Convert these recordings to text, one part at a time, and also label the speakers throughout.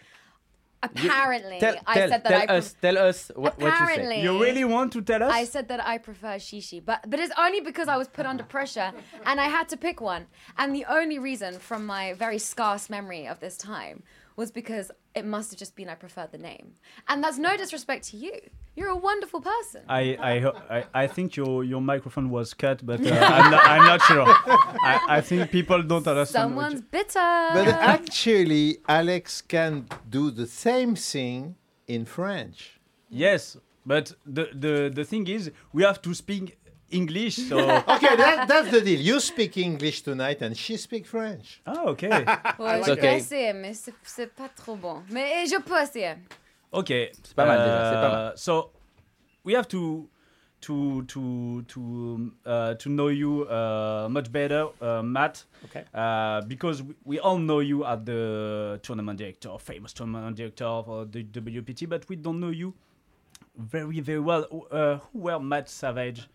Speaker 1: Apparently,
Speaker 2: Tell,
Speaker 1: I
Speaker 2: tell,
Speaker 1: said that
Speaker 2: tell
Speaker 1: I. pref-
Speaker 2: us, tell us wha- what you say.
Speaker 1: Apparently.
Speaker 3: You really want to tell us?
Speaker 1: I said that I prefer shishi, but but it's only because I was put under pressure and I had to pick one. And the only reason from my very scarce memory of this time was because it must have just been I preferred the name. And that's no disrespect to you. You're a wonderful person.
Speaker 3: I, I, ho- I, I think your, your microphone was cut, but uh, I'm, not, I'm not sure. I, I think people don't understand. what
Speaker 1: Someone's
Speaker 3: you-
Speaker 1: bitter.
Speaker 4: But actually, Alex can do the same thing in French.
Speaker 3: Yes, but the, the, the thing is, we have to speak English, so...
Speaker 4: Okay, that, that's the deal. You speak English tonight, and she speaks French.
Speaker 3: Ah, ok.
Speaker 1: Ouais, je
Speaker 2: like that.
Speaker 1: peux essayer, mais c'est- c'est pas trop bon. Mais je peux essayer.
Speaker 3: Ok. C'est
Speaker 2: pas mal, déjà, c'est pas mal.
Speaker 3: uh, So, we have to to to to um, uh, to know you uh, much better, uh, Matt.
Speaker 5: Okay.
Speaker 3: Uh, because we, we all know you as the tournament director, famous tournament director of uh, the WPT, but we don't know you very very well. Uh, who were Matt Savage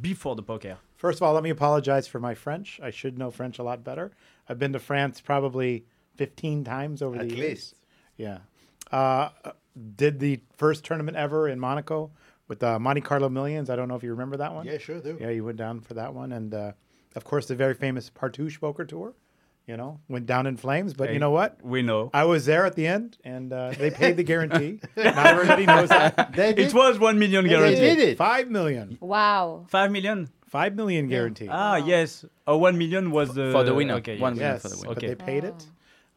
Speaker 3: before the poker?
Speaker 5: First of all, let me apologize for my French. I should know French a lot better. I've been to France probably 15 times over
Speaker 4: At
Speaker 5: the
Speaker 4: least.
Speaker 5: years. Yeah. Uh, did the first tournament ever in Monaco with the Monte Carlo Millions. I don't know if you remember that one.
Speaker 4: Yeah, sure do.
Speaker 5: Yeah, you went down for that one, and uh, of course the very famous Partouche Poker Tour. You know, went down in flames. But
Speaker 3: Hey.
Speaker 5: you know what?
Speaker 3: We know.
Speaker 2: Ah,
Speaker 5: I was there at the end, and uh, they paid the guarantee. Not everybody knows that.
Speaker 4: They did,
Speaker 3: it was one million
Speaker 4: they
Speaker 3: guarantee.
Speaker 4: did it.
Speaker 5: Five million.
Speaker 1: Wow.
Speaker 3: Five million.
Speaker 5: Five million guarantee.
Speaker 3: Ah yes. Oh, one million was the
Speaker 2: For the winner.
Speaker 3: Okay,
Speaker 2: One
Speaker 3: yes.
Speaker 2: million.
Speaker 5: yes,
Speaker 2: for the win.
Speaker 5: but
Speaker 3: Okay.
Speaker 5: they paid it.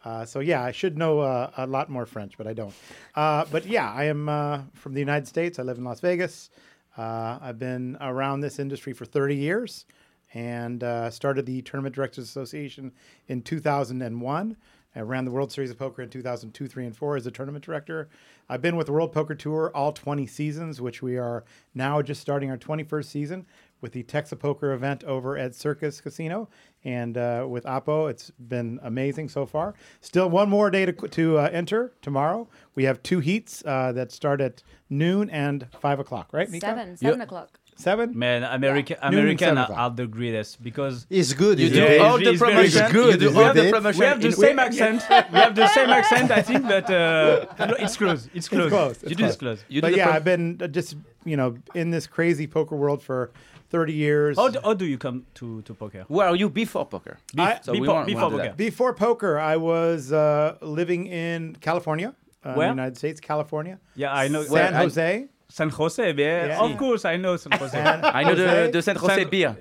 Speaker 5: Uh, so yeah, I should know uh, a lot more French, but I don't. Uh, but yeah, I am uh, from the United States. I live in Las Vegas. Uh, I've been around this industry for 30 years, and uh, started the Tournament Directors Association in 2001. I ran the World Series of Poker in 2002, 3, and 4 as a tournament director. I've been with the World Poker Tour all 20 seasons, which we are now just starting our 21st season with the Texas Poker event over at Circus Casino and uh, with Oppo. It's been amazing so far. Still one more day to, to uh, enter tomorrow. We have two heats uh, that start at noon and 5 o'clock, right, Mika?
Speaker 1: Seven, seven o'clock.
Speaker 5: Seven?
Speaker 3: Man, American
Speaker 5: Noon and
Speaker 3: American
Speaker 5: seven
Speaker 3: are,
Speaker 5: o'clock.
Speaker 3: are the greatest because
Speaker 4: It's good.
Speaker 2: You
Speaker 4: is
Speaker 2: do
Speaker 4: it?
Speaker 2: all
Speaker 3: it's-
Speaker 2: the
Speaker 3: it's very
Speaker 2: promotion.
Speaker 4: good,
Speaker 2: You
Speaker 4: is
Speaker 2: do all
Speaker 4: it?
Speaker 2: the
Speaker 4: Oh, We
Speaker 2: promotion.
Speaker 3: we have the
Speaker 2: in-
Speaker 3: same accent. we have the same accent, I think, but uh, no, it's close. It's close.
Speaker 5: close,
Speaker 3: You
Speaker 5: it's
Speaker 3: do this close.
Speaker 2: You do
Speaker 5: but
Speaker 2: the
Speaker 5: yeah,
Speaker 2: prom-
Speaker 5: I've been uh, just, you know, in this crazy poker world for 30 years.
Speaker 3: How do, how do you come to, to poker?
Speaker 2: Where are you before poker?
Speaker 5: I-
Speaker 2: so we
Speaker 3: before-
Speaker 2: want,
Speaker 3: before
Speaker 2: want
Speaker 3: poker.
Speaker 2: That.
Speaker 5: Before poker, I was uh, living in California, uh, in the
Speaker 3: Where?
Speaker 5: United States, California.
Speaker 3: Yeah, I know
Speaker 5: San
Speaker 3: San,
Speaker 5: Jose.
Speaker 3: San Jose. Yeah,
Speaker 5: Yeah.
Speaker 3: of course I know San Jose.
Speaker 5: San,
Speaker 2: I know the,
Speaker 5: Jose,
Speaker 2: the San Jose
Speaker 3: San-
Speaker 2: beer.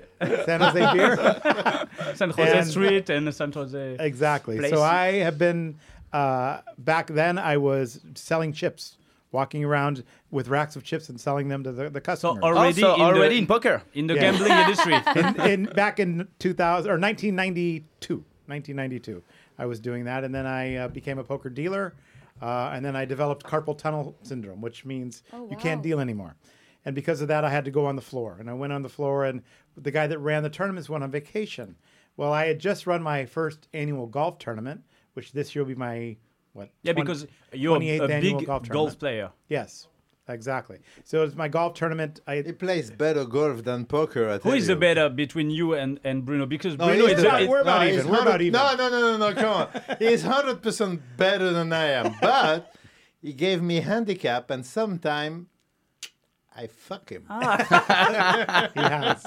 Speaker 5: San Jose beer.
Speaker 3: San Jose
Speaker 5: And-
Speaker 3: Street and San Jose.
Speaker 5: exactly.
Speaker 3: Place.
Speaker 5: So I have been, uh, back then, I was selling chips, walking around with racks of chips and selling them to the, the
Speaker 3: So
Speaker 5: customer.
Speaker 3: already
Speaker 2: also,
Speaker 3: in
Speaker 2: already
Speaker 3: the,
Speaker 2: in poker.
Speaker 3: in the
Speaker 5: Yeah.
Speaker 3: gambling industry.
Speaker 5: in, in back in 2000 or 1992 1992 i was doing that and then i uh, became a poker dealer uh, and then i developed carpal tunnel syndrome which means
Speaker 1: Oh,
Speaker 5: you
Speaker 1: wow.
Speaker 5: can't deal anymore and because of that i had to go on the floor and i went on the floor and the guy that ran the tournaments went on vacation well i had just run my first annual golf tournament which this year will be my what
Speaker 3: Yeah,
Speaker 5: 20
Speaker 3: because you're a
Speaker 5: 28th annual
Speaker 3: big golf,
Speaker 5: tournament.
Speaker 3: player.
Speaker 5: yes exactly so it's my golf tournament i
Speaker 4: He plays better golf than poker. I
Speaker 3: Who
Speaker 4: tell
Speaker 3: is the
Speaker 4: you.
Speaker 3: better between you and, and Bruno? Because
Speaker 4: No,
Speaker 3: Bruno
Speaker 4: he's
Speaker 3: is
Speaker 4: the-
Speaker 3: a,
Speaker 5: not- we're about
Speaker 4: no, he's
Speaker 5: even, we're about
Speaker 4: 100
Speaker 5: even.
Speaker 4: No, no, no, no, no. Come on. He's hundred percent better than I am, but he gave me handicap, and sometime I fuck him.
Speaker 3: Ah.
Speaker 5: he has.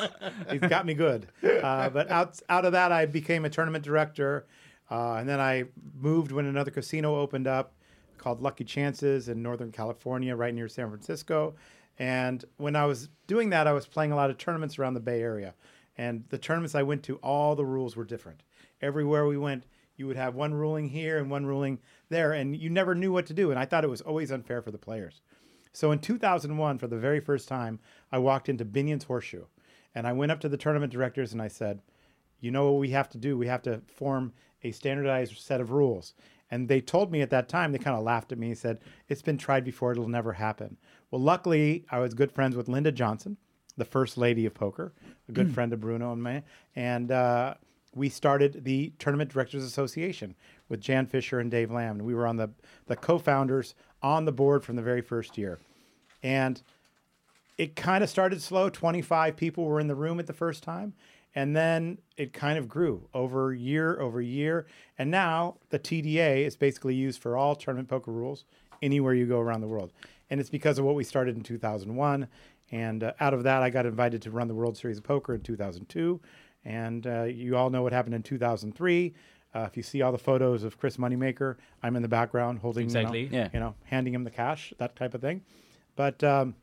Speaker 5: He's got me good. Uh, but out out of that, I became a tournament director, uh, and then I moved when another casino opened up called Lucky Chances in Northern California, right near San Francisco. And when I was doing that, I was playing a lot of tournaments around the Bay Area, and the tournaments I went to, all the rules were different. Everywhere we went, you would have one ruling here and one ruling there, and you never knew what to do. And I thought it was always unfair for the players. So in 2001, for the very first time, I walked into Binion's Horseshoe and I went up to the tournament directors and I said, You know what we have to do? We have to form a standardized set of rules. And they told me at that time, they kind of laughed at me and said, It's been tried before, it'll never happen. Well, luckily, I was good friends with Linda Johnson, the first lady of poker, a good friend of Bruno and me. And uh, we started the Tournament Directors Association with Jan Fisher and Dave Lamb. And we were on the, the co founders on the board from the very first year. And it kind of started slow. 25 people were in the room at the first time. And then it kind of grew over year over year. And now the TDA is basically used for all tournament poker rules anywhere you go around the world. And it's because of what we started in 2001. And uh, out of that, I got invited to run the World Series of Poker in 2002. And uh, you all know what happened in 2003. Uh, if you see all the photos of Chris Moneymaker, I'm in the background holding,
Speaker 3: Exactly.
Speaker 5: you, know,
Speaker 2: Yeah.
Speaker 5: you know, handing him the cash, that type of thing. But, um,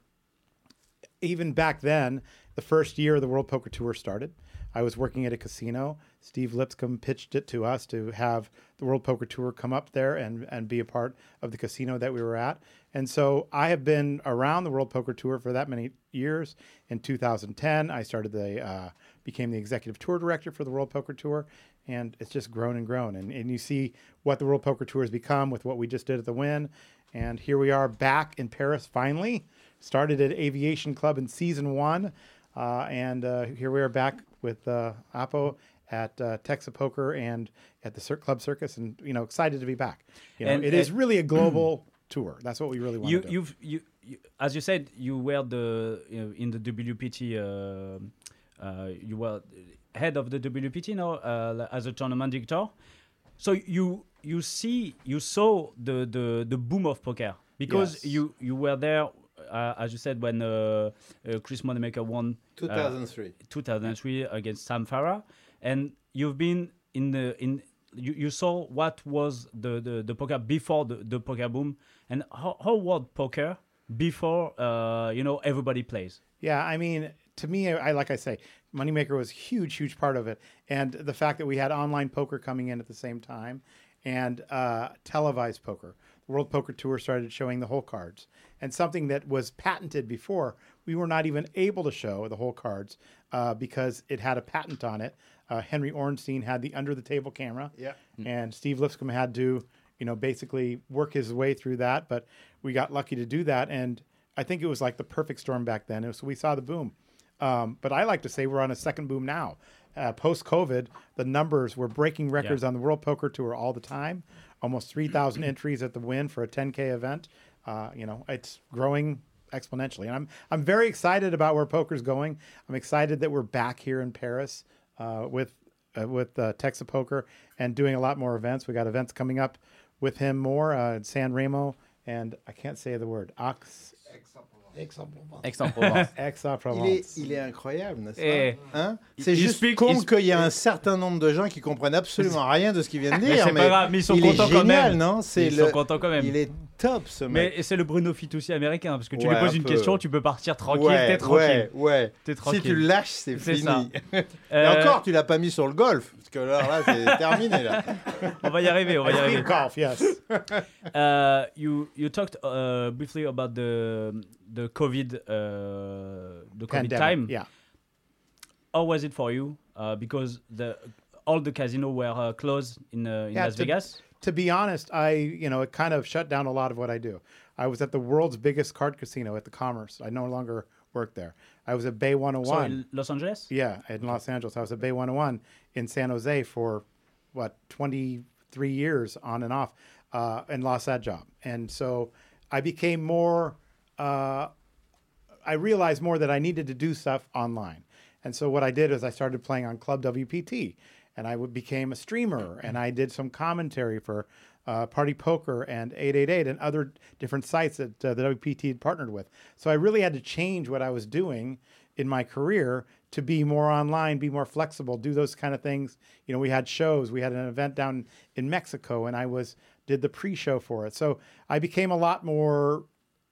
Speaker 5: even back then, the first year the World Poker Tour started, I was working at a casino. Steve Lipscomb pitched it to us to have the World Poker Tour come up there and, and be a part of the casino that we were at. And so I have been around the World Poker Tour for that many years. In 2010, I started the uh, became the executive tour director for the World Poker Tour, and it's just grown and grown. And, and you see what the World Poker Tour has become with what we just did at the Win, and here we are back in Paris finally started at Aviation Club in season one, uh, and uh, here we are back with uh, Oppo at uh, Texas Poker and at the Cir- Club Circus, and you know, excited to be back. You know,
Speaker 3: And-
Speaker 5: it is
Speaker 3: and-
Speaker 5: really a global tour. That's what we really want
Speaker 3: You,
Speaker 5: to do.
Speaker 3: you've, you, you, as you said, you were the you know, in the WPT. Uh, uh, you were head of the WPT now uh, as a tournament director. So you you see you saw the the, the boom of poker because
Speaker 5: Yes.
Speaker 3: you you were there uh, as you said when uh, uh, Chris Moneymaker won uh,
Speaker 4: 2003.
Speaker 3: 2003 against Sam Farah, and you've been in the in you, you saw what was the, the, the poker before the, the poker boom and how, how was poker before uh, you know everybody plays
Speaker 5: Yeah, I mean, to me, I like I say, Moneymaker was a huge, huge part of it, and the fact that we had online poker coming in at the same time and uh, televised poker. World Poker Tour started showing the whole cards. And something that was patented before, we were not even able to show the whole cards uh, because it had a patent on it. Uh, Henry Ornstein had the under the table camera.
Speaker 4: Yeah.
Speaker 5: And Steve Lipscomb had to, you know, basically work his way through that. But we got lucky to do that. And I think it was like the perfect storm back then. So we saw the boom. Um, but I like to say we're on a second boom now. Uh, Post COVID, the numbers were breaking records on the World Poker Tour all the time. Almost 3,000 entries at the win for a 10K event. Uh, you know, it's growing exponentially. And I'm, I'm very excited about where poker's going. I'm excited that we're back here in Paris uh, with, uh, with uh, Texas Poker and doing a lot more events. We got events coming up with him more uh, at San Remo. And I can't say the word. Ox.
Speaker 4: Aix-en-Provence.
Speaker 2: Aix-en-Provence.
Speaker 4: Il est,
Speaker 5: Aix-en-Provence.
Speaker 4: il est incroyable, n'est-ce
Speaker 3: Eh.
Speaker 4: pas Hein
Speaker 3: Il-
Speaker 4: C'est
Speaker 3: il
Speaker 4: juste
Speaker 3: speak-
Speaker 4: con
Speaker 3: il-
Speaker 4: qu'il y a un certain nombre de gens qui comprennent absolument rien de ce qu'il vient de
Speaker 3: Mais
Speaker 4: dire.
Speaker 3: c'est pas grave, mais ils sont
Speaker 4: il est
Speaker 3: contents quand
Speaker 4: génial,
Speaker 3: même.
Speaker 4: Non C'est
Speaker 3: Ils
Speaker 4: le-
Speaker 3: sont contents quand même.
Speaker 4: Il est top ce mec.
Speaker 3: Mais c'est le Bruno Fitoussi américain, parce que tu
Speaker 4: Ouais,
Speaker 3: lui poses
Speaker 4: un
Speaker 3: une
Speaker 4: peu.
Speaker 3: question, tu peux partir tranquille,
Speaker 4: ouais,
Speaker 3: t'es tranquille.
Speaker 4: Ouais, ouais.
Speaker 3: T'es
Speaker 4: Si
Speaker 3: tranquille.
Speaker 4: tu le lâches, c'est
Speaker 3: C'est
Speaker 4: fini.
Speaker 3: ça.
Speaker 4: Et
Speaker 3: Euh,
Speaker 4: encore, tu l'as pas mis sur le golf. Parce que là, là c'est terminé. Là.
Speaker 3: On va y arriver, on va y
Speaker 5: I
Speaker 3: arriver.
Speaker 5: speak golf, yes.
Speaker 3: Uh, you you talked uh, briefly about the the COVID uh, the COVID
Speaker 5: Pandemic,
Speaker 3: time.
Speaker 5: Yeah.
Speaker 3: How was it for you? Uh, because the all the casinos were uh, closed in uh, in
Speaker 5: Yeah,
Speaker 3: Las
Speaker 5: to-
Speaker 3: Vegas.
Speaker 5: to be honest, I you know it kind of shut down a lot of what I do. I was at the world's biggest card casino at the Commerce. I no longer work there. I was at Bay 101.
Speaker 3: Sorry, Los Angeles.
Speaker 5: Yeah, in Los Angeles. I was at Bay 101 in San Jose for what 23 years on and off, uh, and lost that job. And so I became more. Uh, I realized more that I needed to do stuff online. And so what I did is I started playing on Club WPT, and I w- became a streamer, and I did some commentary for. Uh, Party Poker and 888 and other different sites that uh, the WPT had partnered with. So I really had to change what I was doing in my career to be more online, be more flexible, do those kind of things. You know, we had shows, we had an event down in Mexico, and I was did the pre-show for it. So I became a lot more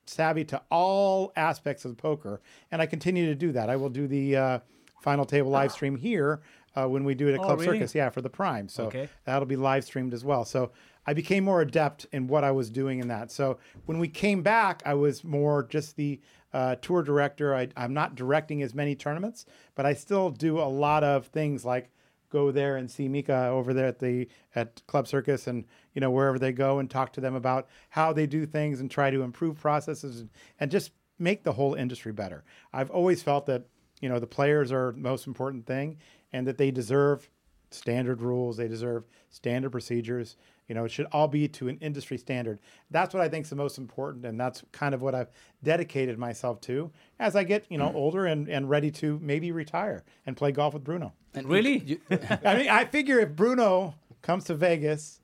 Speaker 5: savvy to all aspects of poker, and I continue to do that. I will do the uh, final table live stream here uh, when we do it at
Speaker 3: Ah. Oh,
Speaker 5: Club
Speaker 3: really?
Speaker 5: Circus, yeah, for the Prime. So
Speaker 3: Okay.
Speaker 5: that'll be live streamed as well. So I became more adept in what I was doing in that. So when we came back, I was more just the uh, tour director. I, I'm not directing as many tournaments, but I still do a lot of things like go there and see Mika over there at the at Club Circus and you know wherever they go and talk to them about how they do things and try to improve processes and, and just make the whole industry better. I've always felt that you know the players are the most important thing and that they deserve standard rules. They deserve standard procedures. You know, it should all be to an industry standard. That's what I think is the most important, and that's kind of what I've dedicated myself to as I get you know older and and ready to maybe retire and play golf with Bruno.
Speaker 3: Really?
Speaker 5: I mean, I figure if Bruno comes to Vegas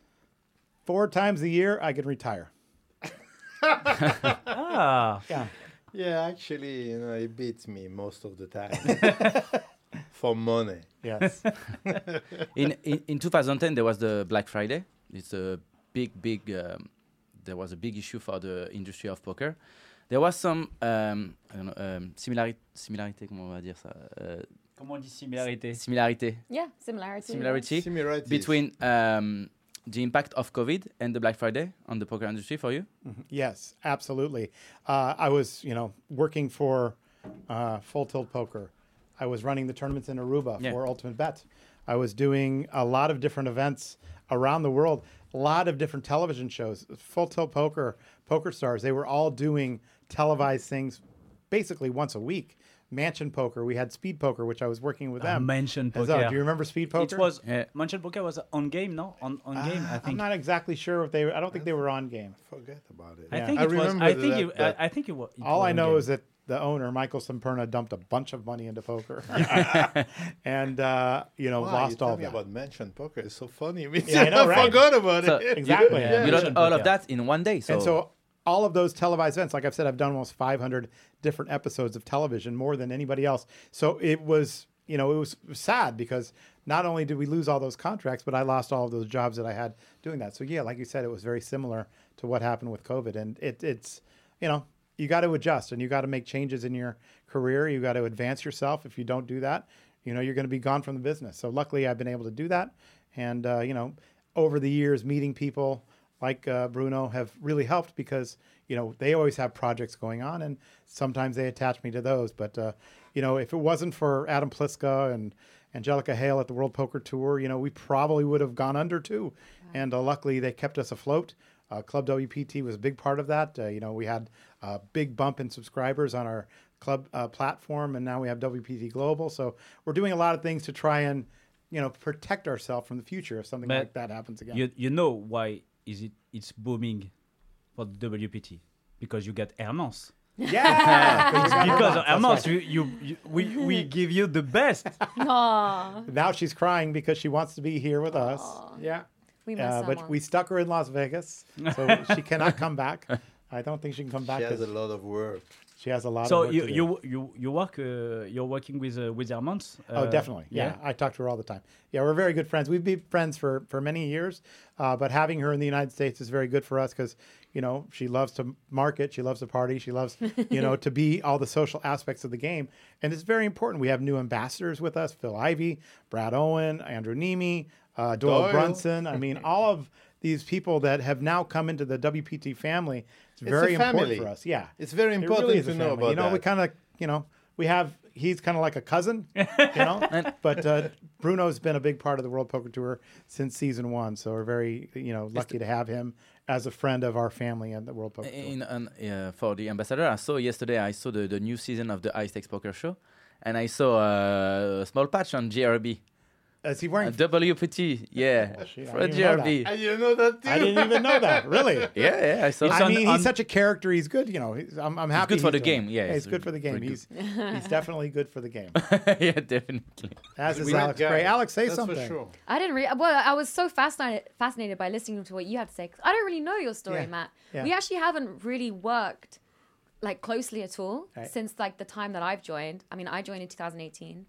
Speaker 5: four times a year, I can retire.
Speaker 3: Ah,
Speaker 4: Yeah, actually, you know, he beats me most of the time. For money.
Speaker 5: Yes.
Speaker 2: in, in in 2010 there was the Black Friday. It's a big big um, there was a big issue for the industry of poker. There was some um, I don't know, um, similarité similarité comment on va dire ça euh,
Speaker 3: comment on dit similarité?
Speaker 2: similarité
Speaker 1: Yeah, similarity.
Speaker 2: similarity
Speaker 4: Similarities.
Speaker 2: between um, the impact of COVID and the Black Friday on the poker industry for you.
Speaker 5: Yes, absolutely. Uh, I was, you know, working for uh, Full Tilt Poker. I was running the tournaments in Aruba
Speaker 2: Yeah.
Speaker 5: for Ultimate Bet. I was doing a lot of different events around the world, a lot of different television shows. Full Tilt Poker, Poker Stars, they were all doing televised things basically once a week. Mansion Poker, we had Speed Poker, which I was working with them.
Speaker 3: Mansion
Speaker 5: As well.
Speaker 3: Poker.
Speaker 5: Do you remember Speed Poker?
Speaker 3: It
Speaker 5: Ah,
Speaker 3: was
Speaker 2: Yeah.
Speaker 3: Mansion Poker was on game, no? On on game, I
Speaker 5: I'm
Speaker 3: think.
Speaker 5: not exactly sure if they. I don't think they were on game.
Speaker 4: Forget about it.
Speaker 3: I think
Speaker 4: I
Speaker 3: it was.
Speaker 4: remember
Speaker 3: I think
Speaker 4: that-
Speaker 3: it,
Speaker 4: that-
Speaker 3: I, I think it was. it
Speaker 5: All
Speaker 3: was
Speaker 5: I
Speaker 3: on
Speaker 5: know
Speaker 3: game.
Speaker 5: is that the owner, Michael Semperna, dumped a bunch of money into poker, and uh, you know
Speaker 4: Wow, you
Speaker 5: lost
Speaker 4: tell
Speaker 5: all
Speaker 4: me
Speaker 5: that.
Speaker 4: about mention poker. It's so funny. We
Speaker 5: Yeah, I know, right?
Speaker 4: forgot about
Speaker 2: So-
Speaker 4: it.
Speaker 5: exactly.
Speaker 3: Yeah.
Speaker 2: You
Speaker 3: Yeah.
Speaker 2: learned all of that in one day. So,
Speaker 5: And so all of those televised events, like I've said, I've done almost 500 different episodes of television, more than anybody else. So it was, you know, it was sad because not only did we lose all those contracts, but I lost all of those jobs that I had doing that. So yeah, like you said, it was very similar to what happened with COVID, and it, it's, you know, you got to adjust and you got to make changes in your career. You got to advance yourself. If you don't do that, you know, you're going to be gone from the business. So luckily, I've been able to do that, and uh, you know, over the years, meeting people like uh, Bruno have really helped because you know they always have projects going on, and sometimes they attach me to those. But uh, you know, if it wasn't for Adam Pliska and Angelica Hale at the World Poker Tour, you know, we probably would have gone under too. And uh, luckily, they kept us afloat. Uh, Club WPT was a big part of that. Uh, you know, we had a big bump in subscribers on our club uh, platform, and now we have WPT Global. So we're doing a lot of things to try and, you know, protect ourselves from the future if something
Speaker 3: But
Speaker 5: like that happens again.
Speaker 3: You, you know why is it it's booming for the WPT because you get Hermance.
Speaker 5: Yeah,
Speaker 3: it's because of Hermance.
Speaker 5: That's
Speaker 3: You, you, you, we, we give you the best.
Speaker 1: Aw.
Speaker 5: Now she's crying because she wants to be here with us. Yeah.
Speaker 1: We miss
Speaker 5: Uh, but
Speaker 1: someone.
Speaker 5: we stuck her in Las Vegas, so she cannot come back. I don't think she can come back.
Speaker 4: She has a
Speaker 5: 'cause
Speaker 4: lot of work.
Speaker 5: She has a lot
Speaker 3: So
Speaker 5: of work
Speaker 3: you
Speaker 5: to do.
Speaker 3: you you you work uh, you're working with uh, with Hermance.
Speaker 5: Oh,
Speaker 3: uh,
Speaker 5: definitely. Yeah. I talk to her all the time. Yeah, we're very good friends. We've been friends for for many years, uh, but having her in the United States is very good for us because you know she loves to market, she loves to party, she loves you know to be all the social aspects of the game, and it's very important. We have new ambassadors with us: Phil Ivey, Brad Owen, Andrew Nemi, uh, Doyle,
Speaker 4: Doyle.
Speaker 5: Brunson. I mean, all of these people that have now come into the WPT family. It's,
Speaker 4: It's a
Speaker 5: very important
Speaker 4: family.
Speaker 5: for us. Yeah,
Speaker 4: It's very
Speaker 5: It really
Speaker 4: important
Speaker 5: is a
Speaker 4: to know
Speaker 5: family.
Speaker 4: about
Speaker 5: You know, we
Speaker 4: that.
Speaker 5: kind of you know we have. He's kind of like a cousin, you know. but uh, Bruno's been a big part of the World Poker Tour since season one, so we're very, you know, lucky to have him as a friend of our family and the World Poker Tour.
Speaker 2: in, on, uh, for the ambassador, I saw yesterday. I saw the, the new season of the Ice Stakes Poker Show, and I saw uh, a small patch on GRB,
Speaker 5: Is he
Speaker 2: a
Speaker 5: wearing?
Speaker 2: WPT. Yeah,
Speaker 5: Oh, shit, I
Speaker 2: for
Speaker 5: didn't know
Speaker 2: GRB.
Speaker 4: And Ah, you know that too.
Speaker 5: I didn't even know that. Really?
Speaker 2: Yeah, yeah, I saw.
Speaker 5: I
Speaker 3: on-
Speaker 5: mean,
Speaker 3: on-
Speaker 5: he's such a character. He's good. You know, he's, I'm, I'm happy.
Speaker 2: good for
Speaker 5: he's
Speaker 2: the
Speaker 5: doing
Speaker 2: game,
Speaker 5: it.
Speaker 2: yeah,
Speaker 5: he's
Speaker 2: it's
Speaker 5: good for the game.
Speaker 2: pretty
Speaker 5: He's he's definitely good for the game.
Speaker 2: yeah, definitely.
Speaker 5: As is
Speaker 4: Great
Speaker 5: Alex
Speaker 4: guy.
Speaker 5: Gray. Alex, say
Speaker 4: That's
Speaker 5: something.
Speaker 4: For sure.
Speaker 1: I didn't really. Well, I was so fascinated fascinated by listening to what you had to say 'cause I don't really know your story,
Speaker 5: Yeah.
Speaker 1: Matt.
Speaker 5: Yeah.
Speaker 1: We actually haven't really worked like closely at all
Speaker 5: Right.
Speaker 1: since like the time that I've joined. I mean, I joined in 2018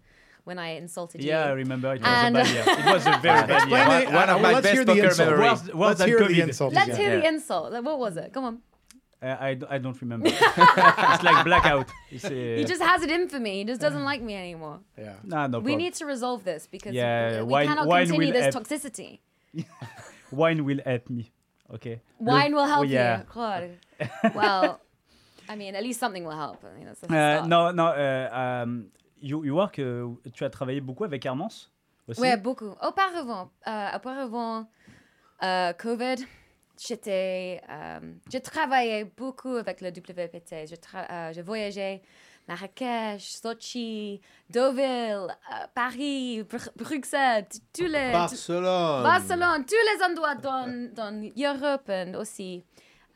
Speaker 1: when I insulted
Speaker 3: Yeah, I
Speaker 1: you.
Speaker 3: remember it was
Speaker 1: And-
Speaker 3: a bad year. It was a very bad
Speaker 5: Explain
Speaker 3: year.
Speaker 5: the-
Speaker 2: One- one
Speaker 5: uh,
Speaker 2: of my
Speaker 5: let's
Speaker 2: best
Speaker 5: hear the
Speaker 2: poker
Speaker 5: insult.
Speaker 2: memories.
Speaker 3: Worse- worse
Speaker 5: Let's
Speaker 3: than
Speaker 5: hear the
Speaker 3: COVID.
Speaker 5: insult.
Speaker 1: Let's
Speaker 5: again.
Speaker 1: hear the
Speaker 2: Yeah.
Speaker 1: insult. Like, What was it? Come on.
Speaker 3: Uh, I, d- I don't remember. it's like blackout. It's, uh,
Speaker 1: He just has it in for me. He just doesn't like me anymore.
Speaker 5: Yeah.
Speaker 3: nah, no
Speaker 1: We
Speaker 3: problem.
Speaker 1: need to resolve this because
Speaker 3: Yeah,
Speaker 1: we, we
Speaker 3: wine-
Speaker 1: cannot
Speaker 3: wine
Speaker 1: continue
Speaker 3: will
Speaker 1: this
Speaker 3: help.
Speaker 1: toxicity.
Speaker 3: Wine will help me. Okay.
Speaker 1: Wine will help
Speaker 3: oh, yeah.
Speaker 1: you. God. well, I mean, at least something will help. I mean, that's that's a
Speaker 3: Euh,
Speaker 1: start.
Speaker 3: non, non. euh, euh, you, you work, euh, tu as travaillé beaucoup avec Hermance aussi.
Speaker 1: Ouais, beaucoup. Auparavant, euh, auparavant euh, COVID, j'étais, euh, je travaillais beaucoup avec le WPT. Je, tra- euh, je voyageais Marrakech, Sochi, Deauville, euh, Paris, Bru- Bruxelles, t- tous les t-
Speaker 4: Barcelone.
Speaker 1: Eh, Barcelone, tous les endroits dans, dans l'Europe et aussi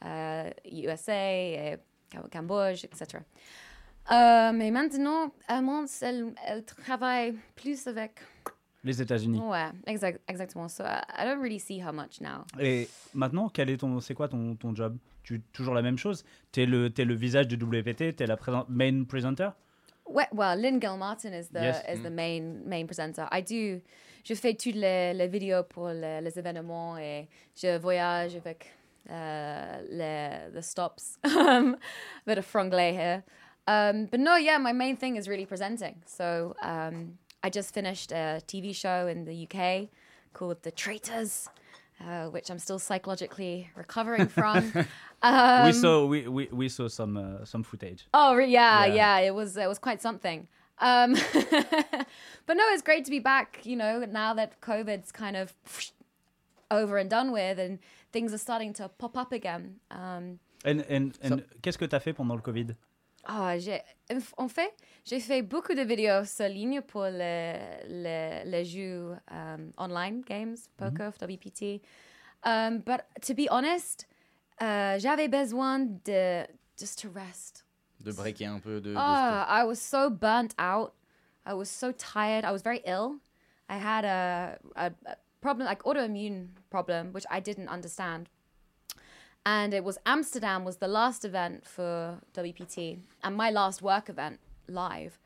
Speaker 1: euh, USA, et euh, Cam- Cambodge, etc. Euh, mais maintenant, Amance, elle, elle travaille plus avec
Speaker 3: Les États-Unis.
Speaker 1: Ouais, exact, exactement. So I, I don't really see her much now.
Speaker 3: Et maintenant, quel est ton, c'est quoi ton, ton job Tu toujours la même chose T'es le, t'es le visage du WPT, t'es la présent- main presenter
Speaker 1: Ouais, well, Lynn Martin is the
Speaker 3: Yes.
Speaker 1: is the main main presenter. I do, je fais toutes les, les vidéos pour les, les événements et je voyage avec euh, les the stops. Um, Bit of franglais here, um, but no, yeah, my main thing is really presenting. So um, I just finished a TV show in the UK called The Traitors. Uh, which I'm still psychologically recovering from.
Speaker 3: we, saw, we, we, we saw some, uh, some footage.
Speaker 1: Euh, Oh re- yeah,
Speaker 3: Yeah.
Speaker 1: yeah, It was it was quite something. Um, but no, it's great to be back. You know, now that COVID's kind of over and done with, and things are starting to pop up again. Um,
Speaker 3: And, and, and qu'est-ce que t'as fait pendant le Covid
Speaker 1: ah, j'ai en fait, j'ai fait beaucoup de vidéos sur ligne pour les les, les jeux um, online games, poker, WPT. Um, but to be honest, euh, j'avais besoin de just to rest.
Speaker 2: De breaker un peu de. de-
Speaker 1: Ah, I was so burnt out. I was so tired. I was very ill. I had a, a, a problem, like autoimmune problem, which I didn't understand. And it was Amsterdam was the last event for WPT and my last work event live,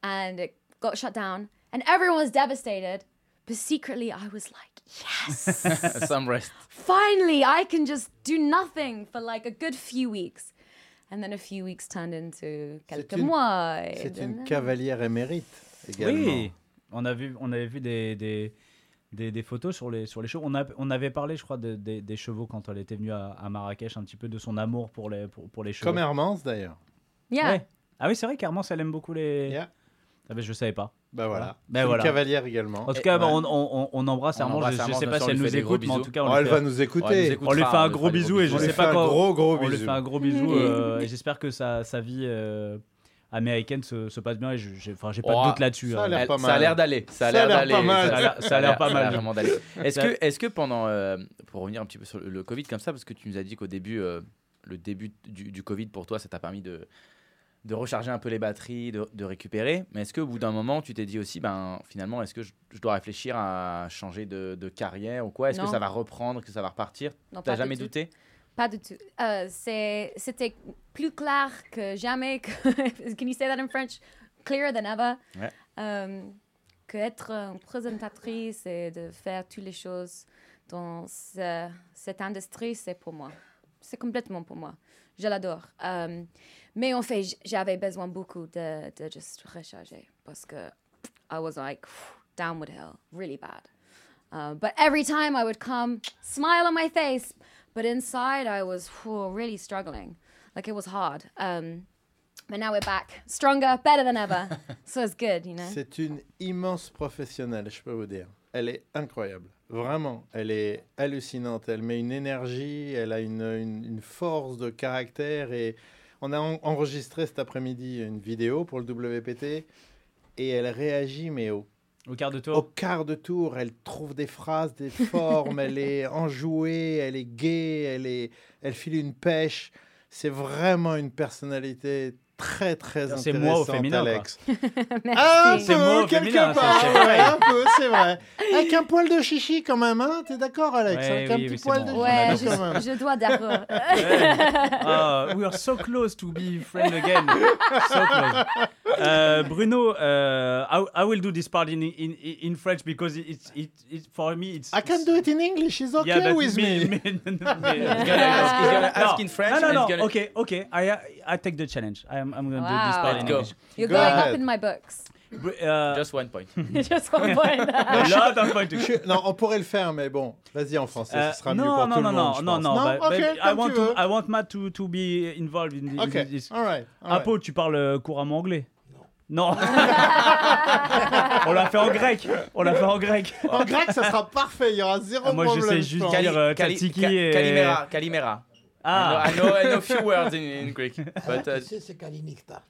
Speaker 1: and it got shut down, and everyone was devastated. But secretly, I was like, yes
Speaker 2: some rest.
Speaker 1: finally I can just do nothing for like a good few weeks. And then a few weeks turned into quelques
Speaker 4: une-
Speaker 1: mois. et
Speaker 4: C'est
Speaker 1: then-
Speaker 4: une cavalière émérite également.
Speaker 3: Oui, on, a vu, on avait vu des, des, des, des photos sur les, sur les chevaux. On, a, on avait parlé, je crois, de- des- des chevaux quand elle était venue à, à Marrakech, un petit peu de son amour pour les, pour, pour les chevaux.
Speaker 4: Comme Hermance d'ailleurs.
Speaker 1: Yeah.
Speaker 3: Ouais. Ah oui, c'est vrai qu'Hermance, elle aime beaucoup les.
Speaker 4: Yeah.
Speaker 3: Ah ben, je savais pas.
Speaker 4: Ben voilà.
Speaker 3: Ben
Speaker 4: C'est une
Speaker 3: voilà.
Speaker 4: Cavalière également. Eh,
Speaker 3: En tout cas, ben,
Speaker 2: ouais.
Speaker 3: on, on- on- on embrasse
Speaker 2: On
Speaker 3: Hermance.
Speaker 2: embrasse
Speaker 3: je- Je,
Speaker 2: Hermance,
Speaker 3: sais
Speaker 2: bien
Speaker 3: pas
Speaker 2: sûr,
Speaker 3: si
Speaker 2: on
Speaker 3: elle
Speaker 2: lui fait
Speaker 3: nous
Speaker 2: des gros
Speaker 3: écoute, mais en
Speaker 2: bisous. Oh,
Speaker 3: tout cas,
Speaker 4: Oh,
Speaker 3: on, lui
Speaker 4: elle
Speaker 3: fait-
Speaker 4: va nous écouter.
Speaker 3: on lui fait un gros bisou et je
Speaker 4: on lui
Speaker 3: sais
Speaker 4: fait
Speaker 3: pas
Speaker 4: un
Speaker 3: quoi.
Speaker 4: gros gros
Speaker 3: on lui fait
Speaker 4: bisou.
Speaker 3: un gros bisou
Speaker 2: Mmh.
Speaker 3: euh, et j'espère que sa, sa vie euh, américaine se, se passe bien. Et je- j'ai enfin, j'ai pas
Speaker 2: Oh,
Speaker 3: de doute là-dessus.
Speaker 4: ça a
Speaker 3: hein.
Speaker 4: l'air-
Speaker 2: Elle-
Speaker 4: pas
Speaker 2: ça a
Speaker 4: mal.
Speaker 2: l'air d'aller. Ça a
Speaker 4: Ça a
Speaker 2: l'air
Speaker 4: l'air
Speaker 2: d'aller.
Speaker 4: pas mal.
Speaker 2: Ça a
Speaker 3: Ça a l'air pas mal.
Speaker 2: vraiment d'aller. Est-ce
Speaker 3: Ça-
Speaker 2: que, est-ce que pendant, euh, pour revenir un petit peu sur le, le Covid comme ça, parce que tu nous as dit qu'au début, euh, le début du, du Covid pour toi, ça t'a permis de de recharger un peu les batteries, de, de récupérer. Mais est-ce qu'au bout d'un moment, tu t'es dit aussi, ben finalement, est-ce que je, je dois réfléchir à changer de, de carrière ou quoi Est-ce que
Speaker 1: Non.
Speaker 2: ça va reprendre, que ça va repartir T'as
Speaker 1: Non, pas du
Speaker 2: jamais
Speaker 1: tout.
Speaker 2: douté
Speaker 1: Pas du tout. Euh, c'est- C'était plus clair que jamais. que- Can you say that in French? Clearer than ever.
Speaker 2: Ouais.
Speaker 1: Euh, que être euh, une présentatrice et de faire toutes les choses dans ce- cette industrie, c'est pour moi. C'est complètement pour moi. Je l'adore. Euh, mais en fait, j- j'avais besoin beaucoup de, de juste recharger parce que I was like down with hell, really bad. Uh, but every time I would come, smile on my face, but inside I was whew, really struggling. Like it was hard. Um, but now we're back, stronger, better than ever. so it's good, you know.
Speaker 4: C'est une immense professionnelle, je peux vous dire. Elle est incroyable. Vraiment, elle est hallucinante. Elle met une énergie, elle a une, une- une force de caractère. Et on a en- enregistré cet après-midi une vidéo pour le WPT. Et elle réagit, mais au,
Speaker 3: Au quart de
Speaker 4: au
Speaker 3: tour.
Speaker 4: quart de tour, elle trouve des phrases, des formes, elle est enjouée, elle est gaie, elle, est, elle file une pêche. C'est vraiment une personnalité très, très intéressante,
Speaker 3: C'est moi au féminin, quoi.
Speaker 4: Alex. Ah, un
Speaker 1: Merci.
Speaker 3: C'est moi
Speaker 4: peu,
Speaker 3: au
Speaker 4: quelque
Speaker 3: féminin, ça,
Speaker 4: part.
Speaker 3: c'est
Speaker 4: ouais,
Speaker 3: vrai.
Speaker 4: un peu, c'est vrai. Avec un poil de chichi quand même, hein T'es d'accord, Alex
Speaker 3: Ouais,
Speaker 4: Avec un
Speaker 3: oui,
Speaker 4: petit
Speaker 3: oui, c'est
Speaker 4: poil
Speaker 3: bon.
Speaker 4: de
Speaker 1: Ouais,
Speaker 4: chichi quand
Speaker 1: je,
Speaker 4: même.
Speaker 1: je dois d'abord.
Speaker 3: Ah, we are so close to be friends again. So close. Euh, Bruno, euh, I, I will do this part in, in, in French because it's it, it, for me it's.
Speaker 4: I can do it in English, it's okay
Speaker 3: Yeah, but
Speaker 4: with me.
Speaker 2: ask- he's gonna ask
Speaker 3: No.
Speaker 2: in French
Speaker 3: No,
Speaker 2: and
Speaker 3: no,
Speaker 2: he's
Speaker 3: no.
Speaker 2: gonna-
Speaker 3: Okay, okay. I I- I take the challenge. I'm I'm gonna do this
Speaker 1: Wow.
Speaker 3: part in
Speaker 2: Let's go.
Speaker 3: English.
Speaker 1: You're
Speaker 4: Go
Speaker 1: going up
Speaker 4: ahead.
Speaker 1: in my books.
Speaker 3: Br- uh,
Speaker 2: Just one point.
Speaker 1: Just one point.
Speaker 4: Ah.
Speaker 3: a lot of point to-
Speaker 4: Je- Non, on pourrait le faire, mais bon, vas-y en français,
Speaker 3: Euh,
Speaker 4: ce sera
Speaker 3: non,
Speaker 4: mieux pour
Speaker 3: non,
Speaker 4: tout
Speaker 3: non,
Speaker 4: le
Speaker 3: non,
Speaker 4: monde. je
Speaker 3: non,
Speaker 4: pense.
Speaker 3: non, but-
Speaker 4: ok,
Speaker 3: but I
Speaker 4: comme
Speaker 3: want
Speaker 4: tu
Speaker 3: to, ah,
Speaker 4: veux.
Speaker 3: I want Matt to, to be involved in, in
Speaker 4: Ok, Ah
Speaker 3: this.
Speaker 4: all right, all right.
Speaker 3: Apo, tu parles euh, couramment anglais Non. On l'a fait en grec. On l'a fait en grec.
Speaker 4: En grec, ça sera parfait, il y aura zéro
Speaker 3: Ah, moi, je sais
Speaker 4: problème.
Speaker 3: juste
Speaker 4: pense.
Speaker 3: dire- euh, Tzatziki et-
Speaker 2: Calimera, Calimera.
Speaker 3: Ah,
Speaker 2: I know, I know a few words in, in Greek, but uh,
Speaker 6: Tu sais, c'est Kalinikta.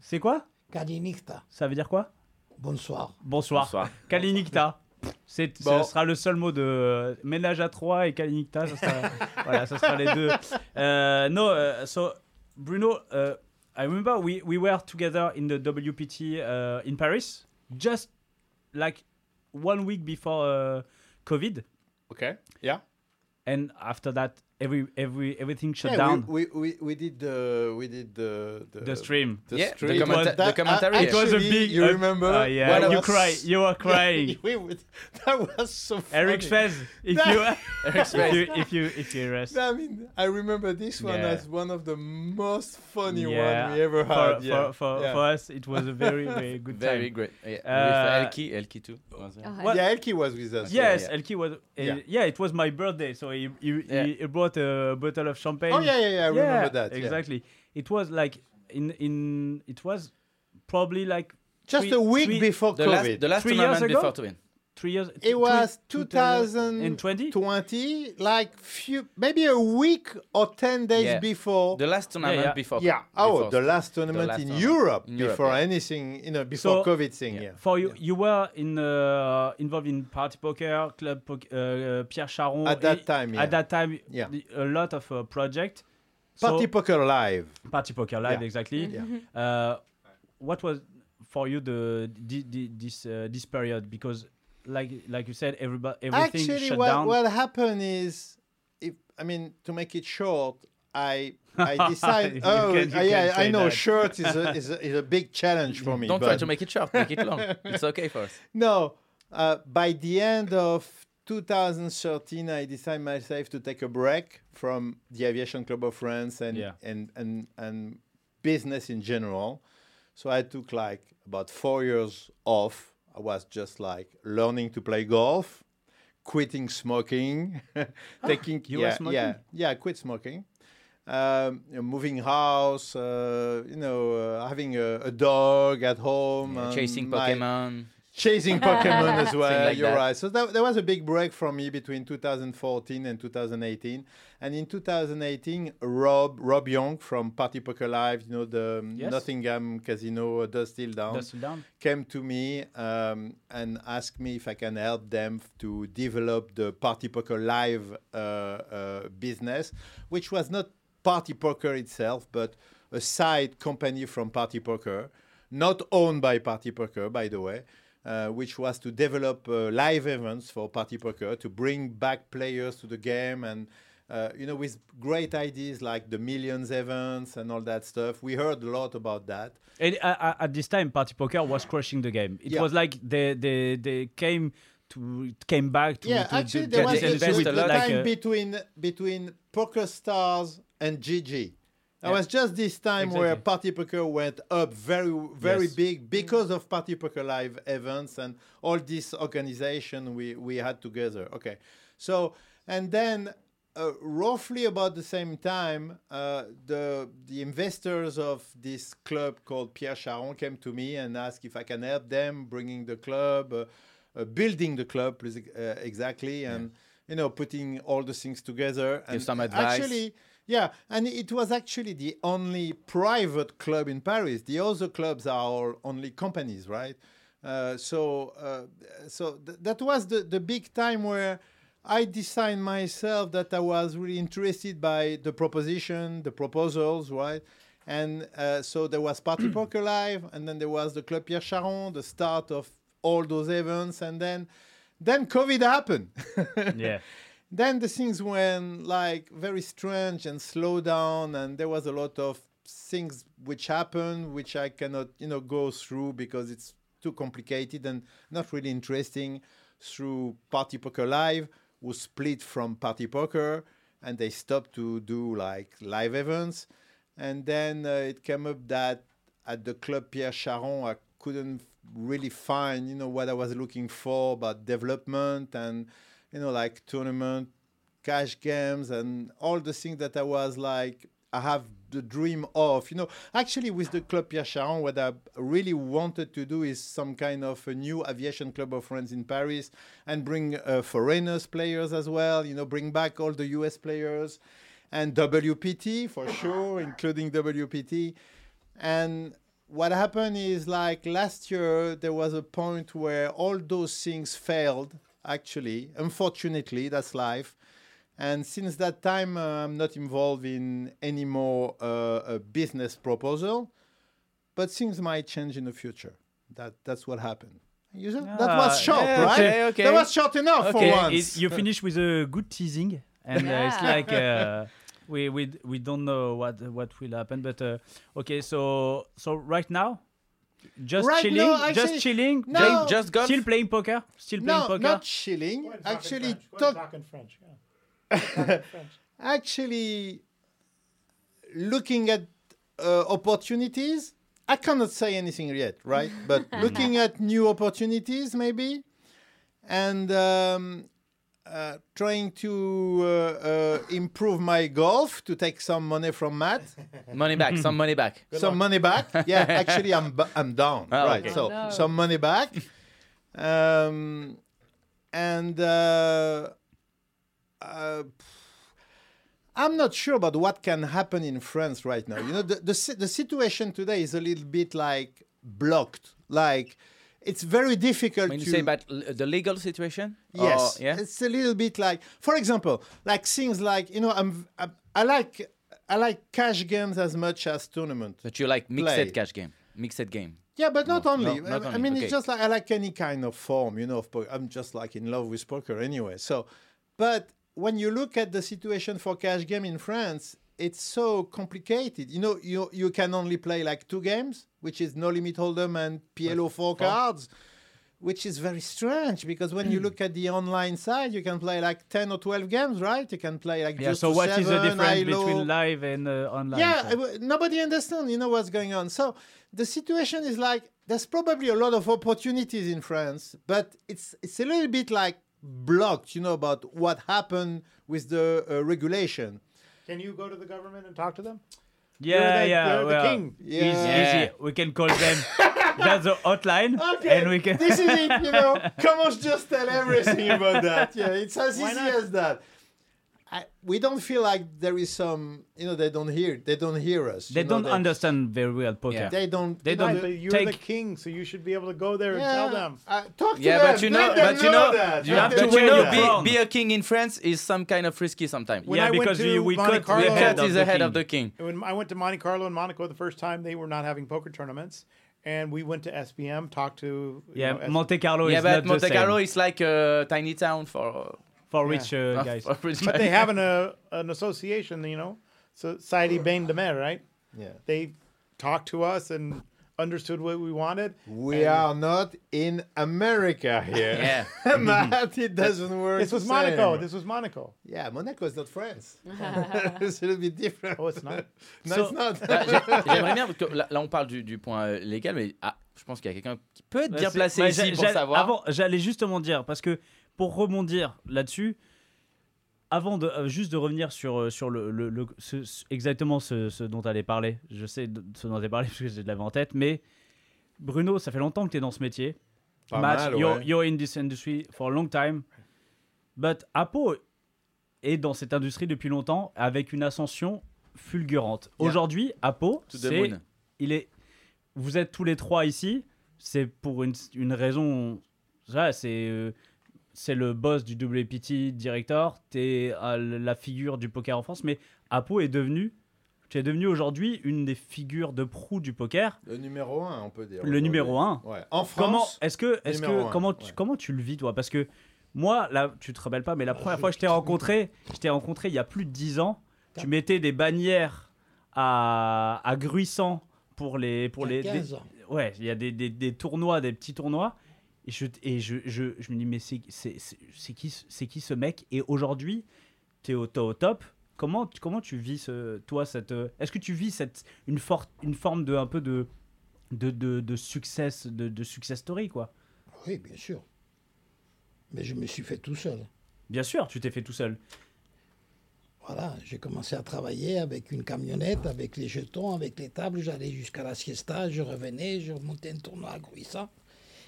Speaker 3: c'est quoi
Speaker 6: Kalinikta,
Speaker 3: Ça veut dire quoi
Speaker 6: bonsoir.
Speaker 3: Bonsoir.
Speaker 2: Bonsoir.
Speaker 3: Kalinikta. C'est, ce
Speaker 4: Bon.
Speaker 3: sera le seul mot de euh, ménage à trois et Kalinikta. Ça sera, voilà, ça sera les deux. Euh, no, euh, so Bruno, euh, I remember we, we were together in the WPT uh, in Paris, just like one week before uh, COVID,
Speaker 4: Ok, yeah.
Speaker 3: and after that, every every everything shut
Speaker 4: Yeah,
Speaker 3: down.
Speaker 4: Eh, We, we, we, we did the, we did the, the,
Speaker 3: the stream.
Speaker 4: the
Speaker 2: Yeah, the
Speaker 4: stream.
Speaker 2: commenta-
Speaker 4: That-
Speaker 2: the commentary.
Speaker 4: uh,
Speaker 2: It
Speaker 3: was a
Speaker 4: actually,
Speaker 3: big-
Speaker 4: You
Speaker 3: uh,
Speaker 4: remember?
Speaker 3: Uh,
Speaker 4: one
Speaker 3: yeah,
Speaker 4: of
Speaker 3: you
Speaker 4: us-
Speaker 3: cry. You were crying.
Speaker 4: We would- that was so funny.
Speaker 3: Eric Fez, if you if you if you if you rest.
Speaker 4: I mean, I remember this one
Speaker 3: Yeah.
Speaker 4: as one of the most funny
Speaker 3: Yeah,
Speaker 4: one we ever
Speaker 3: for,
Speaker 4: had.
Speaker 3: for,
Speaker 4: yeah.
Speaker 3: For,
Speaker 4: yeah.
Speaker 3: for us, it was a very, very good
Speaker 2: very
Speaker 3: time.
Speaker 2: great. Yeah,
Speaker 3: Uh,
Speaker 2: with Elki, Elki too. was there.
Speaker 1: Oh,
Speaker 3: What-
Speaker 4: yeah, Elki was with us.
Speaker 3: Yes,
Speaker 2: Yeah,
Speaker 3: Elki was. Uh, yeah.
Speaker 4: Yeah.
Speaker 3: it was my birthday, so he he,
Speaker 2: Yeah.
Speaker 3: he, he brought a bottle of champagne.
Speaker 4: Oh yeah, yeah, yeah. I
Speaker 3: Yeah,
Speaker 4: remember that. yeah.
Speaker 3: Exactly. It was like in in it was probably like
Speaker 4: Just
Speaker 3: Three-
Speaker 4: a week
Speaker 3: three-
Speaker 4: before
Speaker 2: The last,
Speaker 4: Oh, COVID.
Speaker 2: the last
Speaker 3: Three years
Speaker 2: tournament
Speaker 3: ago?
Speaker 2: before to win.
Speaker 3: three years.
Speaker 4: it was
Speaker 3: in
Speaker 4: 2020,
Speaker 3: twenty.
Speaker 4: like few, maybe a week or ten days
Speaker 2: Yeah.
Speaker 4: before.
Speaker 2: The last tournament
Speaker 3: yeah.
Speaker 2: before.
Speaker 4: yeah. Oh,
Speaker 2: before-
Speaker 4: the last tournament
Speaker 2: last
Speaker 4: in,
Speaker 2: tournament.
Speaker 4: Europe
Speaker 2: In Europe,
Speaker 4: before
Speaker 2: yeah.
Speaker 4: anything, you know,
Speaker 3: So-
Speaker 4: before COVID thing. Yeah.
Speaker 3: For you, you were in uh, involved in party poker, club poker, uh, Pierre Charon.
Speaker 4: At that
Speaker 3: i-
Speaker 4: time, yeah.
Speaker 3: At that time,
Speaker 4: Yeah.
Speaker 3: the- a lot of uh, project.
Speaker 4: Party
Speaker 3: So-
Speaker 4: poker live.
Speaker 3: Party Poker Live,
Speaker 4: Yeah.
Speaker 3: exactly. Uh, what was for you the, the, the this uh, this period? Because like like you said, everybody everything
Speaker 4: Actually,
Speaker 3: shut
Speaker 4: what,
Speaker 3: down.
Speaker 4: what happened is, if I mean to make it short, I I
Speaker 3: You
Speaker 4: decided.
Speaker 3: can-
Speaker 4: oh,
Speaker 3: you
Speaker 4: I-
Speaker 3: can
Speaker 4: yeah, I
Speaker 3: say
Speaker 4: know
Speaker 3: that.
Speaker 4: short is a, is a is a big challenge for me.
Speaker 2: Don't try
Speaker 4: but
Speaker 2: to make it short. Make it long. It's okay for us.
Speaker 4: No, uh, by the end of 2013, I decided myself to take a break from the Aviation Club of France and
Speaker 3: Yeah.
Speaker 4: and and and business in general. So I took like about four years off. I was just like learning to play golf quitting smoking, taking
Speaker 3: you were
Speaker 4: yeah,
Speaker 3: smoking?
Speaker 4: yeah, yeah, quit smoking, um, you know, moving house, uh, you know, uh, having a, a dog at home,
Speaker 2: Yeah,
Speaker 4: and
Speaker 2: chasing
Speaker 4: my-
Speaker 2: Pokemon.
Speaker 4: chasing Pokemon as well.
Speaker 2: like
Speaker 4: You're
Speaker 2: that.
Speaker 4: right. So that, there was a big break for me between 2014 and 2018. And in 2018, Rob Rob Young from Party Poker Live, you know, the um,
Speaker 3: Yes.
Speaker 4: Nottingham Casino uh, Dust Till Down,
Speaker 3: Dust it down.
Speaker 4: came to me um, and asked me if I can help them to develop the Party Poker Live uh, uh, business, which was not Party Poker itself, but a side company from Party Poker, not owned by Party Poker, by the way, uh, which was to develop uh, live events for Party Poker to bring back players to the game and. Uh, you know, with great ideas like the millions events and all that stuff. We heard a lot about that.
Speaker 3: And uh, uh, at this time, Party Poker was crushing the game. It
Speaker 4: Yeah.
Speaker 3: was like they, they, they came to came back to,
Speaker 4: yeah,
Speaker 3: to,
Speaker 4: actually,
Speaker 3: to
Speaker 4: there
Speaker 3: get
Speaker 4: was
Speaker 3: this
Speaker 4: a,
Speaker 2: invest
Speaker 3: invest
Speaker 2: with
Speaker 4: the
Speaker 3: a lot, like,
Speaker 4: time
Speaker 3: uh,
Speaker 4: between between Poker Stars and GG. That was just this time where
Speaker 3: Exactly.
Speaker 4: Party Poker went up very, very
Speaker 3: Yes.
Speaker 2: Mm.
Speaker 4: big because of Party Poker Live events and all this organization we, we had together. Okay. So, and then uh, roughly about the same time, uh, the, the investors of this club called Pierre Charon came to me and asked if I can help them bringing the club, uh, uh, building the club plus, uh, exactly, and, you know, putting all the things together. And
Speaker 2: some advice.
Speaker 4: Actually, yeah, and it was actually the only private club in Paris. The other clubs are all only companies, right? Uh, so, uh, so th- that was the, the big time where I decided myself that I was really interested by the proposition, the proposals, right? And uh, so there was Party Poker Live, and then there was the Club Pierre Charon, the start of all those events, and then then COVID happened.
Speaker 3: yeah.
Speaker 4: then the things went like very strange and slow down and there was a lot of things which happened which i cannot you know go through because it's too complicated and not really interesting through party poker live who split from party poker and they stopped to do like live events and then uh, it came up that at the club Pierre Charon, I couldn't really find, you know, what I was looking for about development and, you know, like tournament, cash games, and all the things that I was like, I have the dream of, you know. Actually, with the club Pierre Charon, what I really wanted to do is some kind of a new aviation club of friends in Paris and bring uh, foreigners players as well, you know, bring back all the US players and WPT for sure, including WPT. And what happened is like last year, there was a point where all those things failed, actually. Unfortunately, that's life. And since that time, uh, I'm not involved in any more uh, a business proposal. But things might change in the future. That, that's what happened. You know, that
Speaker 3: Ah,
Speaker 4: was short,
Speaker 2: yeah,
Speaker 4: right?
Speaker 2: okay, okay.
Speaker 4: That was short enough
Speaker 2: Okay,
Speaker 4: for once.
Speaker 3: It- you finish with a good teasing, and uh, it's
Speaker 1: Yeah.
Speaker 3: like uh, we we we don't know what what will happen. But uh, okay, so so right now, just
Speaker 4: Right
Speaker 3: chilling,
Speaker 4: now, I
Speaker 3: just
Speaker 4: say-
Speaker 3: chilling,
Speaker 4: No.
Speaker 3: playing-
Speaker 2: Playing- Just golf.
Speaker 3: still playing poker, still playing
Speaker 4: no,
Speaker 3: poker.
Speaker 4: not chilling. Actually, talk,
Speaker 5: talking French. Yeah.
Speaker 4: actually looking at uh, opportunities i cannot say anything yet right but looking at new opportunities maybe and um, uh, trying to uh, uh, improve my golf to take some money from matt
Speaker 2: Money back, some money back.
Speaker 4: some money back yeah actually i'm b- i'm down
Speaker 2: Ah,
Speaker 4: right
Speaker 2: okay.
Speaker 4: so
Speaker 1: Oh, no.
Speaker 4: some money back um, and uh, uh, I'm not sure about what can happen in France right now. You know, the, the, si- the situation today is a little bit like blocked. Like, it's very difficult
Speaker 2: When you
Speaker 4: to.
Speaker 2: say about l- the legal situation? Or-
Speaker 4: Yes,
Speaker 2: yeah?
Speaker 4: it's a little bit like, for example, like things like you know, I'm, i I like I like cash games as much as tournament.
Speaker 2: But you like mixed
Speaker 4: Play.
Speaker 2: cash game. Mixed game.
Speaker 4: Yeah, but not
Speaker 2: No,
Speaker 4: only.
Speaker 2: no, not
Speaker 4: I, I
Speaker 2: only,
Speaker 4: mean,
Speaker 2: okay.
Speaker 4: it's just like I like any kind of form, you know. Of poker. I'm just like in love with poker anyway. So, but when you look at the situation for cash game in France, it's so complicated. You know, you you can only play like two games, which is no limit hold'em and PLO four cards, which is very strange because when you
Speaker 3: Hmm.
Speaker 4: look at the online side, you can play like ten or twelve games, right? You can play like
Speaker 3: yeah.
Speaker 4: just
Speaker 3: So
Speaker 4: to
Speaker 3: what is the
Speaker 4: seven, high,
Speaker 3: difference
Speaker 4: low.
Speaker 3: between live and uh, online?
Speaker 4: Yeah,
Speaker 3: so?
Speaker 4: I w- nobody understands, you know, what's going on. So the situation is like there's probably a lot of opportunities in France, but it's it's a little bit like blocked, you know, about what happened with the uh, regulation.
Speaker 5: Can you go to the government and talk to them?
Speaker 3: Yeah,
Speaker 5: You're the-
Speaker 3: yeah,
Speaker 5: you're the
Speaker 3: well,
Speaker 5: king.
Speaker 3: Easy,
Speaker 4: Yeah.
Speaker 3: easy. We can call them. That's the hotline,
Speaker 4: Okay,
Speaker 3: and we can.
Speaker 4: this is it, you know. Come on, just tell everything about that. Yeah, it's as
Speaker 5: Why
Speaker 4: easy
Speaker 5: not?
Speaker 4: as that. I, we don't feel like there is some, you know, they don't hear, they don't hear us.
Speaker 3: They
Speaker 4: you know,
Speaker 3: don't understand very well poker.
Speaker 2: Yeah.
Speaker 4: They don't.
Speaker 3: They
Speaker 4: you know,
Speaker 3: don't
Speaker 5: Right, but you're the
Speaker 3: take-
Speaker 5: king, so you should be able to go there and
Speaker 4: yeah,
Speaker 5: tell them.
Speaker 4: uh, talk to
Speaker 2: Yeah,
Speaker 4: them.
Speaker 2: but you
Speaker 4: let
Speaker 2: know,
Speaker 4: them
Speaker 2: but you know,
Speaker 4: that.
Speaker 3: you
Speaker 4: Let
Speaker 3: have to
Speaker 4: them
Speaker 2: But you
Speaker 3: wear your
Speaker 2: know,
Speaker 3: crown.
Speaker 2: be, be a king in France is some kind of risky sometimes.
Speaker 5: When
Speaker 3: yeah,
Speaker 5: I went
Speaker 3: because
Speaker 5: to
Speaker 3: we, we
Speaker 5: Monte
Speaker 3: cut
Speaker 5: Carlo-
Speaker 3: the
Speaker 5: Yeah,
Speaker 2: Cat
Speaker 3: head,
Speaker 5: Cat
Speaker 2: is
Speaker 3: the
Speaker 2: ahead
Speaker 3: king.
Speaker 2: of the king.
Speaker 5: When I went to Monte Carlo and Monaco the first time, they were not having poker tournaments, and we went to SBM, talked to you
Speaker 3: Yeah,
Speaker 5: know, S-
Speaker 3: Monte Carlo
Speaker 2: yeah,
Speaker 3: is
Speaker 2: but
Speaker 3: not
Speaker 2: Monte
Speaker 3: the same
Speaker 2: Carlo is like a tiny town for,
Speaker 3: for rich uh,
Speaker 2: uh,
Speaker 3: guys.
Speaker 2: for rich
Speaker 5: but
Speaker 2: guys.
Speaker 5: they have an uh, an association, you know, Society Bain de Mer, right?
Speaker 4: Yeah.
Speaker 5: They talked to us and understood what we wanted.
Speaker 4: We are not in America here.
Speaker 2: Yeah.
Speaker 4: Matt, it doesn't work.
Speaker 5: This was
Speaker 4: the
Speaker 5: Monaco.
Speaker 4: same.
Speaker 5: This was Monaco.
Speaker 4: Yeah, Monaco is not France. it's a little bit different.
Speaker 5: Oh, it's not.
Speaker 4: No,
Speaker 3: So-
Speaker 4: it's not.
Speaker 2: Bah, j'ai- J'aimerais bien, parce que là, là, on parle du, du point euh, légal, mais ah, je pense qu'il y a quelqu'un qui peut être
Speaker 3: Bah,
Speaker 2: bien
Speaker 3: c'est-
Speaker 2: placé
Speaker 3: bah,
Speaker 2: ici
Speaker 3: j'a-
Speaker 2: pour
Speaker 3: j'a-
Speaker 2: savoir.
Speaker 3: Avant, j'allais justement dire, parce que pour rebondir là-dessus, avant de, euh, juste de revenir sur, euh, sur le, le- le- ce- ce- exactement ce, ce dont tu allais parler, je sais de- ce dont tu parlé parce que je l'avais en tête, mais Bruno, ça fait longtemps que tu es dans ce métier.
Speaker 4: Pas
Speaker 3: Matt,
Speaker 4: mal,
Speaker 3: you're,
Speaker 4: ouais.
Speaker 3: you're in this industry for a long time. But Apo est dans cette industrie depuis longtemps avec une ascension fulgurante.
Speaker 4: Yeah.
Speaker 3: Aujourd'hui, Apo,
Speaker 2: To the
Speaker 3: c'est
Speaker 2: moon.
Speaker 3: il est. Vous êtes tous les trois ici. C'est pour une, une raison. Ça, c'est. euh, C'est le boss du WPT Director. T'es euh, la figure du poker en France. Mais Apo est devenu. Tu es devenu aujourd'hui une des figures de proue du poker.
Speaker 4: Le numéro 1, on peut dire.
Speaker 3: Le
Speaker 4: aujourd'hui.
Speaker 3: numéro un.
Speaker 4: Ouais. En
Speaker 3: Comment
Speaker 4: France.
Speaker 3: est-ce que est-ce
Speaker 4: numéro
Speaker 3: que
Speaker 4: un,
Speaker 3: comment tu,
Speaker 4: ouais.
Speaker 3: comment tu le vis toi Parce que moi là tu te rappelles pas, mais la première fois que je t'ai rencontré, je t'ai rencontré il y a plus de 10 ans. Tu mettais des bannières à à Gruissant pour les pour les, les-
Speaker 6: 15 ans.
Speaker 3: ouais, il y a des, des- des tournois, des petits tournois. Et je, et je, je, je me dis, mais c'est c'est- c'est- c'est qui, ce- c'est qui ce mec Et aujourd'hui, t'es au, t'es au top. Comment, tu- comment tu vis, ce, toi, cette. euh, Est-ce que tu vis cette, une, for- une forme de. un peu de. de, de, de success, de, de success story, quoi
Speaker 6: Oui, bien sûr. Mais je me suis fait tout seul.
Speaker 3: Bien sûr, tu t'es fait tout seul.
Speaker 6: Voilà, j'ai commencé à travailler avec une camionnette, avec les jetons, avec les tables. J'allais jusqu'à la siesta, je revenais, je montais un tournoi à Gruissa.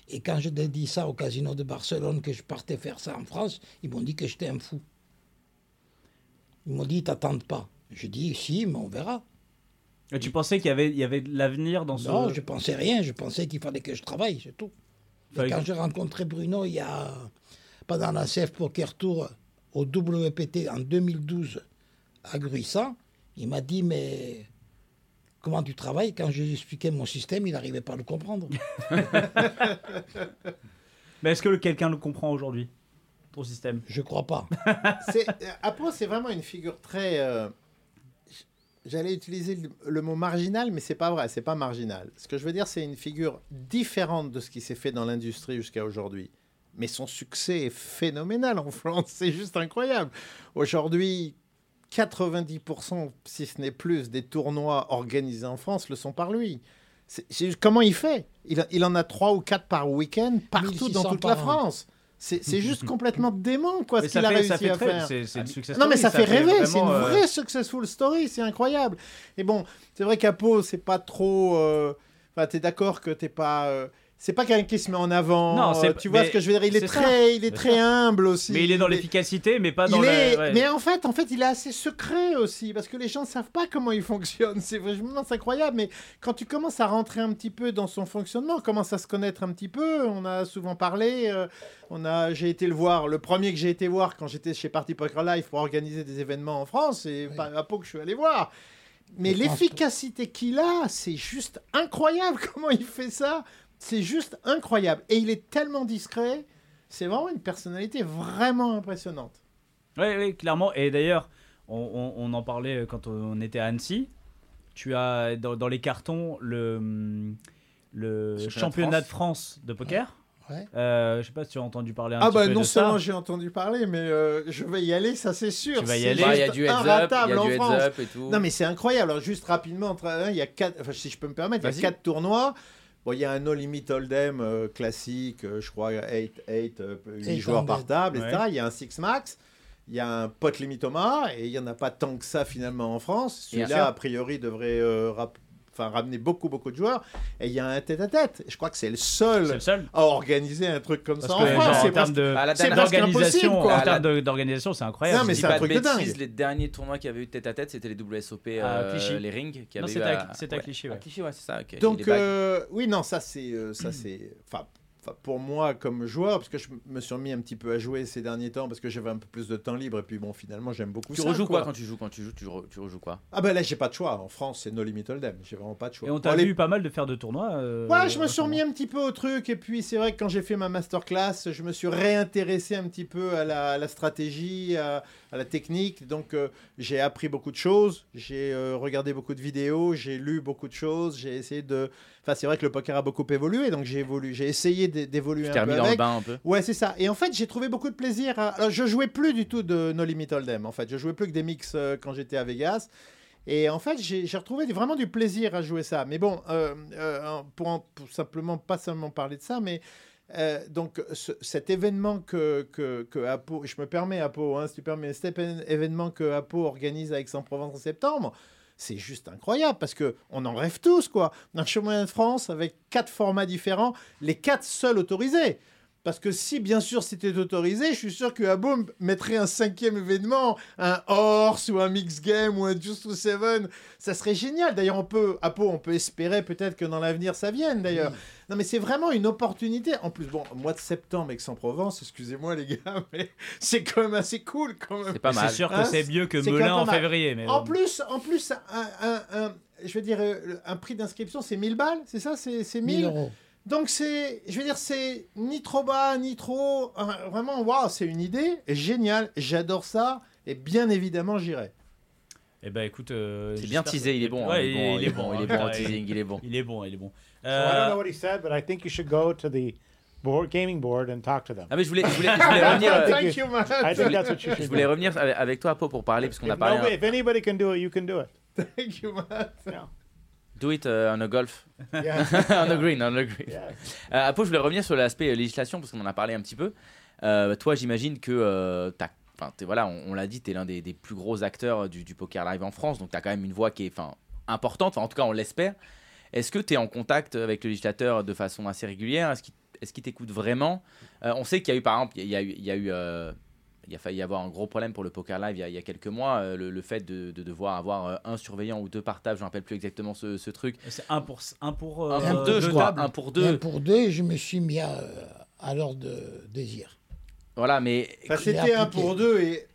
Speaker 6: Et quand je t'ai dit ça au casino de Barcelone, que je partais faire ça en France, ils m'ont dit que j'étais un fou. Ils m'ont dit, t'attends pas. Je dis, si, mais on verra.
Speaker 3: Et tu pensais qu'il y avait, il y avait de l'avenir dans ce.
Speaker 6: Non,
Speaker 2: euh,
Speaker 6: je pensais rien, je pensais qu'il fallait que je travaille, c'est tout. Et
Speaker 3: Fallait
Speaker 6: quand
Speaker 3: que-
Speaker 6: j'ai rencontré Bruno, il y a, pendant la CF Poker Tour au WPT en 2012 à Gruissant, il m'a dit Mais comment tu travailles Quand je lui expliquais mon système, il n'arrivait pas à le comprendre.
Speaker 3: Mais est-ce que quelqu'un le comprend aujourd'hui Ton système
Speaker 6: Je crois pas.
Speaker 4: C'est- euh, Apo, c'est vraiment une figure très. euh, j- J'allais utiliser le, le mot marginal, mais c'est pas vrai, c'est pas marginal. Ce que je veux dire, c'est une figure différente de ce qui s'est fait dans l'industrie jusqu'à aujourd'hui. Mais son succès est phénoménal en France, c'est juste incroyable. Aujourd'hui, 90%, si ce n'est plus, des tournois organisés en France le sont par lui. C'est- c'est- comment il fait il, il en a trois ou quatre par week-end, partout dans
Speaker 6: 1600
Speaker 4: toute la
Speaker 6: par an.
Speaker 4: France. C'est c'est juste complètement dément, quoi,
Speaker 3: Mais
Speaker 4: ce
Speaker 3: ça
Speaker 4: qu'il a
Speaker 3: fait-
Speaker 4: réussi
Speaker 3: ça fait
Speaker 4: à
Speaker 3: très-
Speaker 4: faire.
Speaker 3: c'est- c'est une success
Speaker 4: Non, mais
Speaker 3: story,
Speaker 4: ça, fait rêver. C'est une
Speaker 3: vraiment, euh,
Speaker 4: vraie successful story. C'est incroyable. Et bon, c'est vrai qu'Apo, c'est pas trop. euh, Enfin, t'es d'accord que t'es pas. euh, C'est pas quelqu'un qui se met en avant.
Speaker 3: Non, c'est-
Speaker 4: euh, tu vois
Speaker 3: mais
Speaker 4: ce que je veux dire. Il est
Speaker 3: c'est ça.
Speaker 4: très, il est
Speaker 3: C'est
Speaker 4: très humble aussi.
Speaker 3: Mais il est dans l'efficacité, mais pas dans
Speaker 4: il
Speaker 3: le.
Speaker 4: est-
Speaker 3: ouais.
Speaker 4: Mais en fait, en fait, il est assez secret aussi parce que les gens ne savent pas comment il fonctionne. C'est vraiment c'est incroyable. Mais quand tu commences à rentrer un petit peu dans son fonctionnement, on commence à se connaître un petit peu. On a souvent parlé. euh, on a, j'ai été le voir. Le premier que j'ai été voir quand j'étais chez Party Poker Live pour organiser des événements en France, c'est
Speaker 6: Oui.
Speaker 4: pas à Pau que je suis allé voir. Mais
Speaker 6: Je pense que-
Speaker 4: l'efficacité qu'il a, c'est juste incroyable comment il fait ça. C'est juste incroyable. Et il est tellement discret. C'est vraiment une personnalité vraiment impressionnante.
Speaker 3: Oui, oui, clairement. Et d'ailleurs, on, on- on en parlait euh, quand on était à Annecy. Tu as dans, dans les cartons le, mm, le
Speaker 4: Championnat de
Speaker 3: championnat de France de poker.
Speaker 6: Ouais.
Speaker 3: Euh, je sais pas si tu as entendu parler un
Speaker 4: Ah
Speaker 3: petit
Speaker 4: bah
Speaker 3: peu
Speaker 4: non
Speaker 3: de ça.
Speaker 4: seulement j'ai entendu parler, mais euh, je vais y aller, ça c'est sûr.
Speaker 3: Tu vas y
Speaker 4: C'est
Speaker 3: aller.
Speaker 2: Bah, Il y a
Speaker 4: juste
Speaker 2: du heads up, il y
Speaker 4: inratable
Speaker 2: a
Speaker 4: en
Speaker 2: du
Speaker 4: France.
Speaker 2: heads up et tout.
Speaker 4: hein, Non mais c'est incroyable. Alors, juste rapidement, entre- hein, il y a quatre, enfin, si je peux me permettre, il y a
Speaker 2: Vas-y.
Speaker 4: quatre tournois. Bon, il y a un no limit hold'em euh, classique, euh, je crois 8 8
Speaker 6: Eight
Speaker 4: joueurs par
Speaker 6: handed.
Speaker 4: table,
Speaker 3: Ouais.
Speaker 4: etc. Il y a un six max, il y a un pot limitoma et il y en a pas tant que ça finalement en France.
Speaker 2: Bien
Speaker 4: Celui-là
Speaker 2: sûr.
Speaker 4: a priori devrait euh, rap- enfin, ramener beaucoup beaucoup de joueurs et il y a un tête-à-tête. Je crois que c'est le
Speaker 3: C'est le
Speaker 4: seul
Speaker 3: seul.
Speaker 4: à organiser un truc comme
Speaker 3: Parce
Speaker 4: ça
Speaker 3: que,
Speaker 4: en
Speaker 3: genre,
Speaker 4: France.
Speaker 3: en
Speaker 4: C'est
Speaker 3: termes
Speaker 4: presque- Bah,
Speaker 3: de-
Speaker 2: À la
Speaker 4: c'est
Speaker 2: dernière
Speaker 4: presque impossible,
Speaker 3: d'organisation,
Speaker 4: quoi. Ah,
Speaker 3: en
Speaker 2: À la-
Speaker 3: termes de- d'organisation, c'est
Speaker 4: Non,
Speaker 3: incroyable.
Speaker 4: mais
Speaker 2: Si
Speaker 4: c'est
Speaker 2: je
Speaker 4: un
Speaker 2: dis pas
Speaker 4: truc de
Speaker 2: de bêtises,
Speaker 4: dingue.
Speaker 2: les derniers tournois qu'il y avait eu tête à tête, c'était les WSOP,
Speaker 3: Ah,
Speaker 2: euh,
Speaker 3: Clichy.
Speaker 2: les rings. Qui
Speaker 3: Non,
Speaker 2: avaient
Speaker 3: c'était
Speaker 2: eu
Speaker 3: à- c'était à Clichy, ouais.
Speaker 2: À Clichy, ouais, c'est ça. ok. Et les
Speaker 4: Donc,
Speaker 2: bagues.
Speaker 4: euh, oui, non, ça c'est. euh, ça c'est enfin, enfin, pour moi, comme joueur, parce que je me suis remis un petit peu à jouer ces derniers temps, parce que j'avais un peu plus de temps libre, et puis bon, finalement, j'aime beaucoup
Speaker 2: tu
Speaker 4: ça.
Speaker 2: rejoues quoi, quand tu joues Quand tu joues, tu, re- tu rejoues quoi
Speaker 4: Ah ben là, j'ai pas de choix. En France, c'est No Limit Hold'em. J'ai vraiment pas de choix.
Speaker 3: Et on
Speaker 4: Bon,
Speaker 3: t'a
Speaker 4: les-
Speaker 3: vu pas mal de faire de tournois. euh,
Speaker 4: Ouais, je me suis
Speaker 3: récemment.
Speaker 4: remis un petit peu au truc et puis c'est vrai que quand j'ai fait ma masterclass, je me suis réintéressé un petit peu à la, à la stratégie, à, à la technique. Donc euh, j'ai appris beaucoup de choses, j'ai euh, regardé beaucoup de vidéos, j'ai lu beaucoup de choses, j'ai essayé de. Enfin, c'est vrai que le poker a beaucoup évolué, donc j'ai évolué, j'ai essayé d'é- d'évoluer
Speaker 2: Tu
Speaker 4: un
Speaker 2: t'es
Speaker 4: peu
Speaker 2: remis dans le
Speaker 4: avec.
Speaker 2: bain un peu
Speaker 4: Ouais, c'est ça. Et en fait, j'ai trouvé beaucoup de plaisir. À... Alors, je jouais plus du tout de No Limit Hold'em. En fait, je jouais plus que des mix euh, quand j'étais à Vegas. Et en fait, j'ai j'ai retrouvé du- vraiment du plaisir à jouer ça. Mais bon, euh, euh, pour, en- pour simplement pas seulement parler de ça, mais euh, donc ce- cet événement que, que, que Apo, je me permets Apo, hein, si tu permets, cet épen- événement que Apo organise à Aix-en-Provence en septembre, c'est juste incroyable parce que on en rêve tous quoi. Un chemin de France avec quatre formats différents, les quatre seuls autorisés. Parce que si, bien sûr, c'était autorisé, je suis sûr que Abo m- mettrait un cinquième événement, un Horse ou un Mix Game ou un Just to Seven. Ça serait génial. D'ailleurs, on peut, Abo, on peut espérer peut-être que dans l'avenir, ça vienne d'ailleurs. Non, mais c'est vraiment une opportunité. En plus, bon, mois de septembre, Aix-en-Provence, excusez-moi les gars, mais c'est quand même assez cool quand même.
Speaker 2: C'est pas
Speaker 3: C'est
Speaker 2: mal.
Speaker 3: sûr que
Speaker 4: Hein,
Speaker 3: c'est mieux que
Speaker 4: c'est quand
Speaker 3: Melun
Speaker 4: même
Speaker 3: en
Speaker 4: pas mal.
Speaker 3: février. Mais
Speaker 4: En
Speaker 3: euh,
Speaker 4: plus, en plus un, un- un- je veux dire, euh, le- un prix d'inscription, c'est 1000 balles, c'est ça C'est c'est
Speaker 6: 1000
Speaker 4: 1000
Speaker 6: euros.
Speaker 4: donc c'est, je veux dire, c'est ni trop bas, ni trop... euh, Vraiment, waouh, c'est une idée géniale. J'adore ça. Et bien évidemment, j'irai.
Speaker 3: Eh ben écoute. euh,
Speaker 2: C'est bien
Speaker 3: j'espère
Speaker 2: teasé,
Speaker 3: que-
Speaker 2: il est bon. hein,
Speaker 3: Ouais, il est bon.
Speaker 2: Il est bon
Speaker 3: hein,
Speaker 2: en teasing, il est bon.
Speaker 3: Il est bon, il est bon.
Speaker 5: So I don't
Speaker 3: Euh,
Speaker 5: know what he said, but I think you should go to the board gaming board and talk to them.
Speaker 2: Ah mais je voulais, je voulais, je voulais revenir, euh,
Speaker 4: Thank you, man.
Speaker 5: I think that's what you
Speaker 2: je
Speaker 5: should
Speaker 2: voulais
Speaker 5: do.
Speaker 2: revenir avec avec toi, Po, pour parler, parce qu'on a
Speaker 5: If, no,
Speaker 2: parlé.
Speaker 5: if anybody can do it, you can do it.
Speaker 4: Thank you, man.
Speaker 2: un- Do it euh, on a golf.
Speaker 5: Yeah.
Speaker 2: on a green, on a green.
Speaker 5: Yeah.
Speaker 2: Euh, Apo, je voulais revenir sur l'aspect euh, législation parce qu'on en a parlé un petit peu. Euh, toi, j'imagine que euh, t'as- enfin, t'es- voilà, on, on l'a dit, tu es l'un des, des plus gros acteurs euh, du, du poker live en France, donc tu as quand même une voix qui est enfin, importante, Enfin, en tout cas on l'espère. Est-ce que tu es en contact avec le législateur de façon assez régulière Est-ce qu'il est-ce qu'il t'écoute vraiment Euh, On sait qu'il y a eu, par exemple, il y a eu... il y a eu, euh, il a failli y avoir un gros problème pour le poker live il y a, il y a quelques mois, euh, le, le fait de, de devoir avoir euh, un surveillant ou deux par table, je ne me rappelle plus exactement ce, ce truc.
Speaker 3: Euh, C'est un pour un pour
Speaker 2: Un
Speaker 3: euh,
Speaker 2: pour deux, je crois.
Speaker 3: tables.
Speaker 2: Un pour
Speaker 6: Bien
Speaker 2: deux.
Speaker 6: pour deux, je me suis mis à, euh, à l'ordre de désir.
Speaker 2: Voilà, mais
Speaker 4: Enfin, c'était un pour deux et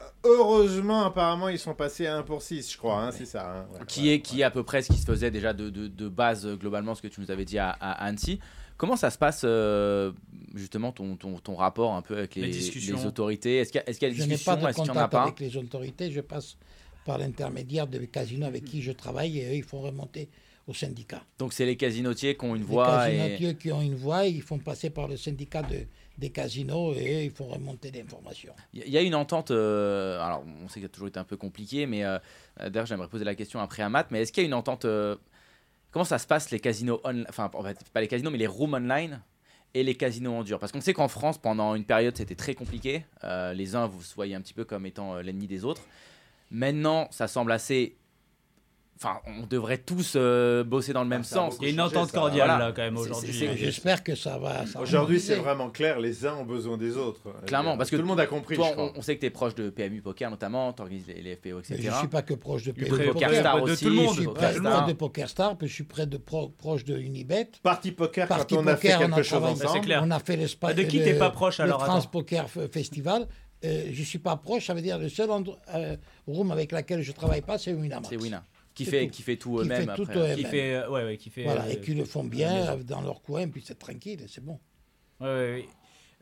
Speaker 4: euh, heureusement, apparemment, ils sont passés à un pour six, je crois. hein, c'est ça. hein. Ouais,
Speaker 2: qui
Speaker 4: ouais,
Speaker 2: est qui est à peu près ce qui se faisait déjà de, de- de base euh, globalement ce que tu nous avais dit à, à Annecy. Comment ça se passe euh, justement ton, ton, ton rapport un peu avec les,
Speaker 3: Les discussions.
Speaker 2: les autorités Est-ce qu'il y a, est-ce qu'il y a des
Speaker 6: Je n'ai
Speaker 2: discussions
Speaker 6: pas de
Speaker 2: Est-ce qu'il n'y en a
Speaker 6: contact
Speaker 2: pas
Speaker 6: avec les autorités, je passe par l'intermédiaire des casinos avec qui je travaille et eux, ils font remonter au syndicat.
Speaker 2: Donc c'est les casinotiers qui ont une
Speaker 6: Les
Speaker 2: voix et
Speaker 6: casinotiers qui ont une voix, ils font passer par le syndicat de- des casinos et eux, ils font remonter l'information.
Speaker 2: il y a une entente. euh, alors on sait que ça a toujours été un peu compliqué, mais euh, d'ailleurs j'aimerais poser la question après à Matt. Mais est-ce qu'il y a une entente euh, Comment ça se passe les casinos online Enfin en fait, pas les casinos, mais les rooms online et les casinos en dur Parce qu'on sait qu'en France, pendant une période, c'était très compliqué. Euh, les uns, vous soyez un petit peu comme étant euh, l'ennemi des autres. Maintenant, ça semble assez. Enfin, on devrait tous euh, bosser dans le même
Speaker 4: ça a
Speaker 2: sens.
Speaker 4: beaucoup
Speaker 3: Il y Ah, a une
Speaker 4: changer,
Speaker 3: entente
Speaker 4: ça.
Speaker 3: cordiale
Speaker 2: Voilà.
Speaker 3: là quand même
Speaker 2: C'est-
Speaker 3: aujourd'hui.
Speaker 2: c'est-
Speaker 6: Et
Speaker 2: c'est-
Speaker 6: J'espère que ça va. ça va
Speaker 4: Aujourd'hui, c'est
Speaker 6: remonter.
Speaker 4: vraiment clair. Les uns ont besoin des autres. euh,
Speaker 2: Clairement, parce que
Speaker 4: tout le monde a compris,
Speaker 2: Toi,
Speaker 4: je crois.
Speaker 2: on, on sait que tu es proche de PMU Poker notamment, tu organises les, les FPO,
Speaker 6: Mais
Speaker 2: etc.
Speaker 6: je ne suis pas que proche de
Speaker 3: Du
Speaker 6: PMU
Speaker 3: Poker
Speaker 6: Poker.
Speaker 3: Star,
Speaker 6: Je
Speaker 3: de tout le monde,
Speaker 6: suis
Speaker 3: Poker
Speaker 6: près-
Speaker 2: Star.
Speaker 6: proche de PokerStar, puis je suis près de pro- proche de Unibet.
Speaker 4: Party Poker,
Speaker 6: Parti
Speaker 4: quand on a fait
Speaker 6: poker,
Speaker 4: quelque
Speaker 6: on a
Speaker 4: chose
Speaker 6: travaillé.
Speaker 3: Ça, c'est
Speaker 4: ensemble.
Speaker 3: clair.
Speaker 6: On a fait le spa-
Speaker 3: Ah, de qui
Speaker 6: le-
Speaker 3: t'es pas proche, alors,
Speaker 6: Le France
Speaker 3: attends.
Speaker 6: Poker F- Festival. Euh, je suis pas proche, ça veut dire le seul endro- euh, room avec laquelle je travaille pas, c'est Winamax.
Speaker 2: C'est Wina qui
Speaker 6: C'est
Speaker 2: fait,
Speaker 6: tout.
Speaker 2: qui fait tout
Speaker 6: Qui
Speaker 2: eux-mêmes
Speaker 6: fait tout
Speaker 2: après. hein.
Speaker 6: eux-mêmes.
Speaker 3: Qui fait euh, ouais ouais qui fait.
Speaker 6: Voilà,
Speaker 3: euh,
Speaker 6: et qui le font
Speaker 3: les
Speaker 6: bien
Speaker 3: gens.
Speaker 6: euh, dans leur coin, puis c'est tranquille, c'est bon.
Speaker 3: Ouais ouais. ouais.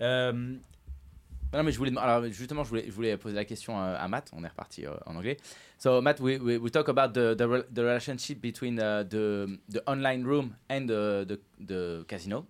Speaker 3: Euh,
Speaker 2: No, mais je voulais, alors justement, je voulais, je voulais poser la question à, à Matt. On est reparti euh, en anglais. So Matt, we, we, we talk about the, the, rel- the relationship between uh, the, the online room and the, the, the casino.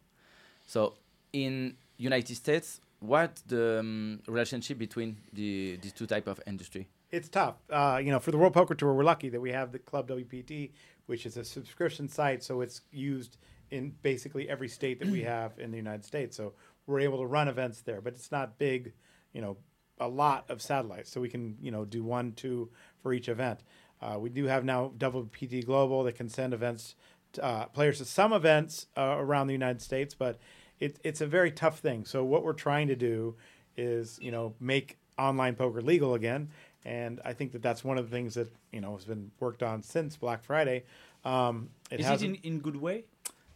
Speaker 2: So in United States, what the um, relationship between the, these two type of industry?
Speaker 5: It's tough. Uh, you know, for the World Poker Tour, we're lucky that we have the Club WPT, which is a subscription site, so it's used in basically every state that we have in the United States. So we're able to run events there, but it's not big, you know, a lot of satellites. So we can, you know, do one, two for each event. Uh, we do have now WPT Global that can send events, to, uh, players to some events uh, around the United States, but it, it's a very tough thing. So what we're trying to do is, you know, make online poker legal again. And I think that that's one of the things that, you know, has been worked on since Black Friday. Um,
Speaker 3: it Is it in, in good way?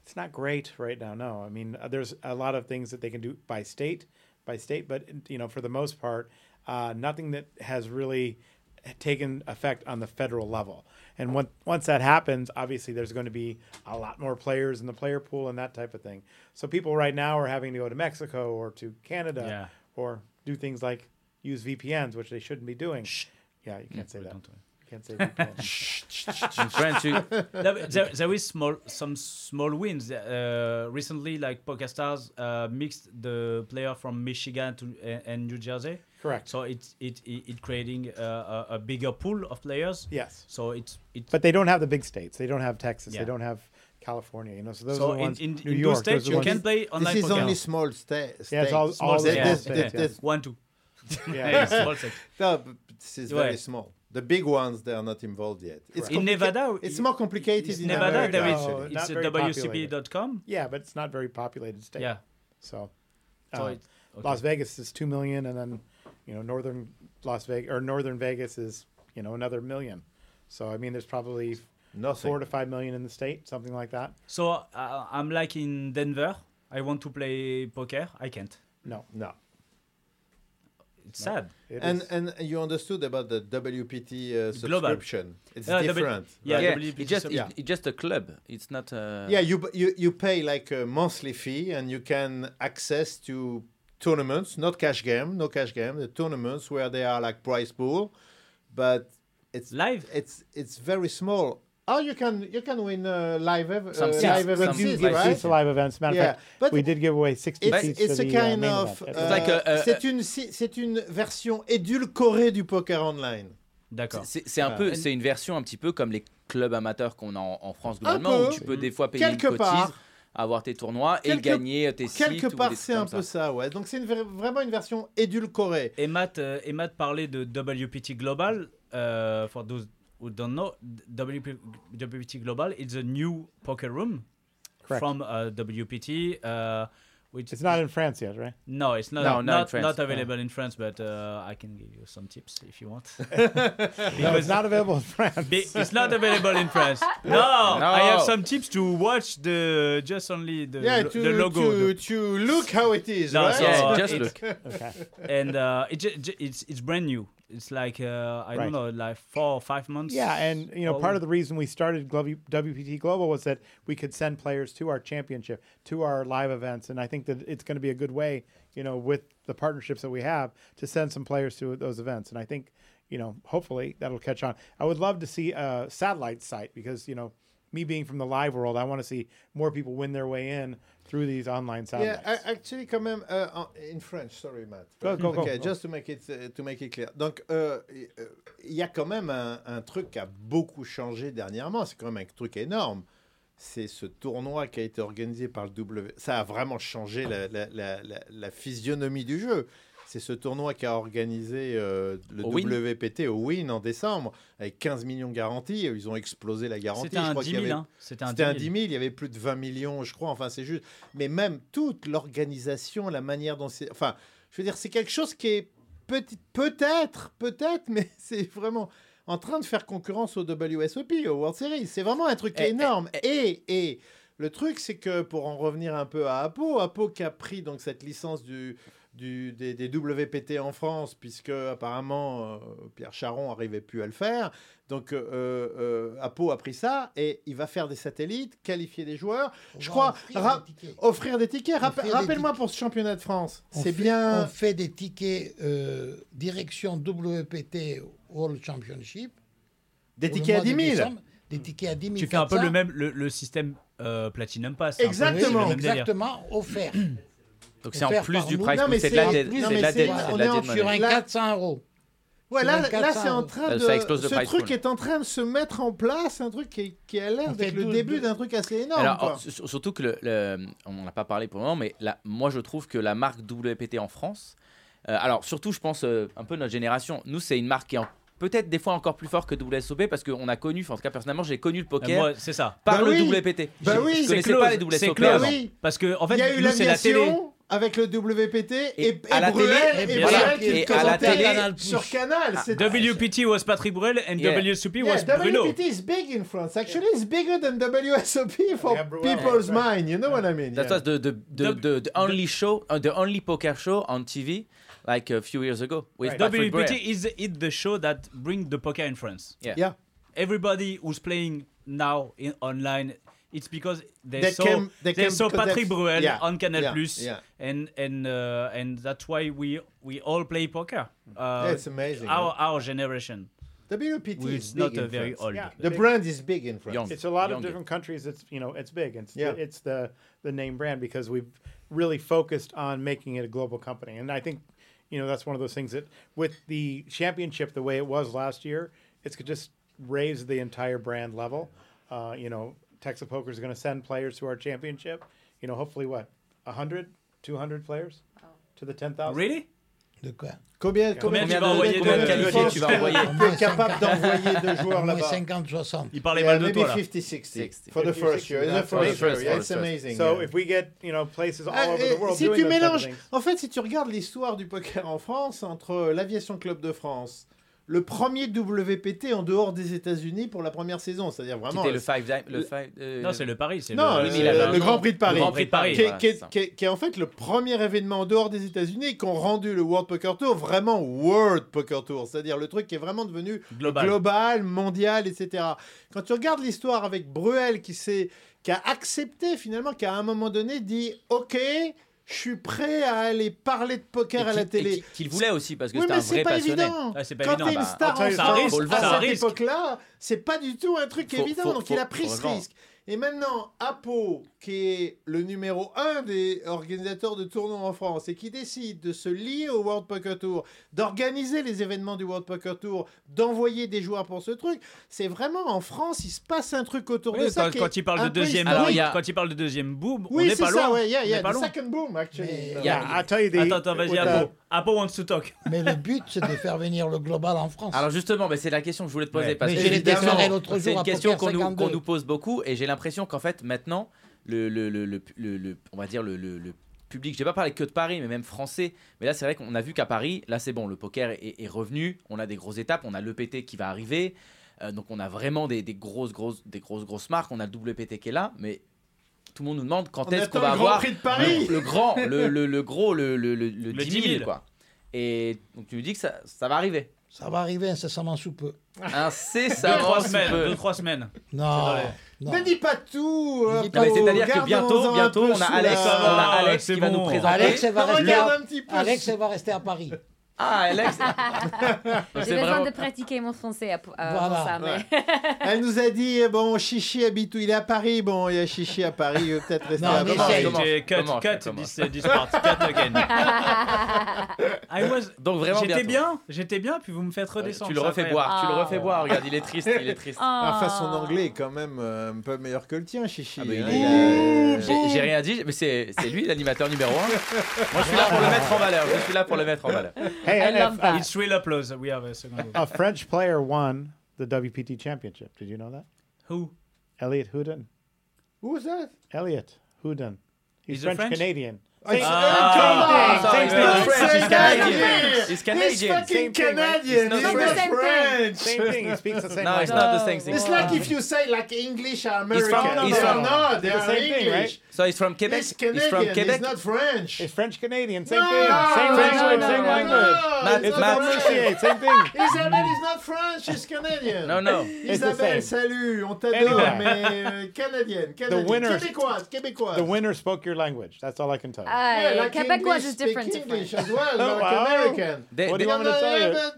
Speaker 5: it's not great right now. No, I mean, uh, there's a lot of things that they can do by state, by state, but you know, for the most part, uh, nothing that has really eh, taken effect on the federal level. And when, once that happens, obviously there's going to be a lot more players in the player pool and that type of thing. So people right now are having to go to Mexico or to Canada
Speaker 3: Yeah.
Speaker 5: or do things like use VPNs, which they shouldn't be doing. Yeah, you can't say that. You can't say VPN.
Speaker 2: In France, you,
Speaker 3: No, but there, there is small some small wins uh, recently. Like PokerStars uh, mixed the player from Michigan to and, and New Jersey.
Speaker 5: Correct.
Speaker 3: So it's it it, it creating uh, a, a bigger pool of players.
Speaker 5: yes.
Speaker 3: So it's it.
Speaker 5: But they don't have the big states. They don't have Texas.
Speaker 3: Yeah.
Speaker 5: They don't have California. You know, so those
Speaker 3: so
Speaker 5: are the
Speaker 3: in,
Speaker 5: ones.
Speaker 3: in,
Speaker 5: New
Speaker 3: in
Speaker 5: York,
Speaker 3: those states
Speaker 5: those are
Speaker 3: you
Speaker 5: the
Speaker 3: can
Speaker 5: ones-
Speaker 3: play online
Speaker 4: This is
Speaker 3: poker.
Speaker 4: only small sta- states.
Speaker 5: Yeah, it's all,
Speaker 3: Small
Speaker 5: all
Speaker 3: states.
Speaker 5: small
Speaker 3: Yeah.
Speaker 5: states.
Speaker 4: Yeah.
Speaker 5: Yeah.
Speaker 3: One two.
Speaker 5: Yeah.
Speaker 3: Small state.
Speaker 4: No, but this is
Speaker 3: Ouais.
Speaker 4: very small. The big ones, they are not involved yet. It's
Speaker 3: In
Speaker 4: complica-
Speaker 3: Nevada,
Speaker 4: it's
Speaker 3: i-
Speaker 4: more complicated in
Speaker 3: Nevada
Speaker 4: America,
Speaker 3: there is
Speaker 5: No,
Speaker 4: actually.
Speaker 5: not
Speaker 3: it's a
Speaker 5: very
Speaker 3: WCB.com.
Speaker 5: Yeah, but it's not very populated state.
Speaker 3: Yeah.
Speaker 5: So,
Speaker 3: So
Speaker 5: uh,
Speaker 3: it's- okay.
Speaker 5: Las Vegas is two million, and then you know northern Las Vegas or northern Vegas is you know another million. So I mean, there's probably
Speaker 4: Nothing.
Speaker 5: four to five million in the state, something like that.
Speaker 3: So uh, I'm like in Denver. I want to play poker. I can't.
Speaker 5: No,
Speaker 4: No.
Speaker 3: It's sad.
Speaker 5: it is-
Speaker 4: And and you understood about the WPT uh,
Speaker 3: Global.
Speaker 4: subscription. It's
Speaker 3: Uh, W-
Speaker 4: different.
Speaker 3: yeah,
Speaker 4: right?
Speaker 2: yeah,
Speaker 3: WPT
Speaker 2: it's just
Speaker 3: sub-
Speaker 2: it-
Speaker 4: Yeah.
Speaker 2: it's just a club. It's not uh, a
Speaker 4: Yeah, you, b- you you pay like a monthly fee and you can access to tournaments, not cash game, no cash game, the tournaments where they are like prize pool, but it's
Speaker 3: Live.
Speaker 4: it's it's very small. Oh, you can you can win uh, live ev-
Speaker 2: Some
Speaker 4: uh,
Speaker 2: seats,
Speaker 4: live
Speaker 2: some
Speaker 4: event
Speaker 5: do
Speaker 4: seats,
Speaker 5: give
Speaker 4: right?
Speaker 5: seats to live events. Matter of
Speaker 4: Yeah,
Speaker 5: fact,
Speaker 4: but-
Speaker 5: we did give away 60
Speaker 4: It's,
Speaker 5: seats
Speaker 4: it's
Speaker 5: to
Speaker 4: a
Speaker 5: the uh,
Speaker 4: kind
Speaker 5: main
Speaker 4: of
Speaker 5: event.
Speaker 4: uh,
Speaker 2: like a- a-
Speaker 4: c'est une si- c'est une version édulcorée du poker online.
Speaker 3: D'accord.
Speaker 2: C'est c'est un
Speaker 4: Ah.
Speaker 2: peu, c'est une version un petit peu comme les clubs amateurs qu'on a en, en France globalement,
Speaker 4: peu.
Speaker 2: où tu peux des fois payer
Speaker 4: Quelque
Speaker 2: une cotise,
Speaker 4: part.
Speaker 2: avoir tes tournois et
Speaker 4: Quelque-
Speaker 2: gagner tes sites.
Speaker 4: Quelque
Speaker 2: ou
Speaker 4: part,
Speaker 2: des
Speaker 4: c'est
Speaker 2: trucs
Speaker 4: un
Speaker 2: comme
Speaker 4: peu ça, ouais. Donc c'est une vra- vraiment une version édulcorée.
Speaker 3: Et Matt, euh, et Matt parlait de WPT Global. Uh, for those who don't know, WP, WPT Global is a new poker room
Speaker 5: Correct.
Speaker 3: from uh, WPT. Uh, which
Speaker 5: It's not in France yet, right?
Speaker 3: no, it's not
Speaker 2: No, not in
Speaker 3: not,
Speaker 2: France.
Speaker 3: not available in France, but uh, I can give you some tips if you want.
Speaker 5: No, it's not available in France.
Speaker 3: Be- it's not available in France. No, I have some tips to watch the just only the,
Speaker 4: Yeah,
Speaker 3: lo-
Speaker 4: to,
Speaker 3: the logo.
Speaker 4: to, to look how it is,
Speaker 3: No,
Speaker 4: right?
Speaker 2: ça. Yeah,
Speaker 3: So,
Speaker 2: just
Speaker 3: it-
Speaker 2: look.
Speaker 5: Okay.
Speaker 3: and uh, it, ju- ju- it's it's brand new. It's like uh, I don't
Speaker 5: Right.
Speaker 3: know, like four or five months.
Speaker 5: Yeah, and you know, part
Speaker 3: old.
Speaker 5: of the reason we started Glo- WPT Global was that we could send players to our championship, to our live events, and I think that it's going to be a good way, you know, with the partnerships that we have to send some players to those events, and I think, you know, hopefully that'll catch on. I would love to see a satellite site because you know, me being from the live world, I want to see more people win their way in through these online
Speaker 4: Yeah,
Speaker 5: satellites.
Speaker 4: a- actually, quand même, euh, en- in French, sorry, Matt.
Speaker 5: Go, go, go,
Speaker 4: Okay,
Speaker 5: go.
Speaker 4: just to make it, uh, to make it clear. Donc, euh, y- euh, il y a quand même un, un truc qui a beaucoup changé dernièrement. C'est quand même un truc énorme. C'est ce tournoi qui a été organisé par le W. Ça a vraiment changé la, la- la- la- la physionomie du jeu. C'est ce tournoi qui a organisé euh, le
Speaker 2: Au Win
Speaker 4: WPT au Win en décembre, avec 15 millions garantis. Ils ont explosé la garantie.
Speaker 3: C'était
Speaker 4: Je
Speaker 3: un
Speaker 4: crois
Speaker 3: 10
Speaker 4: qu'il y
Speaker 3: 000.
Speaker 4: avait-
Speaker 3: hein. C'était un
Speaker 4: C'était
Speaker 3: 10
Speaker 4: un
Speaker 3: 000.
Speaker 4: 10 000, il y avait plus de 20 millions, je crois. Enfin, c'est juste. Mais même toute l'organisation, la manière dont c'est. Enfin, je veux dire, c'est quelque chose qui est petit- peut-être, peut-être, mais c'est vraiment en train de faire concurrence au WSOP, au World Series. C'est vraiment un truc
Speaker 2: Eh, eh,
Speaker 4: énorme. Et, et le truc, c'est que pour en revenir un peu à Apo, Apo qui a pris donc cette licence du. Du, des, des WPT en France, puisque apparemment euh, Pierre Charon n'arrivait plus à le faire. Donc, euh, euh, Apo a pris ça et il va faire des satellites, qualifier des joueurs,
Speaker 6: On
Speaker 4: je
Speaker 6: va
Speaker 4: crois,
Speaker 6: offrir
Speaker 4: ra-
Speaker 6: des tickets.
Speaker 4: offrir des tickets. Rappe-
Speaker 6: fait des
Speaker 4: Rappelle-moi
Speaker 6: tickets.
Speaker 4: pour ce championnat de France.
Speaker 6: On
Speaker 4: C'est
Speaker 6: fait-
Speaker 4: bien.
Speaker 6: On fait des tickets euh, direction WPT World Championship.
Speaker 4: Des
Speaker 6: pour le
Speaker 4: tickets à
Speaker 6: mois de
Speaker 4: 10 000.
Speaker 6: décembre. Des tickets à 10 000.
Speaker 3: Tu fais un peu
Speaker 6: 400.
Speaker 3: le même le, le système euh, Platinum Pass. c'est un peu le-
Speaker 4: Exactement.
Speaker 3: c'est le même délire.
Speaker 6: Exactement, offert.
Speaker 2: ça. Donc c'est en
Speaker 6: Offert
Speaker 2: plus
Speaker 6: par
Speaker 2: du
Speaker 6: nous.
Speaker 2: price
Speaker 4: Non,
Speaker 2: pool,
Speaker 4: mais
Speaker 2: c'est de
Speaker 4: c'est-
Speaker 2: la dette,
Speaker 4: non,
Speaker 2: c'est de
Speaker 4: mais
Speaker 2: la
Speaker 4: c'est-
Speaker 2: dette, c'est
Speaker 4: on
Speaker 2: de
Speaker 4: est
Speaker 2: la
Speaker 4: en
Speaker 2: dette
Speaker 6: Sur
Speaker 2: money.
Speaker 6: un
Speaker 4: Là-
Speaker 6: 400 euros.
Speaker 4: Ouais,
Speaker 6: sur
Speaker 4: là,
Speaker 6: 24,
Speaker 4: là
Speaker 6: ça-
Speaker 4: c'est en train
Speaker 2: Ça
Speaker 4: de.
Speaker 2: explose le
Speaker 4: ce
Speaker 2: price
Speaker 4: truc
Speaker 2: pool.
Speaker 4: est en train de se mettre en place, un truc qui, qui a l'air
Speaker 6: On
Speaker 4: d'être
Speaker 6: fait
Speaker 4: le
Speaker 6: deux-
Speaker 4: début
Speaker 6: deux-
Speaker 4: d'un truc assez énorme.
Speaker 2: Alors,
Speaker 4: quoi.
Speaker 2: en- sur- surtout que le, le- on n'a pas parlé pour le moment, mais la- moi je trouve que la marque WPT en France, euh, alors surtout je pense euh, un peu notre génération, nous c'est une marque qui est en- peut-être des fois encore plus forte que WSOP parce qu'on a connu, enfin, en tout cas personnellement j'ai connu le
Speaker 3: Euh,
Speaker 2: poker
Speaker 3: moi, c'est ça.
Speaker 2: par
Speaker 4: Bah
Speaker 2: le
Speaker 4: oui.
Speaker 2: WPT.
Speaker 4: Bah
Speaker 2: Je-
Speaker 4: oui.
Speaker 2: je
Speaker 4: C'est
Speaker 2: connaissais
Speaker 3: close,
Speaker 2: pas les
Speaker 3: c'est
Speaker 2: WSOP
Speaker 4: Mais
Speaker 3: clause.
Speaker 2: avant.
Speaker 4: Ben oui,
Speaker 3: Parce que, en fait,
Speaker 4: il y a eu
Speaker 3: nous, c'est la télé.
Speaker 4: l'aviation avec le WPT et,
Speaker 2: Et
Speaker 4: et
Speaker 2: à la
Speaker 4: Bruel,
Speaker 2: télé,
Speaker 4: et
Speaker 3: et
Speaker 4: Bruel
Speaker 3: voilà.
Speaker 4: qui
Speaker 2: Et
Speaker 4: le
Speaker 2: à la
Speaker 4: présentait
Speaker 2: télé,
Speaker 6: Canal+.
Speaker 4: sur Canal. c'est-
Speaker 3: WPT was Patrick Bruel and
Speaker 2: Yeah.
Speaker 3: WSOP was
Speaker 4: Yeah,
Speaker 3: Bruno.
Speaker 4: WPT is big in France. Actually, it's bigger than WSOP for
Speaker 5: Yeah, Bruel,
Speaker 4: people's
Speaker 5: right.
Speaker 4: mind. You know what I mean?
Speaker 2: That
Speaker 4: yeah.
Speaker 2: was the, the, the, the, the only show, uh, the only poker show on TV like a few years ago with
Speaker 5: Right.
Speaker 2: Patrick Breyer.
Speaker 3: WPT is, is the show that bring the poker in France.
Speaker 2: Yeah.
Speaker 4: Yeah.
Speaker 3: Everybody who's playing now in online, it's because they,
Speaker 4: They
Speaker 3: saw
Speaker 4: came-
Speaker 3: they,
Speaker 4: they came
Speaker 3: saw
Speaker 4: because
Speaker 3: Patrick
Speaker 4: they-
Speaker 3: Bruel
Speaker 4: yeah,
Speaker 3: on Canal
Speaker 4: yeah,
Speaker 3: Plus,
Speaker 4: yeah.
Speaker 3: and and uh, and that's why we we all play poker. Uh,
Speaker 4: That's amazing.
Speaker 3: Our our generation,
Speaker 4: WPT
Speaker 3: which
Speaker 4: is
Speaker 3: is
Speaker 4: big
Speaker 3: not
Speaker 4: in
Speaker 3: a very
Speaker 4: France.
Speaker 3: old.
Speaker 5: Yeah.
Speaker 4: The brand is big in France.
Speaker 2: Young.
Speaker 5: It's a lot of
Speaker 2: Young.
Speaker 5: different countries. It's you know it's big. It's
Speaker 4: Yeah.
Speaker 5: it's the the name brand because we've really focused on making it a global company, and I think you know that's one of those things that with the championship the way it was last year, it's could just raise the entire brand level. Uh, you know, Texas Poker is going to send players to our championship. You know, hopefully what 100, 200 players
Speaker 1: Oh.
Speaker 5: to the ten thousand.
Speaker 3: Really?
Speaker 6: De quoi
Speaker 4: Combien,
Speaker 3: Combien tu
Speaker 2: Combien
Speaker 3: vas
Speaker 2: de-
Speaker 3: envoyer
Speaker 2: combien de
Speaker 3: de-
Speaker 2: qualifiés tu vas envoyer
Speaker 6: Au
Speaker 4: Tu
Speaker 6: moins
Speaker 4: es capable d'envoyer deux joueurs
Speaker 6: Au moins
Speaker 4: là-bas.
Speaker 6: 50, 60.
Speaker 3: Il parlait
Speaker 4: Yeah,
Speaker 3: mal de
Speaker 4: maybe
Speaker 3: toi là.
Speaker 4: 50-60
Speaker 2: 60.
Speaker 4: for the first year. It's the
Speaker 5: For the
Speaker 4: first year.
Speaker 2: first,
Speaker 4: Yeah,
Speaker 2: for
Speaker 4: It's
Speaker 2: the first.
Speaker 4: amazing.
Speaker 5: So
Speaker 4: yeah.
Speaker 5: if we get you know places all
Speaker 4: Ah,
Speaker 5: over
Speaker 4: et
Speaker 5: the world
Speaker 4: si
Speaker 5: doing
Speaker 4: tu
Speaker 5: those type of
Speaker 4: mélanges,
Speaker 5: things.
Speaker 4: en fait, si tu regardes l'histoire du poker en France entre l'Aviation Club de France, le premier WPT en dehors des États-Unis pour la première saison, c'est-à-dire vraiment.
Speaker 2: C'était le five Dime- le five, euh,
Speaker 3: Non, c'est le Paris. c'est
Speaker 4: Non,
Speaker 3: le-
Speaker 4: le,
Speaker 2: Oui, mais il avait un
Speaker 4: le
Speaker 2: nom.
Speaker 4: Grand Prix de Paris.
Speaker 3: Le Grand Prix de Paris.
Speaker 4: Qui, est-
Speaker 2: voilà,
Speaker 4: qui est-
Speaker 2: c'est ça.
Speaker 4: qui est- qui est en fait le premier événement en dehors des États-Unis et qui ont rendu le World Poker Tour vraiment World Poker Tour, c'est-à-dire le truc qui est vraiment devenu
Speaker 3: Global.
Speaker 4: global, mondial, etc. Quand tu regardes l'histoire avec Bruel qui s'est, qui a accepté finalement, qui à un moment donné dit OK, je suis prêt à aller parler de
Speaker 2: et
Speaker 4: poker à
Speaker 2: qui-
Speaker 4: la
Speaker 2: et
Speaker 4: télé.
Speaker 2: qui- Qu'il voulait aussi parce que
Speaker 4: Oui,
Speaker 2: c'était un
Speaker 4: mais c'est
Speaker 2: vrai
Speaker 4: pas
Speaker 2: passionné.
Speaker 4: évident.
Speaker 3: Ouais, Ah, c'est pas
Speaker 4: Quand
Speaker 3: évident.
Speaker 4: t'es une
Speaker 2: Bah,
Speaker 3: Ben
Speaker 4: star
Speaker 3: ça
Speaker 4: en
Speaker 3: risque,
Speaker 4: France
Speaker 3: faut le voir.
Speaker 4: à
Speaker 3: Ça
Speaker 4: cette
Speaker 3: risque.
Speaker 4: époque-là, c'est pas du tout un truc
Speaker 2: Faut-
Speaker 4: évident.
Speaker 2: faut-
Speaker 4: donc il a
Speaker 2: faut-
Speaker 4: pris
Speaker 2: faut
Speaker 4: ce
Speaker 2: le
Speaker 4: risque. Et maintenant, Apo, qui est le numéro un des organisateurs de tournois en France et qui décide de se lier au World Poker Tour, d'organiser les événements du World Poker Tour, d'envoyer des joueurs pour ce truc, c'est vraiment en France, il se passe un truc autour
Speaker 3: Oui,
Speaker 4: de ça.
Speaker 3: quand,
Speaker 4: qui
Speaker 3: quand
Speaker 4: est
Speaker 3: il parle
Speaker 4: un
Speaker 3: de
Speaker 4: peu
Speaker 3: deuxième
Speaker 4: historique.
Speaker 2: Alors,
Speaker 3: boom,
Speaker 2: il y a-
Speaker 3: quand il parle de deuxième boom, on
Speaker 4: Oui,
Speaker 3: n'est
Speaker 4: c'est
Speaker 3: pas
Speaker 4: ça,
Speaker 3: loin.
Speaker 4: ouais, yeah,
Speaker 3: On
Speaker 4: yeah,
Speaker 3: n'est pas
Speaker 4: the
Speaker 3: loin.
Speaker 4: second boom, actually.
Speaker 6: Mais-
Speaker 4: Yeah.
Speaker 5: Yeah, I tell you the
Speaker 3: Attends, attends, vas-y,
Speaker 5: with the-
Speaker 3: Apo. Apo wants to talk.
Speaker 6: Mais le but, c'est de faire venir le global en France.
Speaker 2: Alors justement, mais c'est la question que je voulais te poser
Speaker 3: Ouais.
Speaker 2: parce
Speaker 6: Mais
Speaker 2: que
Speaker 6: j'ai
Speaker 2: c'est
Speaker 4: été serré
Speaker 6: l'autre jour
Speaker 2: c'est une
Speaker 6: à
Speaker 2: question
Speaker 6: Poker
Speaker 2: qu'on nous,
Speaker 6: 52.
Speaker 2: qu'on nous pose beaucoup et j'ai l'impression qu'en fait maintenant, le, le, le, le- le- le- on va dire le, le, le public, j'ai pas parlé que de Paris, mais même français. Mais là, c'est vrai qu'on a vu qu'à Paris, là c'est bon, le poker est, est revenu, on a des grosses étapes, on a l'EPT qui va arriver, euh, donc on a vraiment des, des grosses grosses des grosses grosses marques, on a le WPT qui est là, mais tout le monde nous demande quand
Speaker 4: On
Speaker 2: est-ce
Speaker 4: attend
Speaker 2: qu'on
Speaker 4: le
Speaker 2: va
Speaker 4: Grand
Speaker 2: avoir
Speaker 4: Prix de Paris.
Speaker 2: le, le grand, le, le- le gros, le, le, le, le 10 000,
Speaker 3: 10 000.
Speaker 2: quoi. Et donc tu nous dis que ça, ça va arriver.
Speaker 6: Ça va arriver incessamment sous peu.
Speaker 3: Deux,
Speaker 2: Incessamment
Speaker 3: trois
Speaker 2: sous
Speaker 3: semaines.
Speaker 2: peu.
Speaker 3: Deux, trois semaines.
Speaker 6: Non. non.
Speaker 4: Ne dis pas tout. euh,
Speaker 6: dis
Speaker 2: Non, mais
Speaker 4: Pao,
Speaker 2: C'est-à-dire que
Speaker 4: garde-en-en
Speaker 2: bientôt,
Speaker 4: un
Speaker 2: bientôt,
Speaker 4: peu
Speaker 2: on a
Speaker 4: sous
Speaker 2: Alex,
Speaker 4: la-
Speaker 2: on a Ah, Alex
Speaker 3: c'est
Speaker 2: qui va
Speaker 3: bon.
Speaker 2: nous présenter.
Speaker 6: Alex, elle va rester
Speaker 4: Regarde
Speaker 6: à...
Speaker 4: un petit peu.
Speaker 6: Alex, elle va rester à Paris.
Speaker 2: Ah, Alex Donc,
Speaker 1: J'ai
Speaker 2: c'est
Speaker 1: besoin
Speaker 2: vraiment-
Speaker 1: de pratiquer mon français à- à- avant
Speaker 6: Voilà.
Speaker 1: ça, mais-
Speaker 4: Elle nous a dit, eh, bon, Chichi habite où Il est à Paris. Bon, il y a Chichi à Paris, il veut peut-être rester
Speaker 6: Non,
Speaker 4: à
Speaker 6: mais
Speaker 4: Paris.
Speaker 6: essaye.
Speaker 2: Comment-
Speaker 3: J'ai cut,
Speaker 2: comment-
Speaker 3: cut
Speaker 2: comment-
Speaker 3: this, this part. Cut again. I was...
Speaker 2: Donc vraiment
Speaker 3: J'étais
Speaker 2: bientôt.
Speaker 3: bien, j'étais bien, puis vous me faites
Speaker 2: Ouais,
Speaker 3: redescendre.
Speaker 2: Tu le
Speaker 3: ça,
Speaker 2: refais
Speaker 3: quand
Speaker 2: boire, tu le
Speaker 1: Ah.
Speaker 2: refais boire. Regarde, il est triste, il est triste.
Speaker 4: Enfin, son
Speaker 1: Ah.
Speaker 4: anglais est quand même euh, un peu meilleur que le tien, Chichi.
Speaker 2: Ah, bah, il
Speaker 4: hein,
Speaker 2: est-
Speaker 4: il a-
Speaker 2: J'ai j'ai rien dit, mais c'est c'est lui l'animateur numéro 1. Moi, je suis là pour le mettre en valeur. Je suis là pour le mettre en valeur.
Speaker 5: Hey,
Speaker 1: I
Speaker 5: if-
Speaker 1: love
Speaker 3: même.
Speaker 1: that.
Speaker 3: Ah. It's real applause. We have a second one.
Speaker 5: a French player won the WPT championship. Did you know that?
Speaker 3: Who?
Speaker 5: Elliot Houdin.
Speaker 4: Who was that
Speaker 5: Elliot Houdin. He's,
Speaker 3: He's a
Speaker 5: French,
Speaker 3: French?
Speaker 5: Canadian.
Speaker 3: Ah,
Speaker 4: Ah,
Speaker 2: sorry,
Speaker 4: it's
Speaker 2: man.
Speaker 4: not
Speaker 2: He's
Speaker 4: French, he's
Speaker 2: Canadian.
Speaker 4: Canadian.
Speaker 2: He's Canadian.
Speaker 4: He's fucking
Speaker 5: Same thing, right?
Speaker 4: Canadian. He's
Speaker 2: It's not
Speaker 4: not
Speaker 1: the same
Speaker 4: French.
Speaker 5: Same thing. He speaks the same
Speaker 2: Non, it's
Speaker 5: language.
Speaker 2: not the same thing.
Speaker 4: It's like if you say like English are
Speaker 2: He's
Speaker 4: American.
Speaker 2: from-
Speaker 4: no,
Speaker 2: he's
Speaker 4: they are
Speaker 2: from-
Speaker 4: not. They
Speaker 5: It's the
Speaker 4: are
Speaker 5: same thing,
Speaker 4: English.
Speaker 2: So he's from Quebec.
Speaker 4: He's
Speaker 2: He's from
Speaker 4: Canadian. He's
Speaker 2: Quebec.
Speaker 4: not French.
Speaker 5: It's French Canadian. Same
Speaker 4: No,
Speaker 5: thing. Same
Speaker 4: no,
Speaker 5: language.
Speaker 4: no,
Speaker 5: same
Speaker 4: no,
Speaker 5: language.
Speaker 4: no,
Speaker 2: Matt-
Speaker 4: it's not
Speaker 2: Matt-
Speaker 4: French.
Speaker 5: Prononciate. Same thing.
Speaker 4: Isabelle is not French, she's Canadian.
Speaker 2: Non, non.
Speaker 4: Isabelle,
Speaker 5: It's the same.
Speaker 4: salut, on t'adore,
Speaker 5: Anyway.
Speaker 4: mais euh, canadienne, canadienne,
Speaker 5: winner-
Speaker 4: québécoise, québécoise.
Speaker 5: The winner spoke your language. That's all I can tell you.
Speaker 4: Yeah,
Speaker 1: Uh,
Speaker 4: like
Speaker 1: Quebecois
Speaker 4: English,
Speaker 1: is
Speaker 4: speak
Speaker 1: different to
Speaker 4: English
Speaker 1: French.
Speaker 4: as well,
Speaker 5: Oh,
Speaker 4: like
Speaker 5: wow.
Speaker 4: American.
Speaker 2: They-
Speaker 5: What do you
Speaker 2: they-
Speaker 5: want me to
Speaker 4: No, no,
Speaker 5: tell you?
Speaker 4: but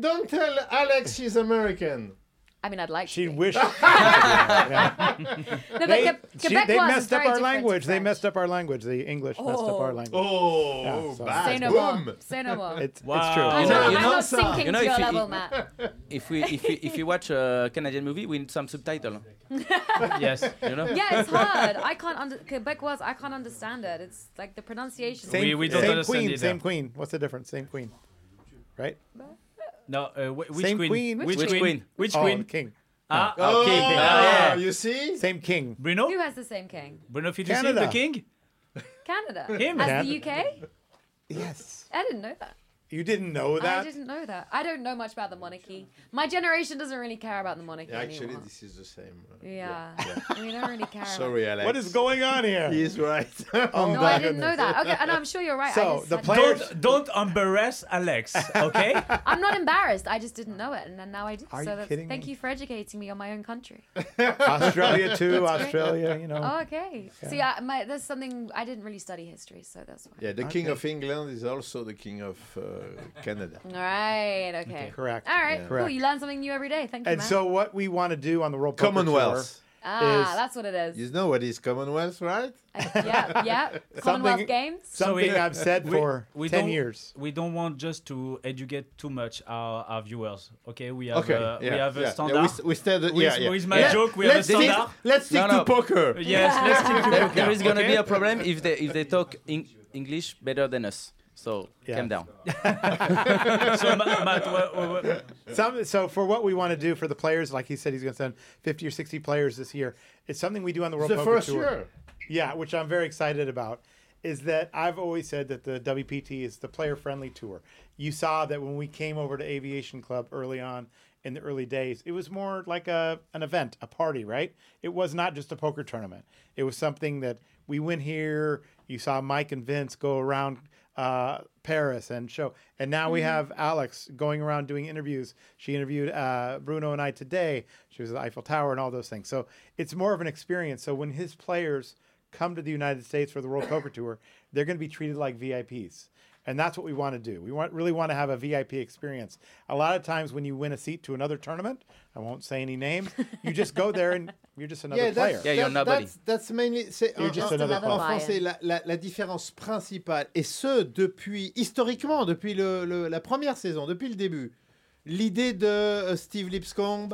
Speaker 4: Don't tell Alex she's American.
Speaker 1: I mean, I'd like.
Speaker 5: She
Speaker 1: to be.
Speaker 5: wished.
Speaker 1: No, but
Speaker 5: They,
Speaker 1: Queb-
Speaker 5: she-
Speaker 1: Quebecois
Speaker 5: they
Speaker 1: is
Speaker 5: messed up
Speaker 1: very
Speaker 5: our
Speaker 1: different to
Speaker 5: language. They
Speaker 1: French.
Speaker 5: messed up our language. The English messed up
Speaker 1: Oh.
Speaker 5: our language.
Speaker 4: Oh,
Speaker 5: Yeah, so-
Speaker 4: bad.
Speaker 1: Say no more.
Speaker 4: Boom.
Speaker 1: Say no more.
Speaker 5: It's,
Speaker 3: Wow.
Speaker 5: it's true.
Speaker 1: I'm,
Speaker 2: You know-
Speaker 1: not,
Speaker 2: you
Speaker 1: I'm
Speaker 2: know
Speaker 1: not
Speaker 2: ça.
Speaker 1: sinking
Speaker 2: You know,
Speaker 1: to
Speaker 2: if
Speaker 1: your
Speaker 2: you-
Speaker 1: level,
Speaker 2: i-
Speaker 1: Matt.
Speaker 2: If we if we, if you watch a Canadian movie, we need some subtitle.
Speaker 3: Yes.
Speaker 2: You know.
Speaker 1: Yeah, it's hard. I can't under Quebecois. I can't understand it. It's like the pronunciation.
Speaker 5: Same,
Speaker 3: We- we don't
Speaker 5: same
Speaker 3: understand
Speaker 5: queen.
Speaker 3: either.
Speaker 5: Same queen. What's the difference? Same queen. Right?
Speaker 3: No, uh, wh- which
Speaker 5: Same
Speaker 3: queen?
Speaker 5: queen.
Speaker 3: Which,
Speaker 2: Which
Speaker 3: queen?
Speaker 2: queen?
Speaker 3: Which
Speaker 5: Oh,
Speaker 3: queen?
Speaker 5: king.
Speaker 3: Ah,
Speaker 4: Oh,
Speaker 3: okay.
Speaker 4: ah, you see?
Speaker 5: Same king.
Speaker 3: Bruno?
Speaker 1: Who has the same king?
Speaker 3: Bruno Fiduci,
Speaker 5: Canada.
Speaker 3: the king?
Speaker 1: Canada.
Speaker 3: Him.
Speaker 1: As
Speaker 5: Canada.
Speaker 1: the UK?
Speaker 5: Yes.
Speaker 1: I didn't know that.
Speaker 5: You didn't know
Speaker 1: I
Speaker 5: that.
Speaker 1: didn't know that. I don't know much about the monarchy. My generation doesn't really care about the monarchy
Speaker 4: Actually,
Speaker 1: anymore.
Speaker 4: this is the same. Uh,
Speaker 1: Yeah. we don't really care. about-
Speaker 4: Sorry, Alex.
Speaker 5: What is going on Oh, here?
Speaker 4: He's right.
Speaker 1: No, I didn't know that. Okay, and I'm sure you're right. I
Speaker 5: So,
Speaker 1: just
Speaker 5: the
Speaker 1: had-
Speaker 5: player-
Speaker 3: Don't, don't embarrass Alex, okay?
Speaker 1: I'm not embarrassed. I just didn't know it, and then now I do.
Speaker 5: Are
Speaker 1: so
Speaker 5: you
Speaker 1: that's,
Speaker 5: kidding
Speaker 1: thank
Speaker 5: me?
Speaker 1: you for educating me on my own country.
Speaker 5: Australia too. Australia. You know.
Speaker 1: Oh, okay. See, I, my, there's something I didn't really study history, so that's why.
Speaker 4: Yeah, the King of England is also the King of uh, Canada.
Speaker 1: All right. Okay.
Speaker 5: Correct.
Speaker 1: All right.
Speaker 4: Yeah.
Speaker 1: Cool.
Speaker 5: Correct.
Speaker 1: You learn something new every day. Thank you,
Speaker 5: And
Speaker 1: man.
Speaker 5: so what we want to do on the World Poker
Speaker 4: Commonwealth.
Speaker 1: ah,
Speaker 5: is-
Speaker 1: that's what it is.
Speaker 4: You know what is Commonwealth, right?
Speaker 3: uh,
Speaker 1: yeah. Yeah. Commonwealth
Speaker 5: Something-
Speaker 1: Games.
Speaker 5: Tour, something
Speaker 3: we-
Speaker 5: I've said for
Speaker 3: we
Speaker 5: ten
Speaker 3: don't-
Speaker 5: years.
Speaker 3: We don't want just to educate too much our, our viewers, okay? We have,
Speaker 4: okay.
Speaker 3: uh,
Speaker 4: yeah,
Speaker 3: we have
Speaker 4: yeah,
Speaker 3: a standard.
Speaker 4: Yeah, we, st- we stayed,
Speaker 3: With-
Speaker 4: yeah, yeah.
Speaker 3: with my
Speaker 4: Yeah.
Speaker 3: joke, we have a
Speaker 4: let's stick-
Speaker 3: standard.
Speaker 4: let's stick
Speaker 2: No, no.
Speaker 4: to poker.
Speaker 3: Yes, let's stick to
Speaker 2: There- there is gonna
Speaker 3: okay?
Speaker 2: be a problem if they if they talk in- English better than us. So
Speaker 5: Yeah.
Speaker 2: calm down.
Speaker 3: So, Ma- Matt, what- what- what-
Speaker 5: Some, so for what we want to do for the players, like he said, he's going to send fifty or sixty players this year. It's something we do on the World
Speaker 4: The
Speaker 5: Poker
Speaker 4: first
Speaker 5: Tour.
Speaker 4: year.
Speaker 5: Yeah, which I'm very excited about. Is that I've always said that the WPT is the player friendly tour. You saw that when we came over to Aviation Club early on in the early days, it was more like a an event, a party, right? It was not just a poker tournament. It was something that we went here. You saw Mike and Vince go around uh, Paris and show, and now we have Alex going around doing interviews. She interviewed uh, Bruno and I today. She was at the Eiffel Tower and all those things. So it's more of an experience. So when his players come to the United States for the World Poker Tour, they're going to be treated like VIPs. And that's what we want to do. We want really want to have a VIP experience. A lot of times when you win a seat to another tournament, I won't say any names, you just go there and you're just another
Speaker 4: Yeah,
Speaker 5: player.
Speaker 4: that's,
Speaker 2: Yeah, you're
Speaker 4: that's-
Speaker 2: nobody.
Speaker 4: That's, that's mainly, c'est
Speaker 5: You're
Speaker 4: en-
Speaker 5: just
Speaker 4: en-
Speaker 5: another
Speaker 4: en
Speaker 1: player.
Speaker 4: français la, la, la différence principale, et ce depuis historiquement, depuis le, le- la première saison, depuis le début. L'idée de euh, Steve Lipscomb,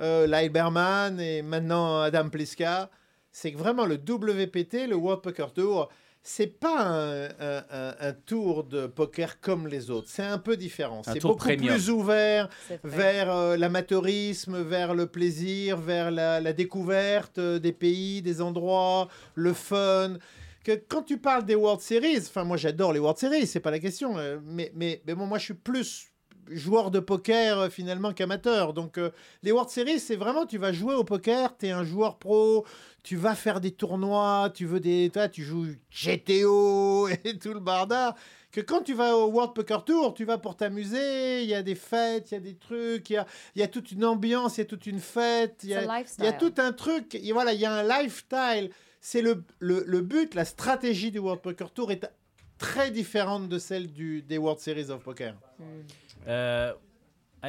Speaker 4: euh, Lyle Berman et maintenant Adam Pliska, c'est que vraiment le WPT, le World Poker Tour, c'est pas un, un- un- un tour de poker comme les autres. C'est un peu différent.
Speaker 2: Un
Speaker 4: C'est
Speaker 2: tour
Speaker 4: beaucoup
Speaker 2: premium.
Speaker 4: plus ouvert
Speaker 1: C'est vrai.
Speaker 4: vers euh, l'amateurisme, vers le plaisir, vers la, la découverte euh, des pays, des endroits, le fun. Que quand tu parles des World Series, enfin moi j'adore les World Series, c'est pas la question, euh, mais, mais, mais bon, moi je suis plus joueur de poker euh, finalement qu'amateur. Donc euh, les World Series, c'est vraiment tu vas jouer au poker, tu es un joueur pro, tu vas faire des tournois, tu veux des toi, tu joues GTO et tout le bardard que quand tu vas au World Poker Tour, tu vas pour t'amuser, il y a des fêtes, il y a des trucs, il y a, il y a toute une ambiance, il y a toute une fête, il y
Speaker 1: C'est
Speaker 4: a,
Speaker 1: un
Speaker 4: il y a
Speaker 1: lifestyle.
Speaker 4: tout un truc, et voilà, il y a un lifestyle. C'est le, le, le but, la stratégie du World Poker Tour est très différente de celle du, des World Series of Poker.
Speaker 3: Uh, I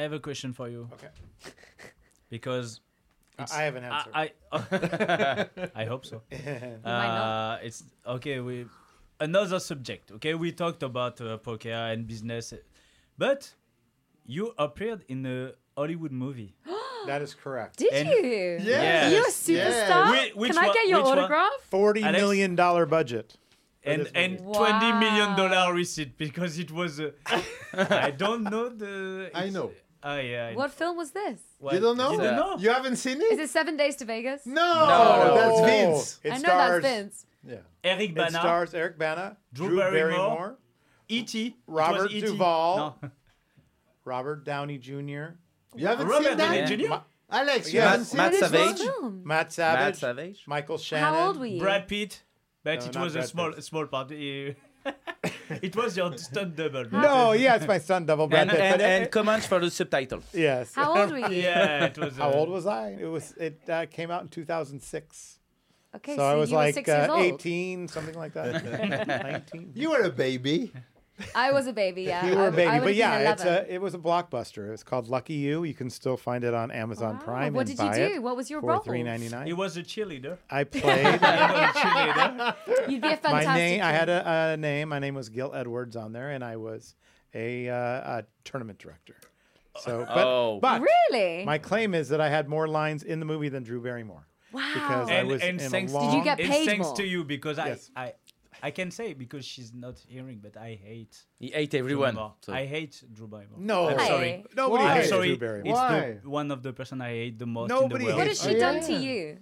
Speaker 3: have a question for you.
Speaker 5: Okay.
Speaker 3: Because
Speaker 5: I- I have an
Speaker 3: I,
Speaker 5: answer.
Speaker 3: I, I hope so.
Speaker 1: not.
Speaker 3: Uh, it's okay. We another subject. Okay, we talked about uh, poker and business, but you appeared in a Hollywood movie.
Speaker 5: that is correct.
Speaker 1: Did
Speaker 3: And-
Speaker 1: you?
Speaker 3: Yes,
Speaker 1: Are you a superstar?
Speaker 3: yes. Whi- which
Speaker 1: Can I
Speaker 3: one-
Speaker 1: get your
Speaker 3: which one?
Speaker 1: autograph?
Speaker 5: Forty million
Speaker 3: Alex-
Speaker 5: dollar budget.
Speaker 3: and
Speaker 5: this
Speaker 3: and
Speaker 1: movie.
Speaker 3: twenty million
Speaker 1: Wow.
Speaker 3: dollar receipt because it was. I I don't know the.
Speaker 4: I
Speaker 3: it's-
Speaker 4: know.
Speaker 3: Ah yeah. I-
Speaker 1: What film was this?
Speaker 3: what-
Speaker 4: You don't know?
Speaker 3: You don't know.
Speaker 4: You haven't seen it?
Speaker 1: Is it Seven Days to Vegas?
Speaker 4: No,
Speaker 2: No.
Speaker 4: that's
Speaker 5: Oh,
Speaker 4: Vince.
Speaker 5: It
Speaker 1: I know
Speaker 5: stars,
Speaker 1: that's Vince.
Speaker 3: Eric
Speaker 5: It
Speaker 3: Bana,
Speaker 5: stars Eric Bana,
Speaker 3: Drew
Speaker 5: Drew,
Speaker 3: Barrymore,
Speaker 5: Barrymore,
Speaker 3: E.T., It was
Speaker 5: Robert
Speaker 3: E.T..
Speaker 5: Duvall.
Speaker 3: No.
Speaker 5: Robert Downey Jr.,
Speaker 4: You haven't
Speaker 3: Robert
Speaker 4: seen that?
Speaker 3: Downey Jr.,
Speaker 5: Ma-
Speaker 4: Alex, you
Speaker 5: Yeah.
Speaker 4: haven't
Speaker 2: Matt-
Speaker 4: seen it?
Speaker 2: Matt
Speaker 1: What is
Speaker 2: Savage.
Speaker 1: this film?
Speaker 5: Matt
Speaker 2: Matt
Speaker 5: Savage,
Speaker 2: Savage.
Speaker 5: Michael Shannon.
Speaker 1: How old were you?
Speaker 3: Brad Pitt, but
Speaker 5: No,
Speaker 3: it
Speaker 5: not
Speaker 3: was a
Speaker 5: Brad
Speaker 3: small
Speaker 5: Pitt.
Speaker 3: small part. Eh, it was your stunt double.
Speaker 5: No, yeah, it's my son, Double Brad
Speaker 2: And,
Speaker 5: Pitt.
Speaker 2: and,
Speaker 5: but- eh,
Speaker 2: and comments for the subtitle.
Speaker 5: yes.
Speaker 1: How old were you?
Speaker 3: Yeah, it was.
Speaker 5: How
Speaker 3: uh,
Speaker 5: old was I? It was it uh, came out in 2006.
Speaker 1: Okay, so,
Speaker 5: so I was
Speaker 1: you
Speaker 5: like
Speaker 1: were six
Speaker 5: uh,
Speaker 1: years old.
Speaker 5: 18, something like that. 19.
Speaker 4: You were a baby.
Speaker 1: I was a baby, yeah.
Speaker 5: You were
Speaker 1: I-
Speaker 5: a baby,
Speaker 1: I
Speaker 5: but
Speaker 1: would've been
Speaker 5: yeah, it's
Speaker 1: 11.
Speaker 5: a, it was a blockbuster. It's called Lucky You. You can still find it on Amazon
Speaker 1: Wow.
Speaker 5: Prime.
Speaker 1: What
Speaker 5: and
Speaker 1: did you
Speaker 5: buy
Speaker 1: do?
Speaker 5: It
Speaker 1: What was your
Speaker 5: for
Speaker 1: role?
Speaker 5: Three ninety
Speaker 3: He
Speaker 5: nine.
Speaker 3: was a cheerleader.
Speaker 5: I played.
Speaker 1: You'd be a fantastic.
Speaker 5: my name. I
Speaker 1: kid.
Speaker 5: had a, a name. My name was Gil Edwards on there, and I was a, uh, a tournament director. So, but,
Speaker 2: Oh.
Speaker 5: but
Speaker 1: Really?
Speaker 5: my claim is that I had more lines in the movie than Drew Barrymore.
Speaker 1: Wow.
Speaker 5: Because I
Speaker 3: And,
Speaker 5: was
Speaker 3: and
Speaker 5: in a
Speaker 3: thanks,
Speaker 5: long.
Speaker 1: Did you get
Speaker 3: and
Speaker 1: paid
Speaker 3: thanks
Speaker 1: more?
Speaker 3: to you because I,
Speaker 5: Yes.
Speaker 3: I, I can say because she's not hearing, but I hate
Speaker 2: He ate
Speaker 3: Drew
Speaker 2: everyone.
Speaker 3: Barrymore.
Speaker 2: so-
Speaker 3: I hate Drew Barrymore.
Speaker 5: no,
Speaker 3: I'm
Speaker 1: Why?
Speaker 3: sorry.
Speaker 5: Nobody
Speaker 4: Why?
Speaker 3: I'm
Speaker 5: hates
Speaker 3: sorry.
Speaker 5: Drew Barrymore.
Speaker 3: It's
Speaker 4: Why?
Speaker 3: the, one of the person I hate the most
Speaker 5: Nobody
Speaker 3: in the world.
Speaker 1: What has she
Speaker 4: Oh,
Speaker 1: done
Speaker 4: yeah.
Speaker 1: to you?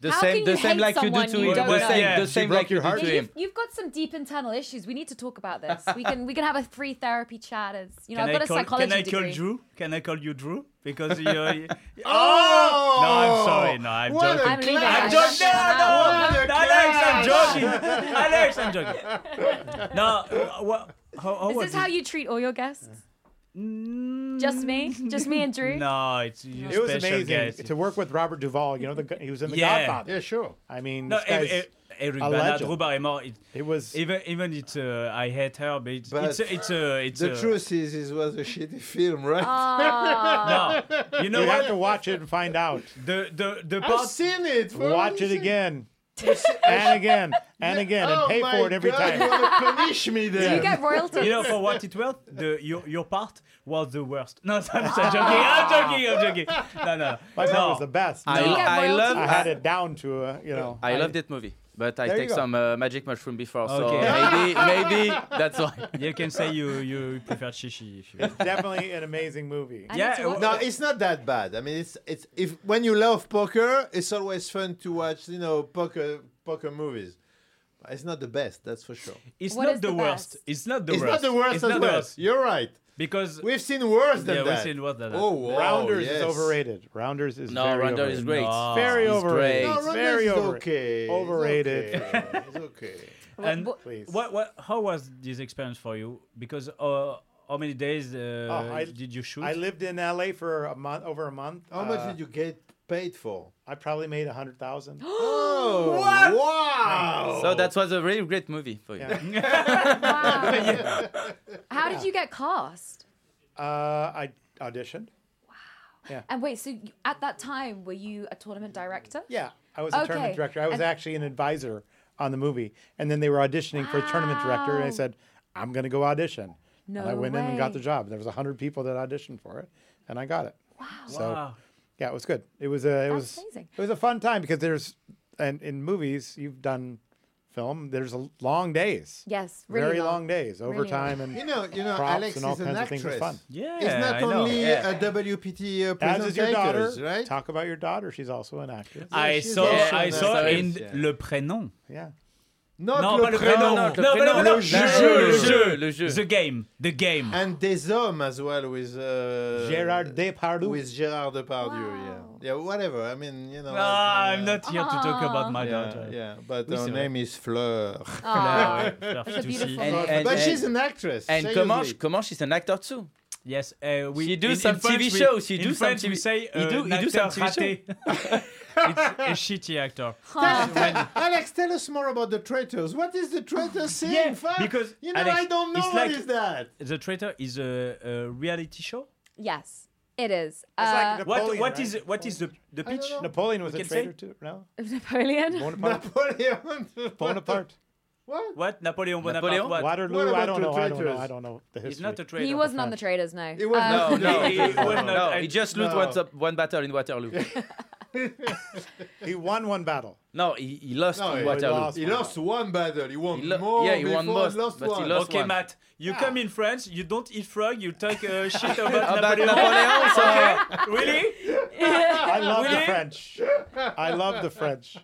Speaker 2: the
Speaker 1: How
Speaker 2: same,
Speaker 1: can
Speaker 2: the
Speaker 1: you
Speaker 2: same
Speaker 1: hate
Speaker 2: like you do
Speaker 1: someone
Speaker 2: to
Speaker 1: you
Speaker 2: him.
Speaker 1: don't
Speaker 2: The
Speaker 3: know?
Speaker 2: same,
Speaker 3: Yeah,
Speaker 2: the
Speaker 3: she
Speaker 2: same
Speaker 5: broke
Speaker 2: like
Speaker 5: your
Speaker 2: you do
Speaker 5: heart.
Speaker 2: to
Speaker 1: Yeah,
Speaker 2: him.
Speaker 1: you've, you've got some deep internal issues. We need to talk about this. We can we can have a free therapy chat. As you know,
Speaker 3: Can
Speaker 1: I've got
Speaker 3: I,
Speaker 1: a
Speaker 3: call,
Speaker 1: psychology
Speaker 3: can I call
Speaker 1: degree.
Speaker 3: Drew? Can I call you Drew? Because you're. oh! No,
Speaker 4: Oh!
Speaker 3: I'm sorry. No, I'm
Speaker 4: What a
Speaker 3: joking.
Speaker 1: I'm leaving.
Speaker 4: clash!
Speaker 3: I'm
Speaker 1: I
Speaker 3: joking. No,
Speaker 1: shut
Speaker 3: no, no,
Speaker 1: up.
Speaker 3: Alex, I'm joking. Alex, I'm joking. No, wha- wha- how, how
Speaker 1: Is
Speaker 3: was
Speaker 1: this how
Speaker 3: it? Mm,
Speaker 1: you treat all your guests? Just me? Just me and Drew?
Speaker 3: No, it's you
Speaker 5: It was
Speaker 3: special
Speaker 5: amazing
Speaker 3: guys.
Speaker 5: to work with Robert Duvall. You know, the, gu- he was in The
Speaker 3: Yeah.
Speaker 5: Godfather.
Speaker 4: Yeah, sure.
Speaker 5: I mean,
Speaker 3: no,
Speaker 5: this
Speaker 3: Eric,
Speaker 5: guy's-
Speaker 3: Eric- Eric
Speaker 5: a
Speaker 3: Bana,
Speaker 5: legend.
Speaker 3: Drew Barrymore. It,
Speaker 5: it was.
Speaker 3: even even it's uh, I hate her, but it's
Speaker 4: But
Speaker 3: it's a, it's a, it's uh,
Speaker 4: The
Speaker 3: a-
Speaker 4: truth is, it was a shitty film, right?
Speaker 1: Ah.
Speaker 3: No, you know
Speaker 5: you have
Speaker 3: what?
Speaker 5: to watch it and find out.
Speaker 3: The the the
Speaker 4: I've
Speaker 3: part
Speaker 4: seen it. for
Speaker 5: Watch it
Speaker 4: reason.
Speaker 5: again. and again and again and
Speaker 4: Oh
Speaker 5: pay
Speaker 4: my
Speaker 5: for it every
Speaker 4: God, You
Speaker 5: time.
Speaker 4: wanna punish me
Speaker 1: Do
Speaker 4: there?
Speaker 1: you get royalties?
Speaker 3: you know, for what it was, the your your part was the worst. No, I'm, I'm joking. I'm joking. I'm joking. No, no,
Speaker 5: My part
Speaker 3: no.
Speaker 5: was the best.
Speaker 2: I,
Speaker 1: you get
Speaker 2: I
Speaker 1: royalties?
Speaker 2: love
Speaker 5: I had it down to a, you know.
Speaker 2: I loved that movie, but I
Speaker 5: There you
Speaker 2: take
Speaker 5: go.
Speaker 2: some uh, magic mushroom before,
Speaker 3: Okay.
Speaker 2: so maybe maybe that's why.
Speaker 3: You can say you you prefer shishi if you.
Speaker 5: Definitely an amazing movie.
Speaker 1: I need
Speaker 3: Yeah, uh,
Speaker 1: to watch
Speaker 4: No,
Speaker 1: it.
Speaker 4: it's not that bad. I mean, it's it's if when you love poker, it's always fun to watch. You know, poker poker movies. It's not the best, that's for sure.
Speaker 3: It's
Speaker 1: What
Speaker 3: not
Speaker 1: is
Speaker 3: the,
Speaker 1: the
Speaker 3: worst.
Speaker 1: best?
Speaker 3: It's not the
Speaker 4: it's
Speaker 3: worst.
Speaker 4: not the worst
Speaker 3: It's
Speaker 4: as
Speaker 3: not the
Speaker 4: well.
Speaker 3: worst.
Speaker 4: You're right.
Speaker 3: Because
Speaker 4: We've seen worse than
Speaker 3: Yeah, we've
Speaker 4: that.
Speaker 3: seen worse than that.
Speaker 4: oh, wow,
Speaker 5: Rounders
Speaker 4: yes.
Speaker 5: is overrated. Rounders is
Speaker 2: No,
Speaker 5: very
Speaker 2: Rondor
Speaker 5: overrated.
Speaker 2: is great.
Speaker 3: No.
Speaker 5: Very
Speaker 2: He's
Speaker 5: overrated.
Speaker 2: great.
Speaker 4: No, Rounders
Speaker 5: very
Speaker 4: is
Speaker 5: overrated.
Speaker 4: okay. It's
Speaker 5: Overrated.
Speaker 4: okay. It's okay.
Speaker 3: and
Speaker 1: What-
Speaker 5: Please.
Speaker 3: what what how was this experience for you? Because uh, how many days uh,
Speaker 5: I-
Speaker 3: did you shoot?
Speaker 5: I lived in LA for a month, over a month. Uh,
Speaker 4: How much did you get paid for?
Speaker 5: I probably made a hundred thousand.
Speaker 4: Oh, wow!
Speaker 2: So that was a really great movie for you.
Speaker 5: Yeah.
Speaker 1: Wow. How did you get cast?
Speaker 5: uh, I auditioned.
Speaker 1: And wait, so you- at that time, were you a tournament director?
Speaker 5: Yeah, I was a
Speaker 1: Okay.
Speaker 5: tournament director. I was
Speaker 1: And-
Speaker 5: actually an advisor on the movie, and then they were auditioning for a tournament director, and I
Speaker 1: Wow.
Speaker 5: said, "I'm going to go audition." and I
Speaker 1: No
Speaker 5: went in and got the
Speaker 1: way.
Speaker 5: job. There was hundred people that auditioned for it, and I got it. Wow! So
Speaker 3: Wow.
Speaker 5: yeah, it was good. It was a it
Speaker 1: That's
Speaker 5: was
Speaker 1: amazing.
Speaker 5: it was a fun time because there's and in movies you've done film. There's a long days.
Speaker 1: Yes, really
Speaker 5: very
Speaker 1: long.
Speaker 5: long, days,
Speaker 1: Really
Speaker 5: overtime and
Speaker 4: You know, you know,
Speaker 5: props
Speaker 4: Alex
Speaker 5: and all
Speaker 4: is an
Speaker 5: kinds of
Speaker 4: actress.
Speaker 5: things. It's fun.
Speaker 3: yeah,
Speaker 4: it's not
Speaker 3: I know.
Speaker 4: only
Speaker 2: yeah.
Speaker 4: a WPT uh,
Speaker 5: As is your daughter.
Speaker 4: presentators, right? Uh,
Speaker 5: Talk about your daughter. She's also an actress.
Speaker 3: I
Speaker 4: she's
Speaker 3: saw
Speaker 4: also
Speaker 3: I
Speaker 4: an
Speaker 3: saw
Speaker 2: actress.
Speaker 3: in le prénom.
Speaker 5: yeah.
Speaker 4: Not
Speaker 3: Non,
Speaker 4: le
Speaker 3: pas le
Speaker 4: prénom.
Speaker 3: prénom.
Speaker 2: non,
Speaker 3: Non,
Speaker 2: le
Speaker 3: non,
Speaker 2: prénom.
Speaker 3: non, non,
Speaker 2: Le
Speaker 3: le
Speaker 2: jeu,
Speaker 3: jeu,
Speaker 2: le
Speaker 3: le
Speaker 2: jeu,
Speaker 3: jeu,
Speaker 2: le jeu.
Speaker 3: The game, the game.
Speaker 4: And des hommes as well with uh,
Speaker 5: Gérard Depardieu.
Speaker 4: With Gérard Depardieu,
Speaker 1: Wow.
Speaker 4: yeah, yeah, whatever. I mean, you know.
Speaker 3: Ah,
Speaker 4: uh,
Speaker 3: I'm not here to talk about my
Speaker 4: Yeah,
Speaker 3: daughter.
Speaker 4: yeah, but
Speaker 3: Oui,
Speaker 4: her
Speaker 3: c'est vrai.
Speaker 4: name is Fleur.
Speaker 2: Ah,
Speaker 1: Aw.
Speaker 3: That's
Speaker 1: a beautiful
Speaker 2: And,
Speaker 1: And-
Speaker 2: and,
Speaker 4: but she's
Speaker 2: and,
Speaker 4: an actress.
Speaker 2: and
Speaker 4: seriously.
Speaker 2: Comanche, Comanche is an actor too.
Speaker 3: Yes, uh, we.
Speaker 2: She do
Speaker 3: in- in
Speaker 2: some
Speaker 3: French
Speaker 2: TV
Speaker 3: we-
Speaker 2: shows, she
Speaker 3: in
Speaker 2: do some
Speaker 3: French,
Speaker 2: TV
Speaker 3: we say
Speaker 2: You
Speaker 3: uh,
Speaker 2: do- you do
Speaker 3: acteur
Speaker 2: some TV
Speaker 3: raté. it's a shitty actor.
Speaker 1: Huh.
Speaker 4: Alex, tell us more about the traitors. What is the traitor saying?
Speaker 3: Yeah,
Speaker 4: Fuck,
Speaker 3: because,
Speaker 4: you know,
Speaker 3: Alex,
Speaker 4: I don't know
Speaker 3: it's
Speaker 4: what
Speaker 3: like-
Speaker 4: is that.
Speaker 3: The Traitor is a, a reality show.
Speaker 1: Yes, it is.
Speaker 5: like
Speaker 1: Uh,
Speaker 5: the-
Speaker 3: What
Speaker 5: Napoleon,
Speaker 3: what
Speaker 5: Oh, right?
Speaker 3: is what is the the
Speaker 4: don't
Speaker 3: pitch?
Speaker 4: know.
Speaker 5: Napoleon was
Speaker 3: We
Speaker 5: a
Speaker 3: can say-
Speaker 5: traitor too. No,
Speaker 1: Napoleon.
Speaker 5: Bonaparte.
Speaker 4: Napoleon.
Speaker 5: Bonaparte.
Speaker 4: What?
Speaker 3: What Napoleon Bonaparte?
Speaker 2: Napoleon?
Speaker 3: What?
Speaker 5: Waterloo.
Speaker 4: What
Speaker 5: I
Speaker 4: about
Speaker 5: don't
Speaker 4: the
Speaker 5: know. I don't know.
Speaker 4: traitors?
Speaker 5: I don't know the history.
Speaker 3: He's not a traitor.
Speaker 1: He wasn't on the
Speaker 3: French.
Speaker 1: traders, no.
Speaker 4: It was
Speaker 1: Um,
Speaker 4: not.
Speaker 2: No, no,
Speaker 3: He- he was not-
Speaker 2: no.
Speaker 3: I-
Speaker 2: He just lost
Speaker 4: No.
Speaker 2: one, sub- one battle in Waterloo.
Speaker 5: he won one battle.
Speaker 2: no, he, he lost
Speaker 4: No,
Speaker 2: in
Speaker 4: he
Speaker 2: Waterloo.
Speaker 5: lost.
Speaker 4: He lost one battle. He won
Speaker 2: He lo-
Speaker 4: more.
Speaker 2: yeah, he won
Speaker 4: before,
Speaker 2: most,
Speaker 4: Lost
Speaker 2: but he
Speaker 4: one.
Speaker 2: lost
Speaker 3: Okay,
Speaker 2: one.
Speaker 3: Matt, you
Speaker 1: Ah.
Speaker 3: come in France, you don't eat frog, you talk uh, shit about
Speaker 2: About
Speaker 3: Napoleon.
Speaker 2: Napoleon, so-
Speaker 3: really?
Speaker 5: I love the
Speaker 3: Really?
Speaker 5: French. I love the French.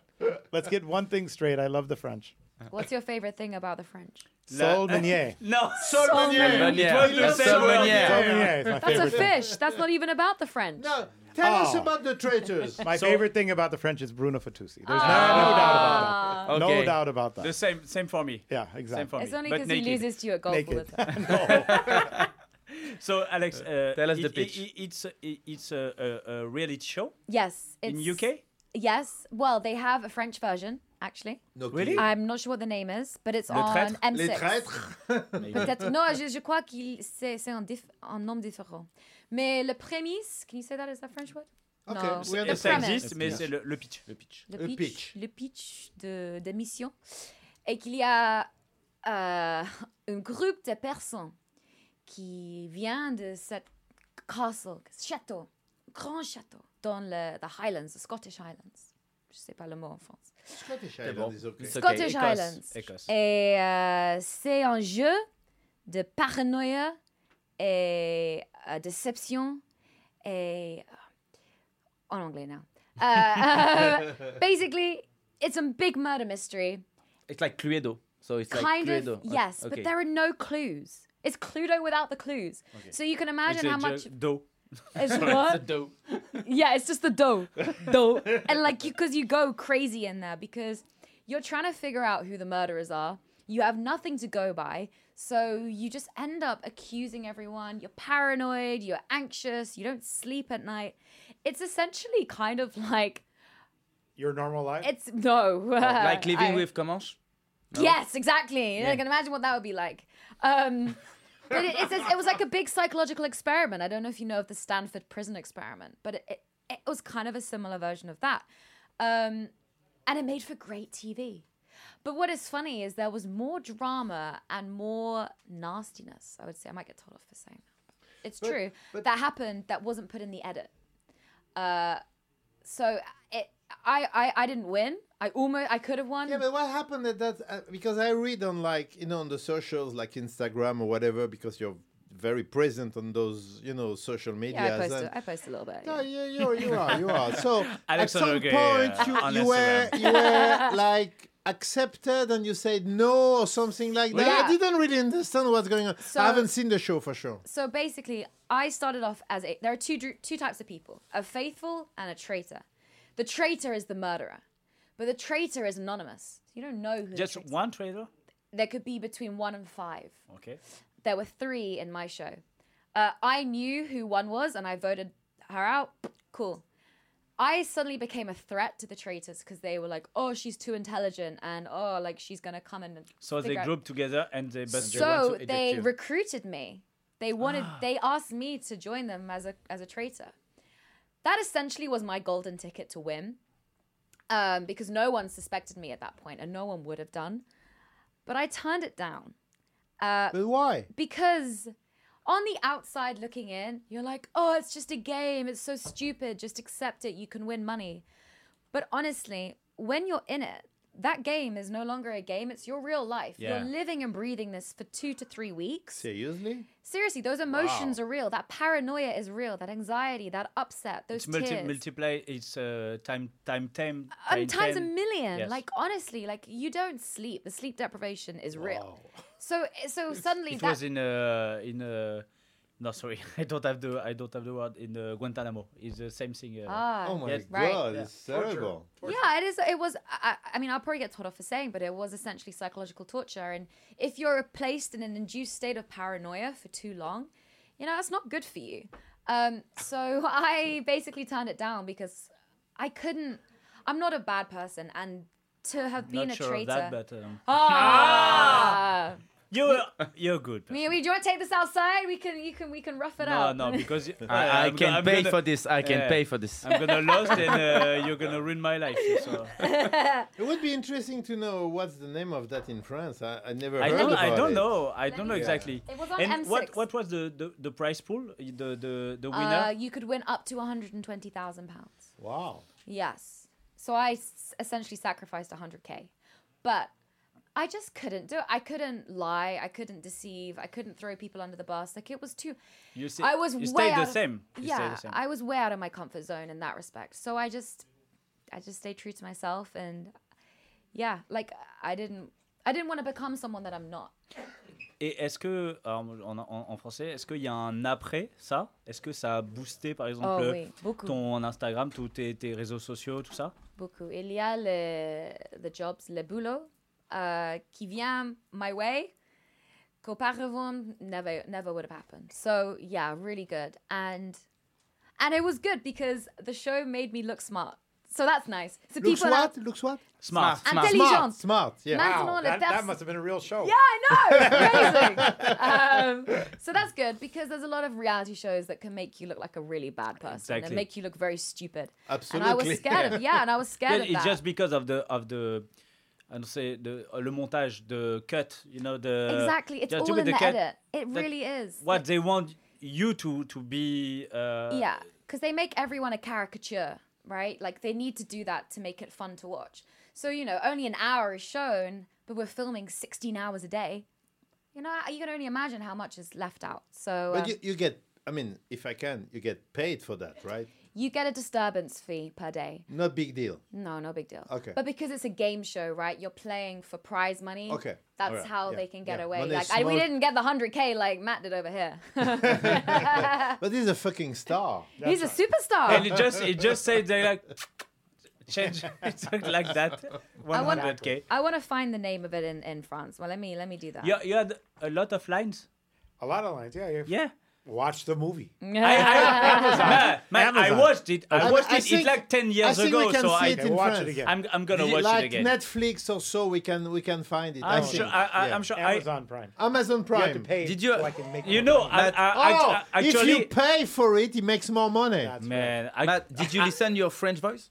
Speaker 5: Let's get one thing straight. I love the French.
Speaker 1: What's your favorite thing about the French?
Speaker 5: Sol Meunier.
Speaker 3: No.
Speaker 4: Solmenier.
Speaker 3: It
Speaker 2: Meunier.
Speaker 3: was the
Speaker 2: That's
Speaker 3: same word.
Speaker 2: Meunier.
Speaker 5: Sol
Speaker 3: Yeah.
Speaker 5: Meunier is my
Speaker 1: That's a
Speaker 5: favorite thing.
Speaker 1: fish. That's not even about the French.
Speaker 4: No, tell us
Speaker 5: Oh.
Speaker 2: Ah.
Speaker 4: about the traitors.
Speaker 5: My
Speaker 3: So-
Speaker 5: favorite thing about the French is Bruno Fattusi. There's no, no
Speaker 1: Ah,
Speaker 5: doubt about that.
Speaker 2: Okay.
Speaker 5: No doubt about
Speaker 3: The
Speaker 5: that.
Speaker 3: same, same for me.
Speaker 5: Yeah,
Speaker 3: Same
Speaker 5: exactly.
Speaker 3: for
Speaker 1: It's
Speaker 3: me.
Speaker 1: only
Speaker 3: but
Speaker 1: because he
Speaker 3: naked.
Speaker 1: loses to you at golf all the
Speaker 5: Naked.
Speaker 1: time.
Speaker 3: So, Alex, uh,
Speaker 2: tell us the
Speaker 3: it-
Speaker 2: pitch.
Speaker 3: it- it- it's a, a, a reality show
Speaker 1: Yes. It's
Speaker 3: in UK.
Speaker 1: Yes. Well, they have a French version, actually.
Speaker 4: Donc,
Speaker 3: Really?
Speaker 1: I'm not sure what the name is, but it's
Speaker 4: Le
Speaker 1: on
Speaker 4: traître,
Speaker 1: M6.
Speaker 4: les traîtres.
Speaker 1: Peut-être. Non, je, je crois qu'il c'est c'est un, diff- un nom différent. Mais le prémisse, can you say that is that French word?
Speaker 4: Ok,
Speaker 1: No.
Speaker 4: we
Speaker 1: The
Speaker 4: understand.
Speaker 3: ça
Speaker 1: premise.
Speaker 3: existe, mais
Speaker 2: Yes.
Speaker 3: c'est le, le pitch.
Speaker 2: Le pitch.
Speaker 1: le
Speaker 4: Le
Speaker 1: pitch,
Speaker 4: pitch.
Speaker 1: le pitch de, de mission et qu'il y a euh, un groupe de personnes qui vient de cette castle, château, grand château dans le the Highlands, the Scottish Highlands. Je sais pas le mot en France.
Speaker 4: Scottish
Speaker 2: C'est bon.
Speaker 4: Island is okay.
Speaker 2: It's okay.
Speaker 1: Scottish
Speaker 2: Écosse.
Speaker 1: Highlands.
Speaker 3: Écosse.
Speaker 1: Et euh, c'est un jeu de paranoïa et euh, déception et euh, en anglais now. Uh, basically, it's a big murder mystery.
Speaker 2: It's like Cluedo. So it's
Speaker 1: kind
Speaker 2: like
Speaker 1: of,
Speaker 2: Cluedo. O-
Speaker 1: yes,
Speaker 2: okay.
Speaker 1: but there are no clues. It's Cluedo without the clues. So you can imagine how much
Speaker 3: Do.
Speaker 1: is what?
Speaker 2: dope.
Speaker 1: yeah, it's just the dough, dough, and like you, because you go crazy in there because you're trying to figure out who the murderers are. You have nothing to go by, so you just end up accusing everyone. You're paranoid. You're anxious. You don't sleep at night. It's essentially kind of like
Speaker 5: Your normal life.
Speaker 1: it's no
Speaker 2: Oh, like living
Speaker 1: I-
Speaker 2: with Comanche.
Speaker 1: Yes, exactly.
Speaker 2: Yeah.
Speaker 1: I can imagine what that would be like. Um, but it, it's, it was like a big psychological experiment. I don't know if you know of the Stanford prison experiment, but it, it, it was kind of a similar version of that. Um, and it made for great TV. But what is funny is there was more drama and more nastiness. I would say I might get told off for saying that. It's true.
Speaker 4: but-
Speaker 1: that happened. That wasn't put in the edit. Uh, so it, I, I I didn't win. I almost I could have won.
Speaker 4: Yeah, but what happened at that? Uh, because I read on like you know on the socials like Instagram or whatever because you're very present on those you know social media.
Speaker 1: Yeah, I post, a, I post a little bit.
Speaker 4: No,
Speaker 1: yeah.
Speaker 4: you, you, you are, you are. So at
Speaker 3: Alexander
Speaker 4: some
Speaker 3: Gay,
Speaker 4: point,
Speaker 3: uh, on
Speaker 4: you, you were, you were like accepted, and you said no or something like that. I
Speaker 1: Yeah.
Speaker 4: didn't really understand what's going on.
Speaker 1: So-
Speaker 4: I haven't seen the show for sure.
Speaker 1: So basically, I started off as a. There are two dr- two types of people: a faithful and a traitor. The traitor is the murderer, but the traitor is anonymous. You don't know who.
Speaker 3: Just
Speaker 1: the traitor-
Speaker 3: one trailer?
Speaker 1: There could be between one and five.
Speaker 3: Okay.
Speaker 1: There were three in my show. Uh, I knew who one was, and I voted her out. Cool. I suddenly became a threat to the traitors because they were like, "Oh, she's too intelligent," and "Oh, like she's gonna come and."
Speaker 3: So they
Speaker 1: figure out-
Speaker 3: group together and they but they want
Speaker 1: so
Speaker 3: to eject
Speaker 1: they
Speaker 3: you.
Speaker 1: recruited me. They wanted. They asked me to join them as a as a traitor. That essentially was my golden ticket to win, um, because no one suspected me at that point, and no one would have done. But I turned it down Uh,
Speaker 4: But why?
Speaker 1: because on the outside looking in, you're like, oh, it's just a game. It's so stupid. Just accept it. You can win money. But honestly, when you're in it, that game is no longer a game. It's your real life.
Speaker 3: Yeah.
Speaker 1: You're living and breathing this for two to three weeks.
Speaker 4: Seriously?
Speaker 1: Seriously, those emotions are real. That paranoia is real. That anxiety, that upset, those
Speaker 3: It's multi-
Speaker 1: tears.
Speaker 3: multiply. It's uh, time time time.
Speaker 1: Um, times a million.
Speaker 3: Yes.
Speaker 1: Like honestly, like you don't sleep. The sleep deprivation is real. So, so suddenly
Speaker 3: It
Speaker 1: that
Speaker 3: was in uh, in. Uh, no, sorry, I don't have the I don't have the word in uh, Guantanamo. It's the same thing. Uh,
Speaker 1: ah,
Speaker 4: Oh my
Speaker 3: Yes.
Speaker 1: Right.
Speaker 4: god, it's terrible.
Speaker 1: Yeah, it is. It was. I, I mean, I'll probably get told off for saying, but it was essentially psychological torture. And if you're placed in an induced state of paranoia for too long, you know that's not good for you. Um, so I basically turned it down because I couldn't. I'm not a bad person, and to have been
Speaker 3: not
Speaker 1: a
Speaker 3: sure
Speaker 1: traitor. Oh,
Speaker 3: of that, but um,
Speaker 1: ah,
Speaker 3: you're you're good.
Speaker 1: I mean, we- do you want to take this outside? We can. You can. We can rough it
Speaker 3: No,
Speaker 1: up.
Speaker 3: no, because you-
Speaker 2: I, I
Speaker 3: I'm go-
Speaker 2: can
Speaker 3: I'm
Speaker 2: pay
Speaker 3: gonna-
Speaker 2: for this. I can
Speaker 3: Yeah.
Speaker 2: pay for this.
Speaker 3: I'm gonna lose, and uh, you're gonna ruin my life. So.
Speaker 4: It would be interesting to know what's the name of that in France. I, I never
Speaker 3: I
Speaker 4: heard
Speaker 3: don't,
Speaker 4: about
Speaker 3: I don't
Speaker 4: it.
Speaker 3: know. I don't know
Speaker 1: me-
Speaker 3: exactly.
Speaker 1: It was on
Speaker 3: and
Speaker 1: M6.
Speaker 3: what what was the, the, the prize pool? The the the winner.
Speaker 1: Uh, you could win up to 120,000 pounds.
Speaker 4: Wow.
Speaker 1: Yes. So I s- essentially sacrificed 100k. But I just couldn't do it. I couldn't lie, I couldn't deceive, I couldn't throw people under the bus. Like it was too
Speaker 3: you see,
Speaker 1: I was
Speaker 3: you
Speaker 1: way
Speaker 3: stayed
Speaker 1: out
Speaker 3: the
Speaker 1: of-
Speaker 3: same. You
Speaker 1: yeah,
Speaker 3: stayed the same.
Speaker 1: I was way out of my comfort zone in that respect. So I just I just stayed true to myself and yeah, like I didn't I didn't want to become someone that I'm not.
Speaker 3: Et est-ce que alors, en, en- en français, est-ce qu'il y a un après ça Est-ce que ça a boosté par
Speaker 1: Oh
Speaker 3: exemple euh,
Speaker 1: oui, beaucoup.
Speaker 3: ton Instagram, tous tes, tes réseaux sociaux, tout ça
Speaker 1: beaucoup. Il y a le, le jobs, le boulot euh, qui vient my way qu'auparavant never, never would have happened. So yeah, really good. And and it was good because the show made me look smart. So that's nice. So
Speaker 4: Looks
Speaker 1: people are
Speaker 4: what? Looks what?
Speaker 3: Smart.
Speaker 4: Smart. Smart.
Speaker 1: Intelligent.
Speaker 4: Smart. Yeah.
Speaker 1: Maintenant, le
Speaker 5: that,
Speaker 1: terme-
Speaker 5: that must have been a real show.
Speaker 1: Yeah, I know. Amazing. um, so that's good because there's a lot of reality shows that can make you look like a really bad person
Speaker 3: Exactly.
Speaker 1: and make you look very stupid.
Speaker 4: Absolutely.
Speaker 1: And I was scared of yeah, and I was scared
Speaker 3: Yeah,
Speaker 1: of
Speaker 3: it's
Speaker 1: that.
Speaker 3: just because of the of the I don't say the le montage the cut you know the
Speaker 1: exactly. It's
Speaker 3: just
Speaker 1: all
Speaker 3: with
Speaker 1: in the,
Speaker 3: cut,
Speaker 1: edit. It really is.
Speaker 3: what they want you to to be uh,
Speaker 1: yeah, because they make everyone a caricature, right? Like they need to do that to make it fun to watch. So you know, only an hour is shown, but we're filming 16 hours a day. You know, you can only imagine how much is left out. So um,
Speaker 4: But you, you get, I mean, if I can, you get paid for that, right?
Speaker 1: you get a disturbance fee per day.
Speaker 4: Not big deal.
Speaker 1: No, no big deal.
Speaker 4: Okay.
Speaker 1: But because it's a game show, right? You're playing for prize money.
Speaker 4: Okay.
Speaker 1: That's
Speaker 4: Alright.
Speaker 1: how
Speaker 4: Yeah.
Speaker 1: they can get
Speaker 4: Yeah.
Speaker 1: away.
Speaker 4: Money is
Speaker 1: like I, we
Speaker 4: small.
Speaker 1: didn't get the hundred k like Matt did over here.
Speaker 4: But he's a fucking star.
Speaker 1: He's a superstar.
Speaker 3: and it just it just says they like change it's like that 100k
Speaker 1: I want to find the name of it in, in France. Well, let me let me do that.
Speaker 3: you, you had a lot of lines
Speaker 5: A lot of lines. Yeah, you
Speaker 3: yeah
Speaker 5: watch the movie.
Speaker 3: I, I, man, man, I
Speaker 5: Amazon.
Speaker 3: watched it I
Speaker 4: I-
Speaker 3: watched
Speaker 4: I
Speaker 3: it
Speaker 4: think-
Speaker 3: it's like 10
Speaker 4: I
Speaker 3: years
Speaker 4: think
Speaker 3: ago
Speaker 4: we can
Speaker 3: so
Speaker 4: see
Speaker 3: I,
Speaker 4: it in
Speaker 5: watch it
Speaker 4: France.
Speaker 5: again.
Speaker 3: I'm, I'm gonna watch
Speaker 4: like
Speaker 3: it again
Speaker 4: Netflix or so, we can we can find it. I
Speaker 3: I'm
Speaker 4: think.
Speaker 3: sure I, I,
Speaker 4: Yeah.
Speaker 3: I'm sure I,
Speaker 5: Amazon Prime.
Speaker 4: Amazon
Speaker 5: You
Speaker 4: Prime.
Speaker 5: have to pay.
Speaker 2: Did you-
Speaker 5: so I can make
Speaker 3: you
Speaker 5: my
Speaker 3: know
Speaker 5: money.
Speaker 3: I, I,
Speaker 4: Oh,
Speaker 3: I, I- actually
Speaker 4: if you pay for it, it makes more money.
Speaker 5: That's right.
Speaker 3: man I,
Speaker 2: Matt, did you listen your French voice?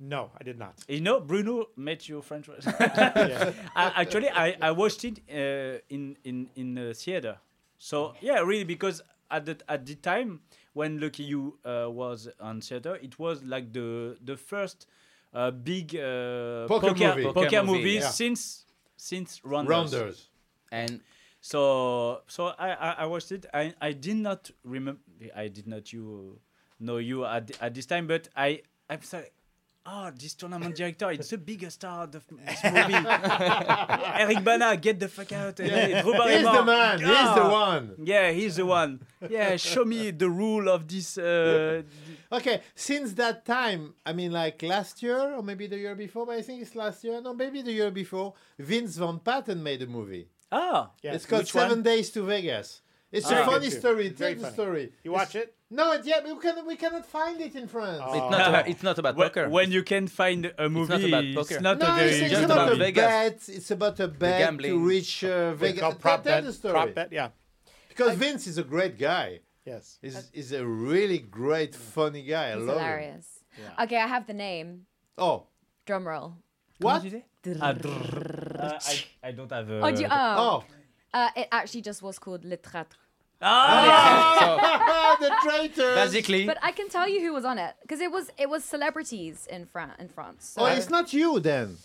Speaker 5: No, I did not.
Speaker 3: You know, Bruno met you French. I, actually, I, I watched it uh, in in in the theater. So yeah, really, because at the at the time when Lucky You uh, was on theater, it was like the the first uh, big uh,
Speaker 4: Poker movie.
Speaker 3: poker,
Speaker 2: Poker movie,
Speaker 3: movie,
Speaker 4: yeah.
Speaker 3: since since Rounders.
Speaker 4: Rounders.
Speaker 2: And
Speaker 3: So so I, I, I watched it. I, I did not remember. I did not you know you at, at this time, but I I'm sorry. Oh, this tournament director, it's the biggest star of the- this movie. Eric Bana, get the fuck out. Yeah. Drew
Speaker 4: He's
Speaker 3: Barrymore.
Speaker 4: the man. He's the
Speaker 3: Ah.
Speaker 4: one.
Speaker 3: Yeah, he's the one. Yeah, show me the rule of this. Uh,
Speaker 4: Okay, since that time, I mean, like last year or maybe the year before, but I think it's last year. No, maybe the year before. Vince Van Patten made a movie.
Speaker 3: ah,
Speaker 5: Yeah.
Speaker 4: It's called
Speaker 3: Which one?
Speaker 4: Seven Days to Vegas. It's
Speaker 5: Very
Speaker 4: a funny
Speaker 5: good too.
Speaker 4: story. It's
Speaker 5: Very
Speaker 4: a
Speaker 5: funny.
Speaker 4: story.
Speaker 5: You watch it?
Speaker 4: No, it, yeah, but we can we cannot find it in France.
Speaker 5: Oh.
Speaker 2: it's not about, it's not about
Speaker 3: when,
Speaker 2: poker.
Speaker 3: when you can find a movie, it's
Speaker 2: about
Speaker 3: not,
Speaker 2: poker.
Speaker 3: a
Speaker 4: No,
Speaker 3: very
Speaker 4: it's, it's
Speaker 2: just
Speaker 4: about,
Speaker 2: about
Speaker 4: a
Speaker 2: Vegas.
Speaker 4: bet. It's about a bet to
Speaker 2: gambling.
Speaker 4: reach uh,
Speaker 5: It's
Speaker 4: Vegas.
Speaker 5: called
Speaker 4: That-
Speaker 5: prop
Speaker 4: that's
Speaker 5: bet.
Speaker 4: the story.
Speaker 5: Prop bet. Yeah.
Speaker 4: Because Vince is a great guy.
Speaker 5: Yes.
Speaker 4: He's, he's a really great, funny guy. I
Speaker 1: It's
Speaker 4: love him.
Speaker 1: hilarious. Okay, I have the name.
Speaker 4: Oh,
Speaker 1: Drum roll.
Speaker 4: what?
Speaker 3: Ah, drrrr. Uh, I, I don't have. Uh,
Speaker 1: Oh, do you, oh.
Speaker 4: Oh,
Speaker 1: Uh, it actually just was called Le Traître. Oh.
Speaker 4: ah, the traitor.
Speaker 2: Basically,
Speaker 1: But I can tell you who was on it because it was it was celebrities in France. In France. So-
Speaker 4: Oh, it's not you then.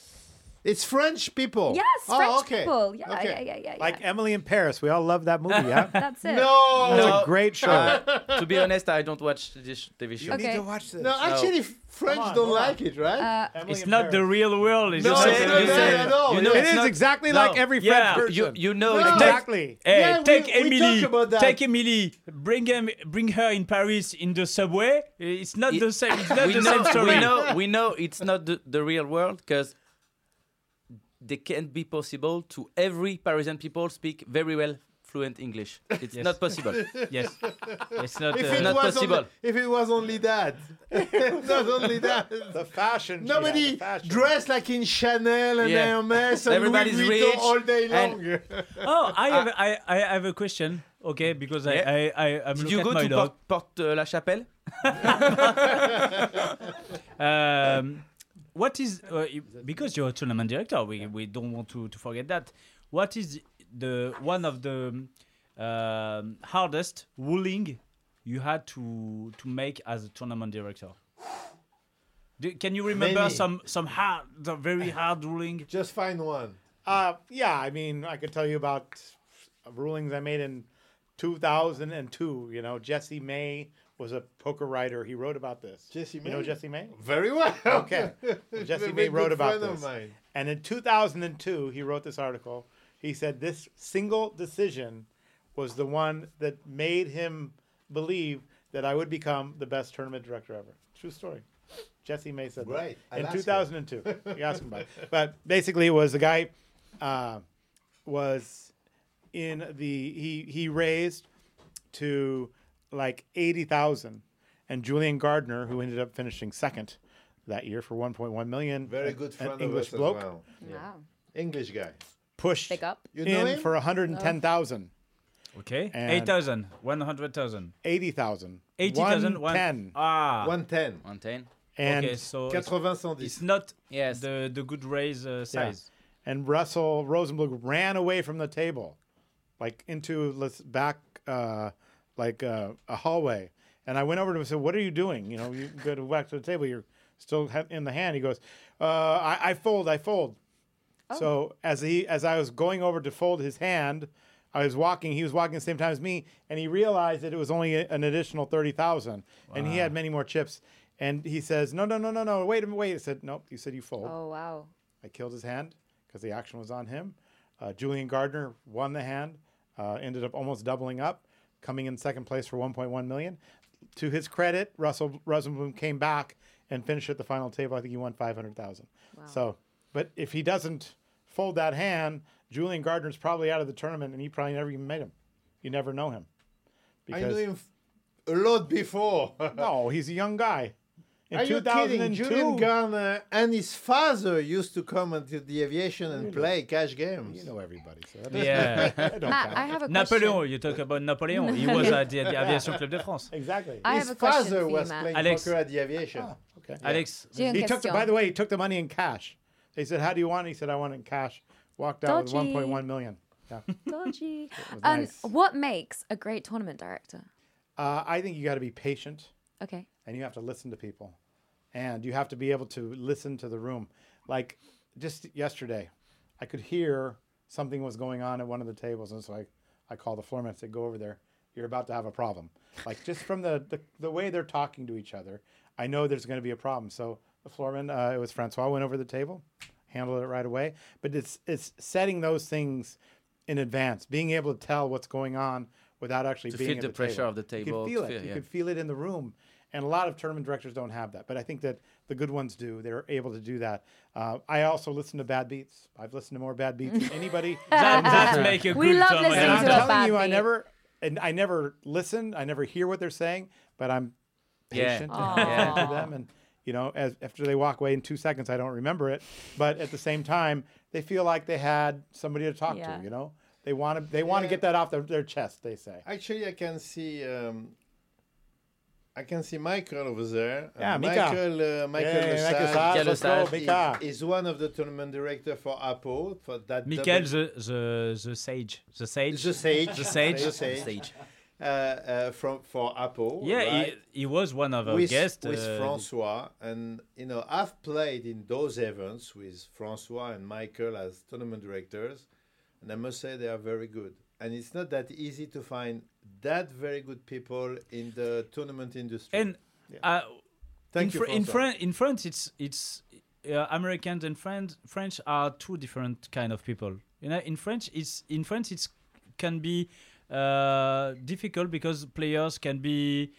Speaker 4: It's French people.
Speaker 1: Yes,
Speaker 4: oh,
Speaker 1: French
Speaker 4: okay.
Speaker 1: people. Yeah,
Speaker 4: Okay.
Speaker 1: yeah, yeah, yeah, yeah.
Speaker 5: Like Emily in Paris. We all love that movie. Yeah.
Speaker 1: that's it.
Speaker 4: No,
Speaker 5: It's
Speaker 4: no,
Speaker 5: a great show.
Speaker 2: to be honest, I don't watch this TV show.
Speaker 1: Okay.
Speaker 5: watch this.
Speaker 4: actually, f- French
Speaker 5: Come on,
Speaker 4: don't
Speaker 5: come on.
Speaker 4: like it, right?
Speaker 1: Uh,
Speaker 5: Emily
Speaker 3: It's
Speaker 5: in
Speaker 3: not the
Speaker 5: Paris.
Speaker 3: real world. It's
Speaker 4: No,
Speaker 3: just
Speaker 4: it's
Speaker 3: a-
Speaker 4: not
Speaker 2: you
Speaker 4: that
Speaker 2: say-
Speaker 4: at all.
Speaker 2: you know
Speaker 4: It
Speaker 5: It
Speaker 2: it's
Speaker 5: is
Speaker 2: not-
Speaker 5: exactly
Speaker 2: No.
Speaker 5: like every
Speaker 3: Yeah.
Speaker 5: French
Speaker 2: You
Speaker 5: person.
Speaker 2: you know
Speaker 4: No.
Speaker 2: it's not-
Speaker 5: exactly.
Speaker 3: Hey,
Speaker 4: Yeah, we-
Speaker 3: take
Speaker 4: we
Speaker 3: Emily.
Speaker 4: talk about that.
Speaker 3: Take Emily. Bring him. Bring her in Paris in the subway. It's not
Speaker 2: It-
Speaker 3: the same. It's not
Speaker 2: we
Speaker 3: the
Speaker 2: know,
Speaker 3: same story.
Speaker 2: We know, we know it's not the, the real world because they can't be possible to every Parisian people speak very well fluent English. It's
Speaker 3: Yes.
Speaker 2: not possible.
Speaker 3: Yes, it's not.
Speaker 4: if
Speaker 3: uh,
Speaker 4: it
Speaker 2: not
Speaker 4: was only,
Speaker 2: possible.
Speaker 4: if it was only that, not only that.
Speaker 5: The fashion. yeah,
Speaker 4: Nobody
Speaker 5: the fashion.
Speaker 4: dressed like in Chanel and
Speaker 2: Yeah.
Speaker 4: Hermes and
Speaker 2: Everybody's
Speaker 4: Louis Vuitton
Speaker 2: rich
Speaker 4: all day long.
Speaker 2: and-
Speaker 3: oh, I have. I, I have a question. Okay, because
Speaker 2: Yeah.
Speaker 3: I, I, I, I'm
Speaker 2: Did
Speaker 3: looking
Speaker 2: you
Speaker 3: at
Speaker 2: go
Speaker 3: my
Speaker 2: to
Speaker 3: dog.
Speaker 2: Porte, Porte uh, La Chapelle?
Speaker 3: Um, what is uh, you- because you're a tournament director, we, we don't want to, to forget that. What is the one of the um, hardest ruling you had to to make as a tournament director? Do, can you remember
Speaker 4: Many.
Speaker 3: some some hard, the
Speaker 5: Eh.
Speaker 3: very hard ruling?
Speaker 4: Just find one.
Speaker 5: Uh, yeah, I mean, I could tell you about rulings I made in 2002. You know, Jesse May was a poker writer. He wrote about this.
Speaker 4: Jesse
Speaker 5: You know
Speaker 4: May?
Speaker 5: Jesse May?
Speaker 4: Very well.
Speaker 5: Okay. Well, Jesse
Speaker 4: Very
Speaker 5: May
Speaker 4: good
Speaker 5: wrote about
Speaker 4: friend of
Speaker 5: this.
Speaker 4: mine.
Speaker 5: And in 2002, he wrote this article. He said this single decision was the one that made him believe that I would become the best tournament director ever. True story. Jesse May said
Speaker 4: Right.
Speaker 5: that.
Speaker 4: I'll
Speaker 5: In
Speaker 4: ask him.
Speaker 5: 2002. you ask him about it. But basically, it was the guy uh, was in the, he, he raised to like 80,000. And Julian Gardner, who ended up finishing second, that year for 1.1 million.
Speaker 4: Very
Speaker 5: An- an
Speaker 4: good friend
Speaker 5: English
Speaker 4: of us
Speaker 5: bloke
Speaker 4: as well.
Speaker 1: Wow.
Speaker 4: English guy.
Speaker 5: pushed
Speaker 1: Big up.
Speaker 4: You know
Speaker 5: in
Speaker 4: him?
Speaker 5: for 110,000.
Speaker 3: Okay.
Speaker 5: And-
Speaker 3: 8,000. 100,000.
Speaker 5: 80,000.
Speaker 3: 80,000. one-
Speaker 5: 110.
Speaker 3: Ah.
Speaker 4: 110.
Speaker 2: Montaigne.
Speaker 5: And,
Speaker 3: okay, so it's,
Speaker 4: 80, 110.
Speaker 3: it's not
Speaker 2: Yes.
Speaker 3: the, the good raise uh,
Speaker 5: yeah.
Speaker 3: size.
Speaker 5: and Russell Rosenblum ran away from the table, like into this back, uh, like uh, a hallway. And I went over to him and said, What are you doing? You know, you go to back to the table, you're still ha- in the hand. He goes, uh, I, I fold, I fold. So as he as I was going over to fold his hand, I was walking. He was walking the same time as me, and he realized that it was only a- an additional thirty thousand, and he had many more chips. And he says, "No, no, no, no, no! Wait a minute! Wait!" I said, "Nope. You said you fold."
Speaker 1: Oh wow.
Speaker 5: I killed his hand because the action was on him. Uh, Julian Gardner won the hand, uh, ended up almost doubling up, coming in second place for 1.1 million. To his credit, Russell Rosenblum came back and finished at the final table. I think he won 500,000. So, but if he doesn't fold that hand, Julian Gardner's probably out of the tournament, and you probably never even met him. You never know him.
Speaker 4: I
Speaker 5: Because
Speaker 4: knew him f- a lot before.
Speaker 5: no, he's a young guy. In
Speaker 4: Are you kidding?
Speaker 5: 2002,
Speaker 4: Julian Garner and his father used to come into the aviation and play cash games.
Speaker 5: you know everybody. So that
Speaker 3: Yeah.
Speaker 5: I don't
Speaker 1: Matt,
Speaker 5: count.
Speaker 1: I have a
Speaker 3: Napoleon,
Speaker 1: question.
Speaker 3: you talk about Napoleon. He was at the the Aviation Club de France.
Speaker 5: exactly.
Speaker 1: I
Speaker 4: his
Speaker 1: have a question
Speaker 4: father
Speaker 1: for you,
Speaker 4: was
Speaker 1: Matt.
Speaker 4: playing
Speaker 3: Alex.
Speaker 4: poker at the aviation.
Speaker 5: okay.
Speaker 3: Alex,
Speaker 1: J'ai une
Speaker 5: He took the,
Speaker 1: question.
Speaker 5: by the way, he took the money in cash. They said, "How do you want?" it? He said, "I want it in cash." Walked out
Speaker 1: Dodgy.
Speaker 5: with 1.1 million. Yeah.
Speaker 1: Dodgy.
Speaker 5: was
Speaker 1: Um,
Speaker 5: nice.
Speaker 1: What makes a great tournament director?
Speaker 5: uh, I think you got to be patient
Speaker 1: Okay.
Speaker 5: and you have to listen to people, and you have to be able to listen to the room. Like just yesterday, I could hear something was going on at one of the tables, and so I, I called the floorman and said, "Go over there. You're about to have a problem." Like just from the the, the way they're talking to each other, I know there's going to be a problem. So the floorman, uh, it was Francois, went over to the table, handled it right away. But it's it's setting those things in advance, being able to tell what's going on without actually
Speaker 2: To
Speaker 5: being
Speaker 2: feel
Speaker 5: at
Speaker 2: the pressure
Speaker 5: table.
Speaker 2: of the table, to
Speaker 5: You could feel it.
Speaker 2: feel-
Speaker 5: you
Speaker 2: yeah.
Speaker 5: could feel it in the room. And a lot of tournament directors don't have that, but I think that the good ones do. They're able to do that. Uh, I also listen to bad beats. I've listened to more bad beats than anybody.
Speaker 3: that, that make a
Speaker 1: We
Speaker 3: good
Speaker 1: love
Speaker 3: tournament.
Speaker 5: and
Speaker 1: listening
Speaker 5: I'm
Speaker 1: to a
Speaker 5: telling
Speaker 1: bad
Speaker 5: you, I
Speaker 1: beat.
Speaker 5: never, and I never listen. I never hear what they're saying, but I'm
Speaker 2: Yeah.
Speaker 5: patient
Speaker 1: Aw.
Speaker 5: and listen to them. And you know, as after they walk away in two seconds, I don't remember it. But at the same time, they feel like they had somebody to talk
Speaker 1: Yeah.
Speaker 5: to. You know, they want to, they want to
Speaker 4: Yeah.
Speaker 5: get that off their, their chest. They say.
Speaker 4: Actually, I can see. Um, I can see Michael over there. Uh,
Speaker 5: Yeah, Mika.
Speaker 4: Michael. Uh, Michael
Speaker 5: Hey,
Speaker 4: Lesage
Speaker 5: Michael Lesage,
Speaker 2: let's
Speaker 5: go,
Speaker 4: is-
Speaker 5: Mika.
Speaker 4: is one of the tournament director for Apple for that.
Speaker 3: Michael,
Speaker 4: double-
Speaker 3: the, the, the sage. The sage.
Speaker 4: the sage,
Speaker 3: The sage.
Speaker 4: the sage,
Speaker 2: Stage.
Speaker 4: Uh, uh, from for Apple.
Speaker 3: yeah,
Speaker 4: right?
Speaker 3: he, he was one of our
Speaker 4: with,
Speaker 3: guests.
Speaker 4: with
Speaker 3: uh,
Speaker 4: Francois, and you know I've played in those events with Francois and Michael as tournament directors, and I must say they are very good. And it's not that easy to find that very good people in the tournament industry.
Speaker 3: And uh,
Speaker 4: Thank
Speaker 3: in,
Speaker 4: you,
Speaker 3: Fr- in,
Speaker 4: François.
Speaker 3: Fran- in France, it's it's uh, Americans and Fran- French are two different kind of people. You know, in French, it's in France, it's can be uh, difficult because players can be.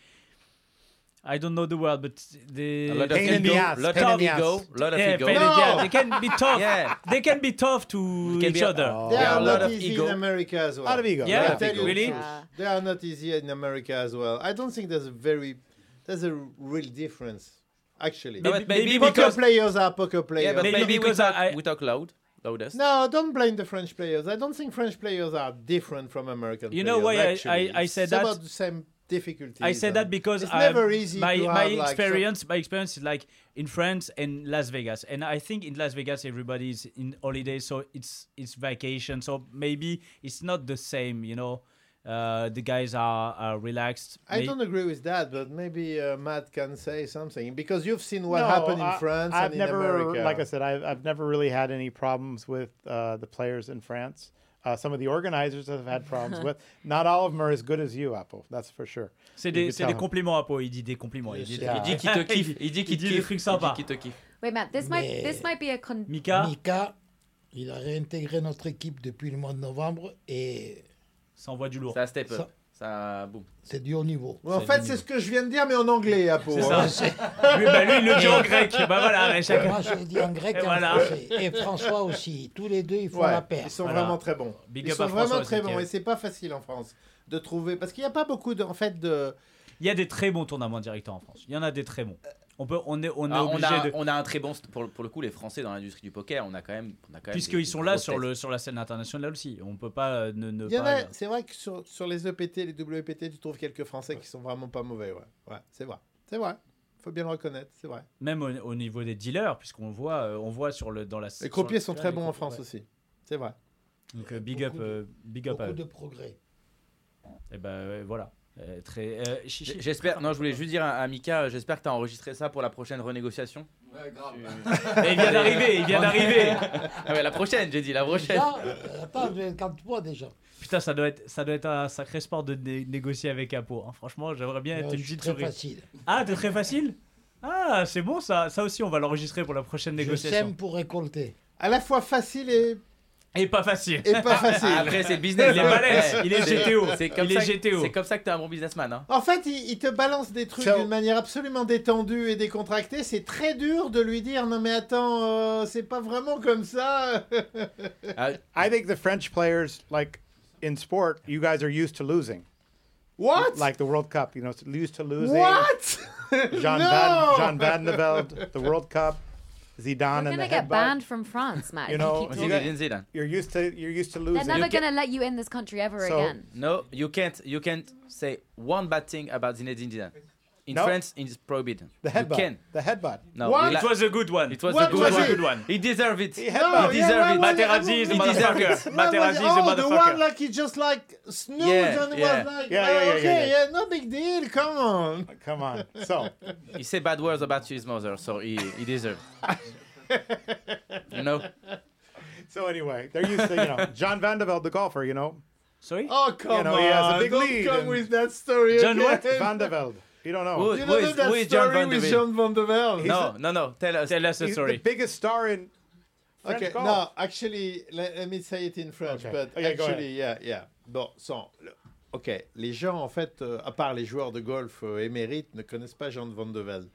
Speaker 3: I don't know the word, but they
Speaker 2: A lot of
Speaker 5: Pain in
Speaker 2: ego.
Speaker 5: the ass,
Speaker 2: Lot
Speaker 5: pain in
Speaker 2: of
Speaker 5: the
Speaker 2: ego.
Speaker 5: ass.
Speaker 2: Lot of
Speaker 3: yeah,
Speaker 2: ego.
Speaker 3: pain in the ass.
Speaker 4: No!
Speaker 3: They can be tough.
Speaker 2: Yeah.
Speaker 3: They can be tough to
Speaker 2: Can
Speaker 3: each
Speaker 2: be- Oh.
Speaker 3: other.
Speaker 4: they
Speaker 2: Yeah,
Speaker 4: are
Speaker 2: a lot
Speaker 4: not
Speaker 2: of
Speaker 4: easy
Speaker 2: ego.
Speaker 4: in America as well.
Speaker 5: Out of ego.
Speaker 3: Yeah,
Speaker 4: I'll tell you the
Speaker 3: really?
Speaker 4: truth. They are not easy in America as well. I don't think there's a very there's a real difference actually.
Speaker 2: No, but
Speaker 3: Maybe
Speaker 2: maybe
Speaker 4: poker
Speaker 2: because.
Speaker 4: players are poker players.
Speaker 2: Yeah, but
Speaker 3: Maybe
Speaker 2: maybe we
Speaker 3: because
Speaker 2: talk,
Speaker 3: I-
Speaker 2: we talk loud. Loudest.
Speaker 4: No, don't blame the French players. I don't think French players are different from American
Speaker 3: You
Speaker 4: players.
Speaker 3: know why I-
Speaker 4: actually.
Speaker 3: I- I said
Speaker 4: it's
Speaker 3: that?
Speaker 4: About the same difficulties.
Speaker 3: I say that
Speaker 4: and
Speaker 3: because
Speaker 4: it's
Speaker 3: I-
Speaker 4: never easy.
Speaker 3: My,
Speaker 4: to
Speaker 3: my
Speaker 4: have, like,
Speaker 3: experience, my experience is like in France and Las Vegas, and I think in Las Vegas everybody is in holiday, so it's it's vacation, so maybe it's not the same, you know. Uh, the guys are, are relaxed.
Speaker 4: some- I
Speaker 3: May-
Speaker 4: don't agree with that, but maybe uh, Matt can say something because you've seen what
Speaker 5: No,
Speaker 4: happened in
Speaker 5: I-
Speaker 4: France
Speaker 5: I've
Speaker 4: and
Speaker 5: never,
Speaker 4: in America.
Speaker 5: like I said, I've, I've never really had any problems with uh, the players in France. Uh, some of the organizers have had problems with. Not all of them are as good as you, Apple. That's for sure.
Speaker 3: C'est
Speaker 5: You
Speaker 3: des,
Speaker 5: could
Speaker 3: c'est
Speaker 5: tell
Speaker 3: des
Speaker 5: him.
Speaker 3: compliments à Pau, il dit des compliments. Il dit,
Speaker 2: Il dit qu'il te kiffe. Il dit qu'il te
Speaker 3: des
Speaker 2: kiffe.
Speaker 3: trucs sympas.
Speaker 2: Il dit qu'il te kiffe.
Speaker 1: Wait, Matt. This might
Speaker 6: Mais-
Speaker 1: this might be a con.
Speaker 3: Mika,
Speaker 6: Mika, il a réintégré notre équipe depuis le mois de novembre et
Speaker 3: s'envoie du lourd.
Speaker 2: Ça step up.
Speaker 6: Ça-
Speaker 2: Ça boum.
Speaker 6: c'est du haut niveau.
Speaker 4: Well, en fait, c'est ce que je viens de dire, mais en anglais, à Pau. hein.
Speaker 3: lui, bah, lui, il le dit en grec. Bah voilà, mais chacun.
Speaker 6: Moi, je le dis en grec
Speaker 3: Et
Speaker 6: et, en
Speaker 3: voilà.
Speaker 6: français. Et François aussi. Tous les deux, ils font
Speaker 4: Ouais,
Speaker 6: la paire.
Speaker 4: ils sont
Speaker 3: Voilà.
Speaker 4: vraiment très bons.
Speaker 3: Big
Speaker 4: ils
Speaker 3: up
Speaker 4: sont
Speaker 3: à
Speaker 4: vraiment
Speaker 3: François,
Speaker 4: très
Speaker 3: c'est
Speaker 4: bons
Speaker 3: clair.
Speaker 4: et c'est pas facile en France de trouver parce qu'il n'y a pas beaucoup de, en fait de
Speaker 3: Il y a des très bons tournois directeurs en France. Il y en a des très bons. On, peut, on est, on est
Speaker 2: Ah, on,
Speaker 3: obligé
Speaker 2: a,
Speaker 3: de.
Speaker 2: on a un très bon st- pour, le- pour le coup les Français dans l'industrie du poker. On a quand même, on a quand même des-
Speaker 3: Puisqu'ils
Speaker 2: des
Speaker 3: sont là
Speaker 2: grosses
Speaker 3: sur,
Speaker 2: têtes.
Speaker 3: le, sur la scène internationale aussi. On peut pas euh, ne, ne
Speaker 4: Il y en
Speaker 3: pas.
Speaker 4: a- C'est vrai que sur, sur les EPT, les WPT, tu trouves quelques Français qui sont vraiment pas mauvais. Ouais, ouais c'est vrai. C'est vrai. Faut bien le reconnaître, c'est vrai.
Speaker 3: Même au, au niveau des dealers, puisqu'on voit, euh, on voit sur le, dans la.
Speaker 4: Les croupiers
Speaker 3: sur
Speaker 4: sont
Speaker 3: la-
Speaker 4: très
Speaker 3: les
Speaker 4: bons en
Speaker 3: croupiers,
Speaker 4: France
Speaker 3: ouais.
Speaker 4: aussi. C'est vrai.
Speaker 3: Donc euh, big up,
Speaker 6: Beaucoup de-
Speaker 3: euh, big up à
Speaker 6: Beaucoup
Speaker 3: eux.
Speaker 6: de progrès.
Speaker 3: Et ben euh, voilà. Euh, très. euh, chi-
Speaker 2: J-
Speaker 3: chi-
Speaker 2: J'espère. Non, je voulais juste dire à, à Mika, euh, j'espère que tu as enregistré ça pour la prochaine renégociation.
Speaker 3: Mais Eh, il vient d'arriver, il vient d'arriver.
Speaker 2: Ah ouais, la prochaine, j'ai dit la prochaine.
Speaker 3: Ah,
Speaker 6: Déjà, euh, attends, je vais être quand tu vois déjà.
Speaker 3: Putain, ça doit être, ça doit être un sacré sport de né- négocier avec Apo. hein. Franchement, j'aimerais
Speaker 2: Eh,
Speaker 3: bien
Speaker 6: Euh,
Speaker 3: être
Speaker 6: je
Speaker 3: une
Speaker 6: suis
Speaker 3: petite
Speaker 6: très
Speaker 3: souris.
Speaker 6: facile.
Speaker 3: Ah, t'es très facile. Ah, c'est bon ça. Ça aussi, on va l'enregistrer pour la prochaine
Speaker 6: Je
Speaker 3: négociation.
Speaker 6: sème pour récolter.
Speaker 4: À la fois facile et,
Speaker 3: Et pas facile.
Speaker 4: et pas
Speaker 2: Ah,
Speaker 4: facile.
Speaker 2: Après, c'est le business.
Speaker 3: Il est
Speaker 2: hein.
Speaker 3: balèze,
Speaker 2: Ouais.
Speaker 3: il est
Speaker 2: C'est-
Speaker 3: GTO,
Speaker 2: C'est comme,
Speaker 3: il est
Speaker 2: ça que-
Speaker 3: GTO.
Speaker 2: c'est comme ça que t'es un bon businessman. Hein.
Speaker 4: En fait, il, il te balance des trucs
Speaker 7: Ciao.
Speaker 4: d'une manière absolument détendue et décontractée. C'est très dur de lui dire non mais attends, euh, c'est pas vraiment comme ça.
Speaker 2: Ah,
Speaker 5: I think the French players, like in sport, you guys are used to losing.
Speaker 4: What?
Speaker 5: Like the World Cup, you know, used to losing.
Speaker 4: What?
Speaker 5: John,
Speaker 4: No!
Speaker 5: Van, John Van de Velde, the World Cup, Zidane,
Speaker 1: We're
Speaker 5: and
Speaker 1: gonna
Speaker 5: the
Speaker 1: get
Speaker 5: headbutt.
Speaker 1: banned from France, Matt.
Speaker 5: You
Speaker 1: if
Speaker 5: know,
Speaker 1: keep
Speaker 5: you
Speaker 2: Zidane,
Speaker 1: talking.
Speaker 5: got-
Speaker 2: Zidane.
Speaker 5: You're used to you're used to
Speaker 1: they're
Speaker 5: losing.
Speaker 1: never gonna let you in this country ever
Speaker 5: So-
Speaker 1: again.
Speaker 2: No, you can't. You can't say one bad thing about Zinedine Zidane. In
Speaker 5: No.
Speaker 2: France, it's prohibited.
Speaker 5: the
Speaker 2: you can.
Speaker 5: headbutt. The headbutt.
Speaker 2: No,
Speaker 4: What?
Speaker 2: we la-
Speaker 3: It was a good Bah, one.
Speaker 2: It was
Speaker 4: What
Speaker 2: a good
Speaker 4: was
Speaker 2: one.
Speaker 4: it?
Speaker 3: good one.
Speaker 2: He deserved it.
Speaker 5: He headbutted.
Speaker 2: He deserved it.
Speaker 3: Materazzi is the
Speaker 2: He deserved it.
Speaker 3: motherfucker. Materazzi is the
Speaker 4: oh, the one
Speaker 3: motherfucker.
Speaker 4: like he just like snoozed
Speaker 2: Yeah,
Speaker 4: and
Speaker 2: yeah.
Speaker 4: was like,
Speaker 5: Yeah, yeah,
Speaker 4: oh,
Speaker 5: yeah, yeah,
Speaker 4: okay,
Speaker 5: yeah.
Speaker 4: no big deal, come on.
Speaker 5: Come on. So
Speaker 2: He said bad words about his mother, so he, he deserved. you know,
Speaker 5: so anyway, they're used to you know John Van de Velde, the golfer. You know
Speaker 3: Sorry.
Speaker 4: Oh, come
Speaker 5: You know,
Speaker 4: on.
Speaker 5: he has a big
Speaker 4: Don't
Speaker 5: lead
Speaker 4: come
Speaker 5: and-
Speaker 4: with that story
Speaker 3: John
Speaker 4: again.
Speaker 3: what?
Speaker 5: Van de Velde. You don't know.
Speaker 2: Who-
Speaker 4: You don't
Speaker 2: who
Speaker 4: know
Speaker 2: is- who
Speaker 4: that
Speaker 2: is John
Speaker 4: story
Speaker 2: Van de
Speaker 4: with
Speaker 2: Velde?
Speaker 4: John Van de Velde?
Speaker 2: no, no, no. Tell us.
Speaker 3: Tell us a
Speaker 5: He's
Speaker 3: story.
Speaker 5: the biggest star in French
Speaker 4: Okay,
Speaker 5: golf.
Speaker 4: no, actually, let, let me say it in French,
Speaker 5: Okay.
Speaker 4: but
Speaker 5: Okay, go
Speaker 4: actually, yeah, yeah. Bon, sans, le- ok, les gens, en fait, euh, à part les joueurs de golf euh, émérites, ne connaissent pas Jean de Van de Velde.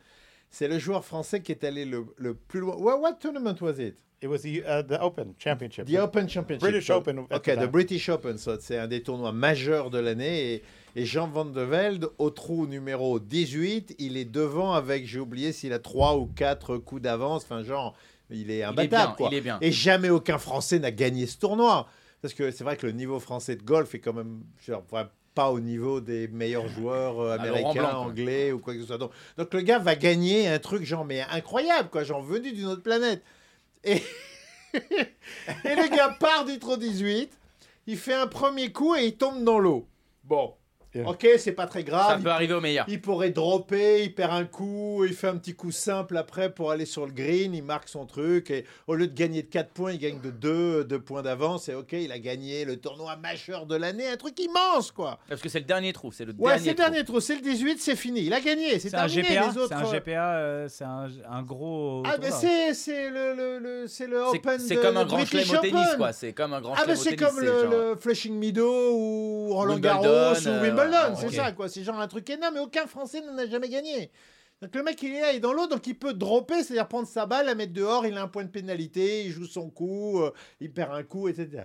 Speaker 4: C'est le joueur français qui est allé le, le plus loin. What, what tournament was it?
Speaker 5: It was the uh, the Open Championship.
Speaker 4: The Open Championship.
Speaker 5: British
Speaker 4: So-
Speaker 5: Open at
Speaker 4: Ok,
Speaker 5: the time.
Speaker 4: the British Open, so c'est un des tournois majeurs de l'année. Et, et Jean Van de Velde, au trou numéro 18, il est devant avec, j'ai oublié s'il a 3 ou 4 coups d'avance. Enfin, genre, il est imbattable.
Speaker 2: bien,
Speaker 4: quoi.
Speaker 2: il est bien.
Speaker 4: Et jamais aucun Français n'a gagné ce tournoi. Parce que c'est vrai que le niveau français de golf est quand même genre, vraiment pas au niveau des meilleurs joueurs euh,
Speaker 2: Ah, Laurent
Speaker 4: américains,
Speaker 2: Blanc, quoi.
Speaker 4: anglais ou quoi que ce soit. Donc, donc le gars va gagner un truc genre mais incroyable quoi, genre venu d'une autre planète. Et et le gars part du trou 18, il fait un premier coup et il tombe dans l'eau. Bon,
Speaker 5: Yeah.
Speaker 4: ok, c'est pas très
Speaker 2: Ça
Speaker 4: grave.
Speaker 2: peut arriver au meilleur.
Speaker 4: Il pourrait dropper, il perd un coup, il fait un petit coup simple après pour aller sur le green, il marque son truc et au lieu de gagner de 4 points, il gagne de 2, 2 points d'avance et ok, il a gagné le tournoi majeur de l'année, un truc immense quoi.
Speaker 2: Parce que c'est le dernier trou. C'est le
Speaker 4: Ouais,
Speaker 2: dernier
Speaker 4: c'est le
Speaker 2: trou.
Speaker 4: dernier trou, c'est le 18, c'est fini, il a gagné, c'est
Speaker 3: C'est un
Speaker 4: terminé
Speaker 3: GPA.
Speaker 4: les autres.
Speaker 3: C'est un GPA. euh, C'est un, un gros. hein.
Speaker 4: Ah
Speaker 3: tournoi.
Speaker 4: ben c'est c'est le le, le- c'est le
Speaker 2: C'est-
Speaker 4: Open
Speaker 2: C'est
Speaker 4: de-
Speaker 2: comme un
Speaker 4: le
Speaker 2: grand
Speaker 4: British
Speaker 2: chelem au tennis,
Speaker 4: Open.
Speaker 2: quoi. C'est comme un grand
Speaker 4: Ah,
Speaker 2: chelem
Speaker 4: bah
Speaker 2: au
Speaker 4: c'est
Speaker 2: tennis,
Speaker 4: comme le,
Speaker 2: genre-
Speaker 4: le Flushing Meadow ou Roland Garros
Speaker 2: Wimbledon,
Speaker 4: ou
Speaker 2: euh,
Speaker 4: Wimbledon, c'est
Speaker 2: ok.
Speaker 4: ça quoi. C'est genre un truc énorme, mais aucun Français n'en a jamais gagné. Donc le mec il est là, il est dans l'eau, donc il peut dropper, c'est-à-dire prendre sa balle, la mettre dehors, il a un point de pénalité, il joue son coup, euh, il perd un coup, etc.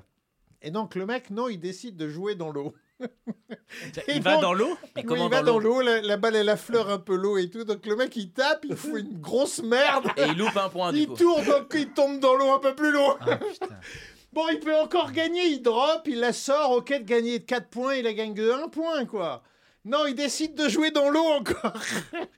Speaker 4: Et donc le mec, non, il décide de jouer dans l'eau.
Speaker 3: Il
Speaker 4: Et
Speaker 3: va
Speaker 4: donc-
Speaker 3: dans l'eau.
Speaker 2: Mais
Speaker 4: Oui,
Speaker 2: comment
Speaker 4: il va
Speaker 2: dans
Speaker 4: dans
Speaker 2: l'eau
Speaker 4: l'eau, la, la balle elle affleure un peu l'eau et tout, donc le mec il tape, il fout une grosse merde.
Speaker 2: Et il loupe un point, du
Speaker 4: Il
Speaker 2: coup.
Speaker 4: tourne, donc il tombe dans l'eau un peu plus loin.
Speaker 2: Ah, putain.
Speaker 4: Bon, il peut encore gagner, il drop, il la sort, ok, de gagner de 4 points, il la gagne de 1 point, quoi. Non, il décide de jouer dans l'eau encore.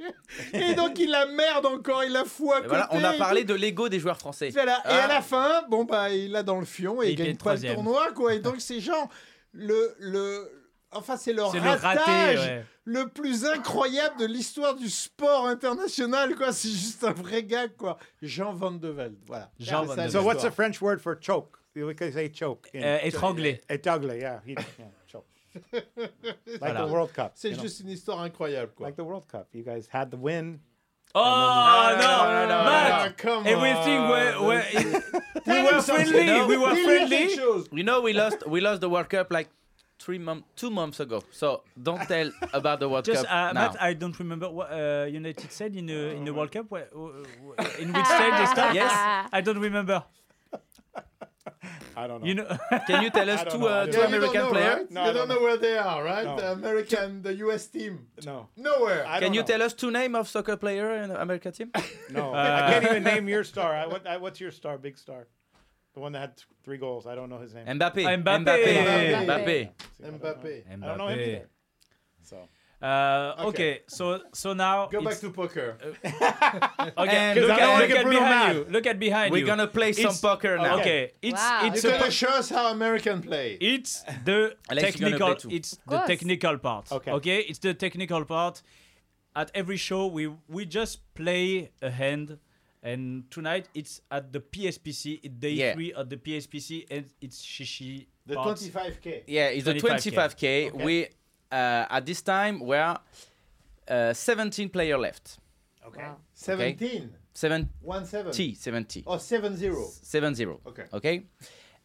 Speaker 4: et donc, il la merde encore, il la fout à
Speaker 2: Et
Speaker 4: côté.
Speaker 2: voilà, on a
Speaker 4: il-
Speaker 2: parlé de l'ego des joueurs français.
Speaker 4: Voilà. Et à
Speaker 2: Ah.
Speaker 4: la fin, bon, bah, il l'a dans le fion et
Speaker 3: Et
Speaker 4: il,
Speaker 3: il est
Speaker 4: gagne pas le
Speaker 3: troisième.
Speaker 4: tournoi, quoi. Et donc, ces gens, le. le... Enfin, c'est le
Speaker 3: C'est le raté.
Speaker 4: ratage
Speaker 3: ouais.
Speaker 4: le plus incroyable de l'histoire du sport international, quoi. C'est juste un vrai gars, quoi. Jean Van de Velde, voilà.
Speaker 3: Jean Van de
Speaker 5: So
Speaker 3: Velde.
Speaker 5: what's the French word for choke? We can say choke. In,
Speaker 3: Euh, étranglé.
Speaker 5: Etangle, yeah, he, yeah, choke. like
Speaker 3: Voilà.
Speaker 5: the World Cup.
Speaker 4: C'est
Speaker 5: you know,
Speaker 4: juste une histoire incroyable, quoi.
Speaker 5: like the World Cup. You guys had the win.
Speaker 3: Oh
Speaker 4: non,
Speaker 3: non,
Speaker 4: non, non,
Speaker 3: Matt.
Speaker 4: non, Ah come
Speaker 3: Everything
Speaker 4: on.
Speaker 3: were, were we
Speaker 4: Tell him
Speaker 3: were
Speaker 4: something.
Speaker 3: friendly.
Speaker 2: No.
Speaker 3: We were
Speaker 4: Dis-lui
Speaker 3: friendly.
Speaker 4: quelque chose.
Speaker 2: You know, we lost, we lost the World Cup like three months, two months ago. So don't tell about the World
Speaker 3: Just
Speaker 2: Cup
Speaker 3: uh,
Speaker 2: now.
Speaker 3: Matt, I don't remember what uh, United said in the in the World Cup. Where, uh, uh, in which stage they start?
Speaker 2: Yes.
Speaker 3: I don't remember.
Speaker 5: I don't know.
Speaker 3: You know,
Speaker 2: Can you tell
Speaker 5: I
Speaker 2: us
Speaker 5: don't
Speaker 2: two,
Speaker 5: know, I
Speaker 2: uh,
Speaker 5: don't
Speaker 2: two
Speaker 5: know.
Speaker 4: you don't
Speaker 2: American
Speaker 4: know,
Speaker 2: players?
Speaker 4: right?
Speaker 5: No, I
Speaker 4: you
Speaker 5: don't
Speaker 4: don't
Speaker 5: know.
Speaker 4: know where they are, right?
Speaker 5: No.
Speaker 4: The American, the US team.
Speaker 5: No.
Speaker 4: Nowhere.
Speaker 5: I
Speaker 2: Can
Speaker 5: don't
Speaker 2: you
Speaker 5: know.
Speaker 2: tell us two names of soccer player in the American team?
Speaker 5: No, I can't even name your star. I, what, I, what's your star? Big star, the one that had th- three goals. I don't know his name.
Speaker 2: Mbappé.
Speaker 3: Mbappé.
Speaker 2: Mbappé.
Speaker 4: Mbappé.
Speaker 2: Mbappé.
Speaker 5: See, I don't know.
Speaker 4: Mbappé.
Speaker 5: I don't know him either. So
Speaker 3: Uh, okay.
Speaker 4: Okay.
Speaker 3: so so now
Speaker 4: Go back
Speaker 3: it's-
Speaker 4: to poker.
Speaker 3: Okay,
Speaker 2: And
Speaker 3: look,
Speaker 2: look at-
Speaker 3: at,
Speaker 5: look
Speaker 3: look
Speaker 5: at
Speaker 3: at
Speaker 5: Bruno
Speaker 3: behind
Speaker 5: Mars.
Speaker 3: you. Look at behind
Speaker 2: We're
Speaker 3: you.
Speaker 2: gonna play some
Speaker 3: It's-
Speaker 2: poker now.
Speaker 3: Okay, it's
Speaker 1: Wow.
Speaker 3: it's
Speaker 4: You're
Speaker 3: a,
Speaker 4: gonna show us how American play.
Speaker 3: it's the
Speaker 2: Alex, you're gonna
Speaker 3: technical.
Speaker 2: play too.
Speaker 3: It's the
Speaker 1: course.
Speaker 3: technical part.
Speaker 5: Okay.
Speaker 3: okay, it's the technical part. At every show, we we just play a hand, and tonight it's at the PSPC. It's day
Speaker 2: Yeah.
Speaker 3: three at the PSPC, and it's shishi.
Speaker 4: The
Speaker 3: parts.
Speaker 4: 25k.
Speaker 2: Yeah, it's
Speaker 3: 25K.
Speaker 2: the 25k. We uh, at this time were uh, 17 player left.
Speaker 4: Okay. 17.
Speaker 2: 70,
Speaker 4: 1-7.
Speaker 2: 70,
Speaker 4: Or 7-0.
Speaker 2: 70.
Speaker 4: Oh. Okay.
Speaker 2: Okay.
Speaker 4: Not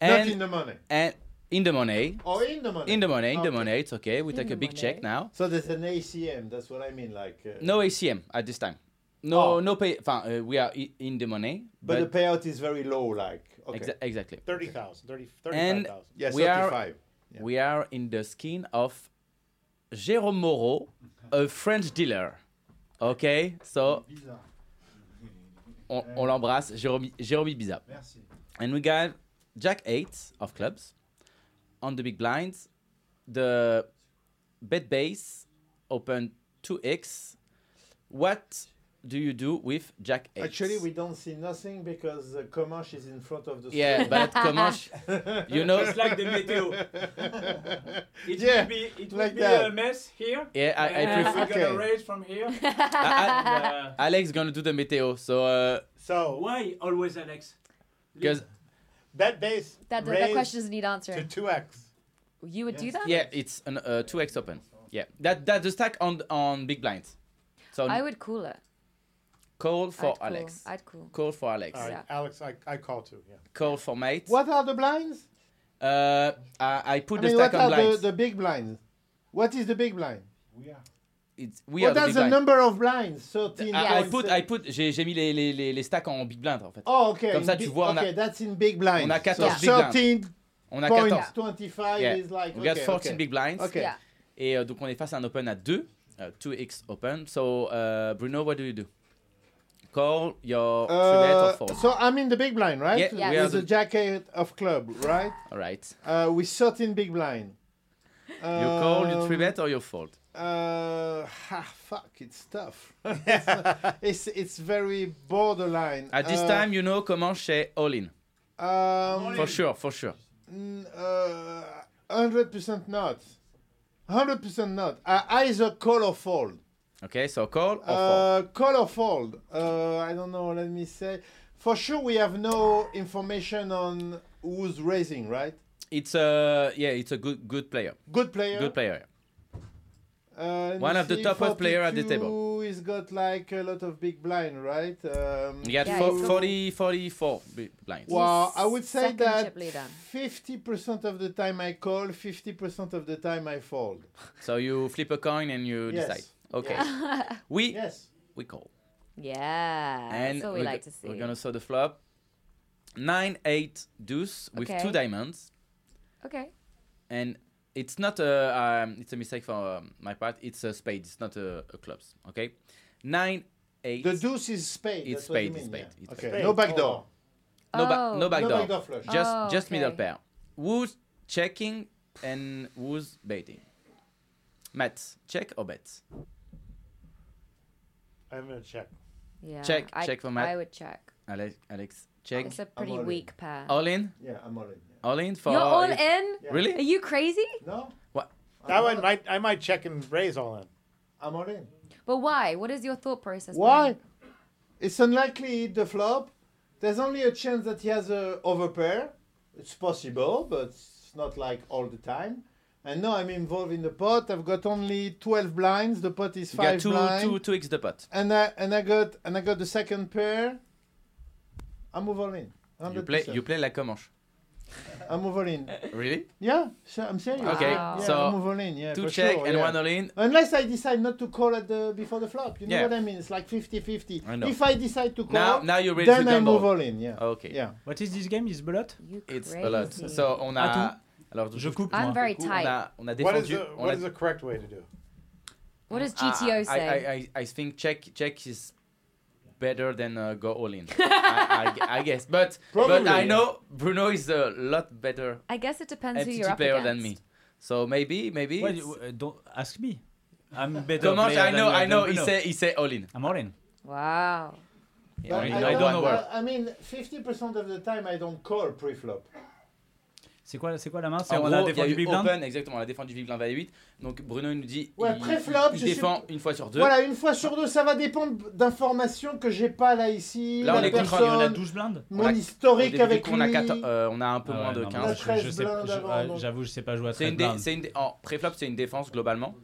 Speaker 2: And
Speaker 4: in the money.
Speaker 2: and in the money,
Speaker 4: Or in the money.
Speaker 2: in the money, in
Speaker 4: Okay.
Speaker 2: the money. It's okay. We take
Speaker 1: the
Speaker 2: a big
Speaker 1: money.
Speaker 2: check now.
Speaker 4: So there's an ACM. That's what I mean. Like. Uh,
Speaker 2: No ACM at this time. No,
Speaker 4: Oh.
Speaker 2: no pay. Enfin, uh, we are i- in the money,
Speaker 4: But,
Speaker 2: but,
Speaker 4: the payout is very low. Like. Okay.
Speaker 2: exa- exactly.
Speaker 5: 30,000, 30,
Speaker 2: And
Speaker 5: 35,000.
Speaker 4: Yeah,
Speaker 2: we are
Speaker 4: 35. Yeah.
Speaker 2: we are in the skin of Jérôme Moreau, a French dealer. Okay, so on, on l'embrasse, Jérôme, Jérôme Ibiza.
Speaker 4: Merci.
Speaker 2: And we got Jack eight of clubs on the big blinds. The bet base open two x. What do you do with Jack eight?
Speaker 4: Actually, we don't see nothing because uh, Comanche is in front of the
Speaker 2: yeah,
Speaker 4: screen.
Speaker 2: but comment you know
Speaker 3: It's like the meteo. It
Speaker 4: Yeah,
Speaker 3: will be, it will
Speaker 4: like
Speaker 3: be
Speaker 4: that.
Speaker 3: a mess here.
Speaker 2: Yeah, I- I
Speaker 3: and
Speaker 2: prefer-
Speaker 3: we're
Speaker 4: Okay.
Speaker 3: gonna raise from here. and,
Speaker 2: I- I-
Speaker 3: uh,
Speaker 2: Alex gonna do the meteo, so uh,
Speaker 5: So
Speaker 3: why always Alex?
Speaker 2: because
Speaker 5: bet base
Speaker 1: That, that,
Speaker 5: raised
Speaker 1: questions need
Speaker 5: to
Speaker 1: answering.
Speaker 5: 2x.
Speaker 1: You would do that?
Speaker 2: yeah, it's an uh, two x open. Yeah, that that's the stack on on big blinds. So
Speaker 1: I would cool it.
Speaker 2: call for
Speaker 1: I'd cool.
Speaker 2: Alex.
Speaker 1: I'd cool.
Speaker 2: Call for Alex.
Speaker 5: All right,
Speaker 1: Yeah.
Speaker 5: Alex, I, I call too. Yeah.
Speaker 2: Call for mate.
Speaker 4: What are the blinds?
Speaker 2: Uh, I, I put
Speaker 4: I
Speaker 2: the
Speaker 4: mean,
Speaker 2: stack
Speaker 4: what
Speaker 2: on
Speaker 4: are the,
Speaker 2: blinds.
Speaker 4: the big blinds? What is the big blind?
Speaker 2: It's, we
Speaker 4: what
Speaker 2: are
Speaker 4: are
Speaker 2: the big
Speaker 4: the
Speaker 2: blind.
Speaker 4: number of blinds? 13.
Speaker 2: I, I
Speaker 4: points.
Speaker 2: put, I put, j'ai j'ai mis les, les, les, les stacks en big blind en fait.
Speaker 4: Oh, okay.
Speaker 2: Comme
Speaker 4: in
Speaker 2: ça, tu
Speaker 4: big-
Speaker 2: vois, on a-
Speaker 4: okay, that's in big blinds.
Speaker 2: on a 14 big
Speaker 4: so
Speaker 2: blinds.
Speaker 4: 13
Speaker 2: On a 14.
Speaker 4: points, 25
Speaker 2: Yeah.
Speaker 4: is Ah, like.
Speaker 2: We got
Speaker 4: okay,
Speaker 2: 14
Speaker 4: okay.
Speaker 2: big blinds.
Speaker 4: Okay.
Speaker 1: Yeah.
Speaker 2: Et euh, donc on est face à un open à 2. 2x open. So uh, Bruno, what do you do? Call
Speaker 4: Uh,
Speaker 2: your three bet or fold.
Speaker 4: so I'm in the big blind, right?
Speaker 2: Yeah,
Speaker 1: Yeah. we
Speaker 2: are
Speaker 4: With the
Speaker 2: the-
Speaker 4: jacket of club, right?
Speaker 2: Alright.
Speaker 4: Uh, with 13 big blind.
Speaker 2: You call your three bet or you fold?
Speaker 4: Uh, ha, fuck, it's tough. it's it's very borderline.
Speaker 2: At this
Speaker 4: Uh,
Speaker 2: time, you know comment chez all in.
Speaker 4: um,
Speaker 2: For sure, for sure.
Speaker 4: n- uh, 100% not. 100% not. Uh, either call or fold.
Speaker 2: Okay, so call or fold.
Speaker 4: Uh, call or fold. Uh, I don't know. Let me say. For sure, we have no information on who's raising, right?
Speaker 2: It's a yeah, it's a good good player.
Speaker 4: Good player.
Speaker 2: Good player.
Speaker 4: Uh, let me
Speaker 2: One of the
Speaker 4: see,
Speaker 2: toughest player at the
Speaker 4: 42,
Speaker 2: table.
Speaker 4: He's got like a lot of big blind, right? Um,
Speaker 2: You got
Speaker 1: Yeah,
Speaker 2: fo-
Speaker 1: it's a-
Speaker 2: 40, 44 bi- blinds.
Speaker 4: Well,
Speaker 1: He's
Speaker 4: I would say
Speaker 1: second
Speaker 4: that
Speaker 1: chip leader.
Speaker 4: 50% of the time I call, 50% of the time I fold.
Speaker 2: So you flip a coin and you
Speaker 4: Yes.
Speaker 2: decide. Okay.
Speaker 4: Yes.
Speaker 2: We
Speaker 4: yes.
Speaker 2: we call.
Speaker 1: Yeah. That's what we
Speaker 2: we're
Speaker 1: like
Speaker 2: go-
Speaker 1: to see.
Speaker 2: We're gonna saw the flop. Nine eight deuce with
Speaker 1: Okay.
Speaker 2: two diamonds,
Speaker 1: Okay.
Speaker 2: and it's not a um, it's a mistake for um, my part. It's a spade. It's not a, a clubs. Okay, nine eight.
Speaker 4: The deuce is spade.
Speaker 2: It's
Speaker 4: that's what you
Speaker 2: spade, it's
Speaker 4: mean,
Speaker 2: spade, it's
Speaker 4: okay.
Speaker 5: spade.
Speaker 4: No backdoor.
Speaker 2: no, ba-
Speaker 1: Oh.
Speaker 4: No
Speaker 2: no backdoor.
Speaker 4: backdoor flush.
Speaker 2: Just
Speaker 1: Oh,
Speaker 2: just middle
Speaker 1: okay.
Speaker 2: pair. Who's checking and who's baiting? Matt, check or bet?
Speaker 5: I'm going to check.
Speaker 1: Yeah.
Speaker 2: Check,
Speaker 1: I,
Speaker 2: check for Matt.
Speaker 1: I would check.
Speaker 2: Alex, Alex, check. Oh,
Speaker 1: It's a pretty
Speaker 4: all in.
Speaker 1: weak pair.
Speaker 2: All in,
Speaker 4: Yeah, I'm all in. yeah.
Speaker 2: all in for.
Speaker 1: You're all in?
Speaker 2: oh, Really?
Speaker 1: Are you crazy?
Speaker 4: No?
Speaker 2: What?
Speaker 5: I
Speaker 4: I'm all-
Speaker 5: might, might, I might check and raise all in.
Speaker 4: I'm all in.
Speaker 1: But why? What is your thought process?
Speaker 4: Why?
Speaker 1: behind-
Speaker 4: It's unlikely he hit the flop. There's only a chance that he has a overpair. It's possible, but it's not like all the time. And now I'm involved in the pot. I've got only 12 blinds. The pot is
Speaker 2: You got
Speaker 4: five
Speaker 2: two,
Speaker 4: blind.
Speaker 2: two, two x the pot.
Speaker 4: And I and I got and I got the second pair. I move all in.
Speaker 2: You play,
Speaker 4: 100%.
Speaker 2: you play like Comanche.
Speaker 5: I'm over in.
Speaker 2: Really?
Speaker 5: Yeah, sure, I'm serious.
Speaker 2: Okay,
Speaker 5: Yeah,
Speaker 2: so
Speaker 5: I'm over in. Yeah,
Speaker 2: Oh. Two
Speaker 5: for
Speaker 2: check
Speaker 5: sure,
Speaker 2: and
Speaker 5: yeah.
Speaker 2: one all in.
Speaker 5: Unless I decide not to call at the before the flop, you know
Speaker 2: Yeah.
Speaker 5: what I mean? It's like 50-50.
Speaker 2: I know.
Speaker 5: If I decide to call,
Speaker 2: Now, now you're ready
Speaker 5: then
Speaker 2: to
Speaker 5: I
Speaker 2: gamble.
Speaker 5: move all in. Yeah.
Speaker 2: Okay.
Speaker 5: Yeah.
Speaker 3: What is this game? Is Belot
Speaker 2: It's a lot.
Speaker 1: Crazy.
Speaker 2: So on a.
Speaker 3: Attends.
Speaker 2: Alors, du
Speaker 3: Ah, Je
Speaker 2: coup,
Speaker 3: coupe.
Speaker 1: I'm
Speaker 3: moi.
Speaker 1: very
Speaker 2: du coup,
Speaker 1: tight.
Speaker 2: On a, on a
Speaker 4: What is the,
Speaker 2: défendu. on
Speaker 4: what
Speaker 2: a-
Speaker 4: is the correct way to do?
Speaker 1: What does
Speaker 2: Ah,
Speaker 1: GTO
Speaker 2: I,
Speaker 1: say?
Speaker 2: I, I, I think check check is better than uh, go all in. I, I, I guess, but
Speaker 5: Probably,
Speaker 2: but I
Speaker 5: yeah.
Speaker 2: know Bruno is a lot better
Speaker 1: I guess it depends who
Speaker 2: FTT
Speaker 1: you're up
Speaker 2: player
Speaker 1: against.
Speaker 2: than me. So maybe maybe.
Speaker 3: Why
Speaker 2: it's-
Speaker 3: do- uh, don't ask me. I'm better.
Speaker 2: Comment
Speaker 3: player
Speaker 2: I know
Speaker 3: than you,
Speaker 2: I know
Speaker 3: don't
Speaker 2: he
Speaker 3: know.
Speaker 2: say he say all in.
Speaker 3: I'm all in.
Speaker 1: Wow.
Speaker 2: Yeah,
Speaker 5: But
Speaker 2: I,
Speaker 5: I,
Speaker 2: I don't know where.
Speaker 5: I, I mean, 50% of the time, I don't call pre-flop.
Speaker 3: C'est quoi, c'est quoi la main C'est
Speaker 2: En
Speaker 3: on
Speaker 2: gros,
Speaker 3: a
Speaker 2: il y a
Speaker 3: défendu
Speaker 2: eu
Speaker 3: Big Blind
Speaker 2: Open, exactement, on a défendu Big Blind by 8. Donc Bruno il nous dit
Speaker 5: Ouais,
Speaker 2: il,
Speaker 5: pré-flop,
Speaker 2: il
Speaker 5: je
Speaker 2: défend une fois sur deux.
Speaker 5: Voilà, une fois sur deux, ça va dépendre d'informations que j'ai pas là ici.
Speaker 2: Là, on
Speaker 5: la
Speaker 2: est contre-
Speaker 3: Il y en a
Speaker 5: personne,
Speaker 3: 12 Euh, blindes
Speaker 5: Mon
Speaker 2: On a- Au
Speaker 5: historique
Speaker 2: début, du
Speaker 5: avec
Speaker 2: coup,
Speaker 5: lui.
Speaker 2: on a, 14 euh, on a un peu
Speaker 3: Ah
Speaker 2: moins
Speaker 3: ouais,
Speaker 2: de
Speaker 3: non,
Speaker 2: 15.
Speaker 3: mais
Speaker 5: La
Speaker 3: je- je
Speaker 5: 13
Speaker 3: sais-
Speaker 5: blindes
Speaker 3: je-
Speaker 5: avant,
Speaker 3: ah,
Speaker 5: donc.
Speaker 3: J'avoue, je sais pas jouer à
Speaker 2: C'est
Speaker 3: 13
Speaker 2: une, dé-
Speaker 3: blindes.
Speaker 2: c'est une dé- en préflop, c'est une défense globalement.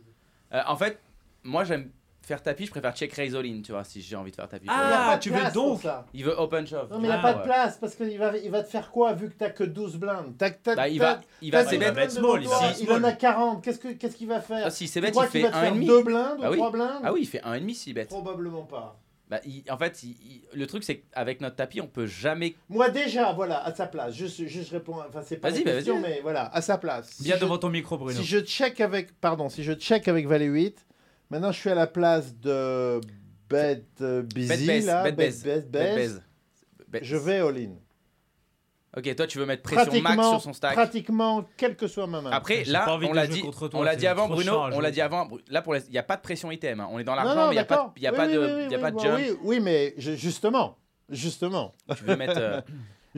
Speaker 2: Euh, en fait, moi j'aime faire tapis, je préfère check raise all in, tu vois, si j'ai envie de faire tapis.
Speaker 5: Il y a
Speaker 3: Ah,
Speaker 5: pas de
Speaker 3: tu veux
Speaker 5: place pour
Speaker 3: donc
Speaker 5: ça.
Speaker 2: Il veut open shove.
Speaker 5: Non, mais il n'y a
Speaker 3: Ah,
Speaker 5: pas de
Speaker 2: ouais.
Speaker 5: place parce qu'il va, il va te faire quoi vu que t'as que 12 blindes Tac, tac,
Speaker 2: Bah, il
Speaker 5: tac.
Speaker 2: va, il va
Speaker 5: T'as
Speaker 3: c'est
Speaker 5: des
Speaker 2: s'ébête.
Speaker 3: bête.
Speaker 5: blindes
Speaker 3: Small,
Speaker 5: devant toi,
Speaker 3: il s'y
Speaker 5: Il en a
Speaker 3: small.
Speaker 5: 40. Qu'est-ce que- qu'est-ce qu'il va faire
Speaker 2: Ah, S'il
Speaker 5: Tu
Speaker 2: s'ébête,
Speaker 5: crois
Speaker 2: il
Speaker 5: qu'il
Speaker 2: fait
Speaker 5: va te faire
Speaker 2: 1,5.
Speaker 5: deux blindes
Speaker 2: Ah
Speaker 5: ou
Speaker 2: oui.
Speaker 5: trois blindes
Speaker 2: Ah oui, il fait 1,5 s'il bête.
Speaker 5: Probablement pas.
Speaker 2: Bah, il- en fait, il- il- le truc c'est qu'avec notre tapis, on peut jamais.
Speaker 5: Moi déjà, voilà, à sa place. Je, je, je réponds. Enfin, c'est pas
Speaker 2: Vas-y,
Speaker 5: une
Speaker 2: bah,
Speaker 5: question,
Speaker 2: vas-y.
Speaker 5: mais voilà, à sa place. Si
Speaker 3: Bien
Speaker 5: je-
Speaker 3: devant ton micro, Bruno.
Speaker 5: Si je check avec, pardon, si je check avec Valet 8, maintenant je suis à la place de Bet euh, Busy
Speaker 2: baise,
Speaker 5: là,
Speaker 2: bet baise,
Speaker 5: bet,
Speaker 2: Bet
Speaker 5: baise.
Speaker 2: baise. Bet-
Speaker 5: Je vais all in.
Speaker 2: Ok, toi tu veux mettre pression max
Speaker 5: Pratiquement-
Speaker 2: sur son stack.
Speaker 5: Pratiquement, quelle que soit ma main.
Speaker 2: Après,
Speaker 3: J'ai
Speaker 2: là,
Speaker 3: pas envie
Speaker 2: on
Speaker 3: de
Speaker 2: l'a
Speaker 3: jouer
Speaker 2: dit,
Speaker 3: contre toi,
Speaker 2: on l'a
Speaker 3: t'es
Speaker 2: dit avant,
Speaker 3: trop
Speaker 2: Bruno.
Speaker 3: chiant à
Speaker 2: On
Speaker 3: jouer.
Speaker 2: l'a dit avant. Bru- Là, pour les- il n'y a pas de pression item. hein. On est dans
Speaker 5: non,
Speaker 2: l'argent,
Speaker 5: non,
Speaker 2: mais il n'y a pas,
Speaker 5: d'accord.
Speaker 2: de- il y a
Speaker 5: Oui,
Speaker 2: pas
Speaker 5: oui,
Speaker 2: de,
Speaker 5: oui, oui,
Speaker 2: il y a
Speaker 5: oui,
Speaker 2: pas de
Speaker 5: bah
Speaker 2: jump.
Speaker 5: Oui, oui, mais ju- justement, justement,
Speaker 2: Tu veux mettre. euh,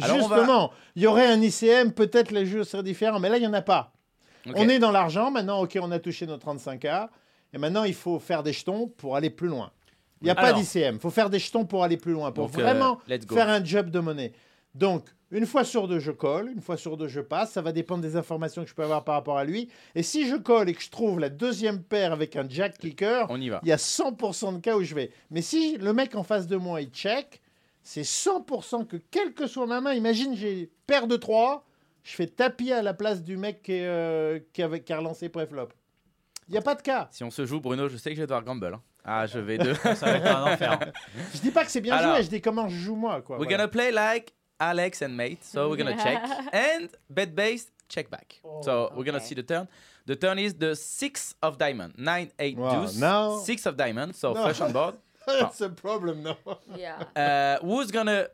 Speaker 2: Alors, on va-
Speaker 5: justement, il y aurait un ICM, peut-être les jeux seraient différents, mais là il y en a pas.
Speaker 2: ok.
Speaker 5: On est dans l'argent maintenant. Ok, on a touché nos 35K, et maintenant il faut faire des jetons pour aller plus loin. Il n'y a pas
Speaker 3: Alors-
Speaker 5: d'ICM. Il faut faire des jetons pour aller plus loin, pour
Speaker 2: Donc, euh,
Speaker 5: vraiment
Speaker 2: let's go.
Speaker 5: faire un job de monnaie. Donc, une fois sur deux, je colle, une fois sur deux, je passe. Ça va dépendre des informations que je peux avoir par rapport à lui. Et si je colle et que je trouve la deuxième paire avec un jack clicker,
Speaker 2: On y va.
Speaker 5: il y a 100% de cas où je vais. Mais si le mec en face de moi, il check, c'est 100% que quelle que soit ma main, imagine, j'ai paire de 3, je fais tapis à la place du mec qui, est, euh, qui, avait, qui a relancé préflop. Il n'y a pas de cas.
Speaker 2: Si on se joue, Bruno, je sais que je vais devoir gamble. hein. Ah, je vais de.
Speaker 3: Ça va être un enfer. hein.
Speaker 5: Je dis pas que c'est bien
Speaker 2: Alors-
Speaker 5: joué, je dis comment je joue moi. Quoi,
Speaker 2: We're
Speaker 5: Voilà.
Speaker 2: gonna play like Alex and mate. So we're gonna check and bet based check back.
Speaker 5: Oh,
Speaker 2: so we're gonna
Speaker 1: okay.
Speaker 2: see the turn. The turn is the six of diamond, nine eight
Speaker 5: Wow,
Speaker 2: deuce,
Speaker 5: now-
Speaker 2: six of diamond. So
Speaker 5: No.
Speaker 2: flush on board.
Speaker 5: That's a problem now.
Speaker 1: Yeah.
Speaker 2: Uh, who's gonna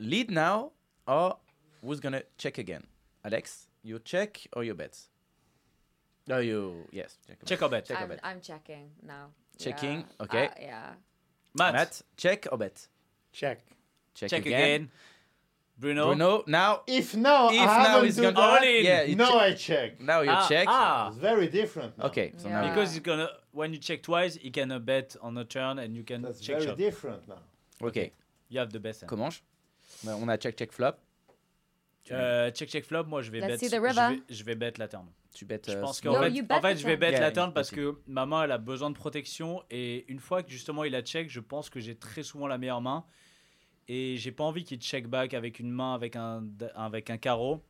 Speaker 2: lead now or who's gonna check again? Alex, you check or you bet? No, you yes. Check, or
Speaker 3: Check or bet.
Speaker 2: Check or
Speaker 1: I'm,
Speaker 2: bet.
Speaker 1: I'm checking now.
Speaker 2: Checking,
Speaker 1: Yeah.
Speaker 2: okay.
Speaker 1: Uh, yeah.
Speaker 3: Matt,
Speaker 2: Matt, check or bet?
Speaker 4: Check.
Speaker 2: Check,
Speaker 3: check again. Bruno.
Speaker 2: Bruno, now
Speaker 5: If now
Speaker 2: if
Speaker 5: I
Speaker 2: now
Speaker 5: haven't
Speaker 2: he's
Speaker 5: done
Speaker 2: gonna
Speaker 3: all
Speaker 5: that,
Speaker 3: in.
Speaker 2: yeah, you
Speaker 5: now
Speaker 2: check-
Speaker 5: I check.
Speaker 2: now you
Speaker 3: ah,
Speaker 2: check.
Speaker 3: Ah,
Speaker 5: It's very different. now.
Speaker 2: Okay, so now
Speaker 1: Yeah.
Speaker 2: you
Speaker 3: because it's gonna when you check twice, you can uh, bet on a turn and you can
Speaker 5: That's
Speaker 3: check
Speaker 5: very
Speaker 3: shop.
Speaker 5: different now.
Speaker 2: Ok,
Speaker 3: You have the best. hand.
Speaker 2: comment je Ben, On a check, check, flop. Tu,
Speaker 3: Euh, check check flop, moi je vais
Speaker 1: Let's
Speaker 3: bet.
Speaker 1: see the
Speaker 3: je
Speaker 1: river.
Speaker 3: vais- Je vais bet la turn.
Speaker 2: tu bêtes.
Speaker 3: Je
Speaker 2: euh,
Speaker 3: pense
Speaker 2: small.
Speaker 3: qu'en
Speaker 1: No, you
Speaker 3: fait,
Speaker 1: bet
Speaker 3: en fait,
Speaker 1: the
Speaker 3: je vais
Speaker 1: turn.
Speaker 3: bet
Speaker 2: Yeah,
Speaker 3: la
Speaker 2: you
Speaker 3: turn
Speaker 2: bet
Speaker 3: parce
Speaker 2: it.
Speaker 3: que ma main elle a besoin de protection et une fois que justement il a check, je pense que j'ai très souvent la meilleure main et j'ai pas envie qu'il check back avec une main avec un avec un carreau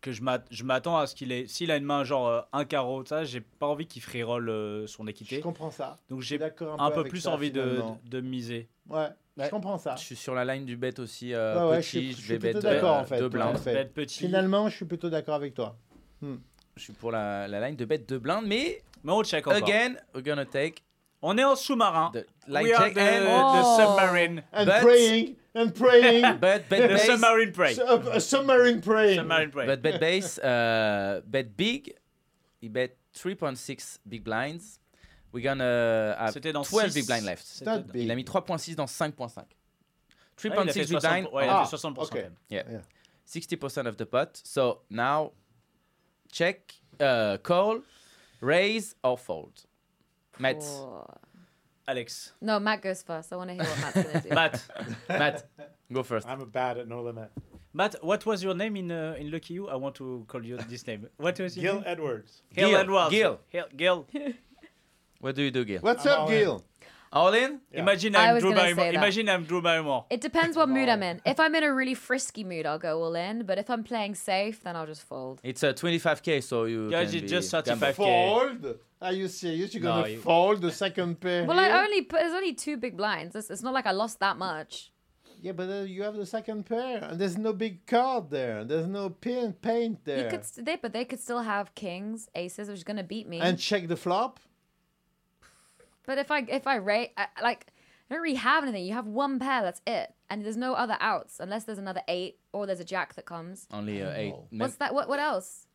Speaker 3: que je m'at- je m'attends à ce qu'il ait s'il a une main genre euh, un carreau ça, j'ai pas envie qu'il free roll euh, son
Speaker 5: Je
Speaker 3: équité.
Speaker 5: comprends ça.
Speaker 3: Donc
Speaker 5: Je suis
Speaker 3: j'ai
Speaker 5: d'accord
Speaker 3: un peu
Speaker 5: avec
Speaker 3: plus
Speaker 5: ça,
Speaker 3: envie de,
Speaker 5: finalement.
Speaker 3: de miser.
Speaker 5: Ouais, je
Speaker 2: Ouais.
Speaker 5: comprends ça.
Speaker 2: Je suis sur la line du bet aussi. euh,
Speaker 5: Ouais, ouais, je
Speaker 2: petit,
Speaker 5: suis-
Speaker 2: je,
Speaker 5: je
Speaker 2: vais
Speaker 5: suis plutôt
Speaker 2: bet
Speaker 5: d'accord,
Speaker 2: euh,
Speaker 5: en fait,
Speaker 2: deux
Speaker 5: tout à
Speaker 2: blindes.
Speaker 5: fait.
Speaker 3: Bet petit.
Speaker 5: Finalement, je suis plutôt d'accord avec toi.
Speaker 2: Je suis pour la, la line de bet deux blindes, mais
Speaker 3: Mais on check encore.
Speaker 2: again, we're gonna take
Speaker 3: On est en sous-marin.
Speaker 2: the line
Speaker 3: We are
Speaker 2: check
Speaker 3: the,
Speaker 2: and
Speaker 3: the
Speaker 1: Oh.
Speaker 3: submarine.
Speaker 5: And
Speaker 2: But-
Speaker 5: praying, and praying,
Speaker 2: bet bet
Speaker 3: The
Speaker 2: base,
Speaker 3: submarine prey.
Speaker 5: su- a, a uh, submarine praying.
Speaker 3: Submarine prey.
Speaker 2: bet bet base, euh, bet big. Il bet 3.6 big blinds. We're gonna have
Speaker 3: C'était dans
Speaker 2: 12
Speaker 3: six-
Speaker 2: big blind left.
Speaker 3: C'était dans-
Speaker 5: Not big.
Speaker 2: Il a mis 3.6 dans 5.5.
Speaker 3: Ouais, il a
Speaker 2: 3.6
Speaker 3: fait
Speaker 2: big blind.
Speaker 3: 60 ouais, il
Speaker 5: Ah,
Speaker 3: a fait 60%
Speaker 5: ok.
Speaker 3: quand même.
Speaker 2: 60% of the pot. So now check, uh, call, raise or fold. Matt,
Speaker 1: Cool.
Speaker 3: Alex.
Speaker 1: No, Matt goes first. I want to hear what Matt's gonna do.
Speaker 3: Matt.
Speaker 2: Matt, go first.
Speaker 3: Ah.
Speaker 4: I'm bad at no limit.
Speaker 3: Matt, what was your name in uh, in Lucky You? I want to call you this name. What was your
Speaker 4: Gil
Speaker 3: name?
Speaker 4: Edwards.
Speaker 3: Gil
Speaker 2: Gil,
Speaker 3: Edwards.
Speaker 2: Gil.
Speaker 3: Gil. Gil.
Speaker 2: What do you do, Gil?
Speaker 5: What's
Speaker 4: I'm
Speaker 5: up,
Speaker 4: all in.
Speaker 5: Gil?
Speaker 2: All in?
Speaker 3: Imagine
Speaker 1: I
Speaker 3: I'm
Speaker 1: was
Speaker 3: Drew
Speaker 1: gonna say
Speaker 3: Barrymore.
Speaker 1: that.
Speaker 3: Imagine I'm Drew Barrymore.
Speaker 1: It depends what mood I'm in. If I'm in a really frisky mood, I'll go all in. But if I'm playing safe, then I'll just fold.
Speaker 2: It's a 25k, so you.
Speaker 3: Yeah,
Speaker 2: can
Speaker 3: ju-
Speaker 2: be
Speaker 3: just Ah,
Speaker 2: gamble.
Speaker 3: 35k.
Speaker 5: Fold? Are you serious? You're gonna
Speaker 3: No, you-
Speaker 5: fold the second pair?
Speaker 1: Well, I
Speaker 5: here?
Speaker 1: only put, there's only two big blinds. It's, it's not like I lost that much.
Speaker 5: Yeah, but uh, you have the second pair, and there's no big card there. There's no pin paint there.
Speaker 1: You could st- they, but they could still have kings, aces, which is gonna beat me.
Speaker 5: and check the flop.
Speaker 1: but if I if I rate I, like I don't really have anything. You have one pair. That's it. And there's no other outs unless there's another eight or there's a jack that comes.
Speaker 2: Only uh, eight. Mem-
Speaker 1: What's that? What what else?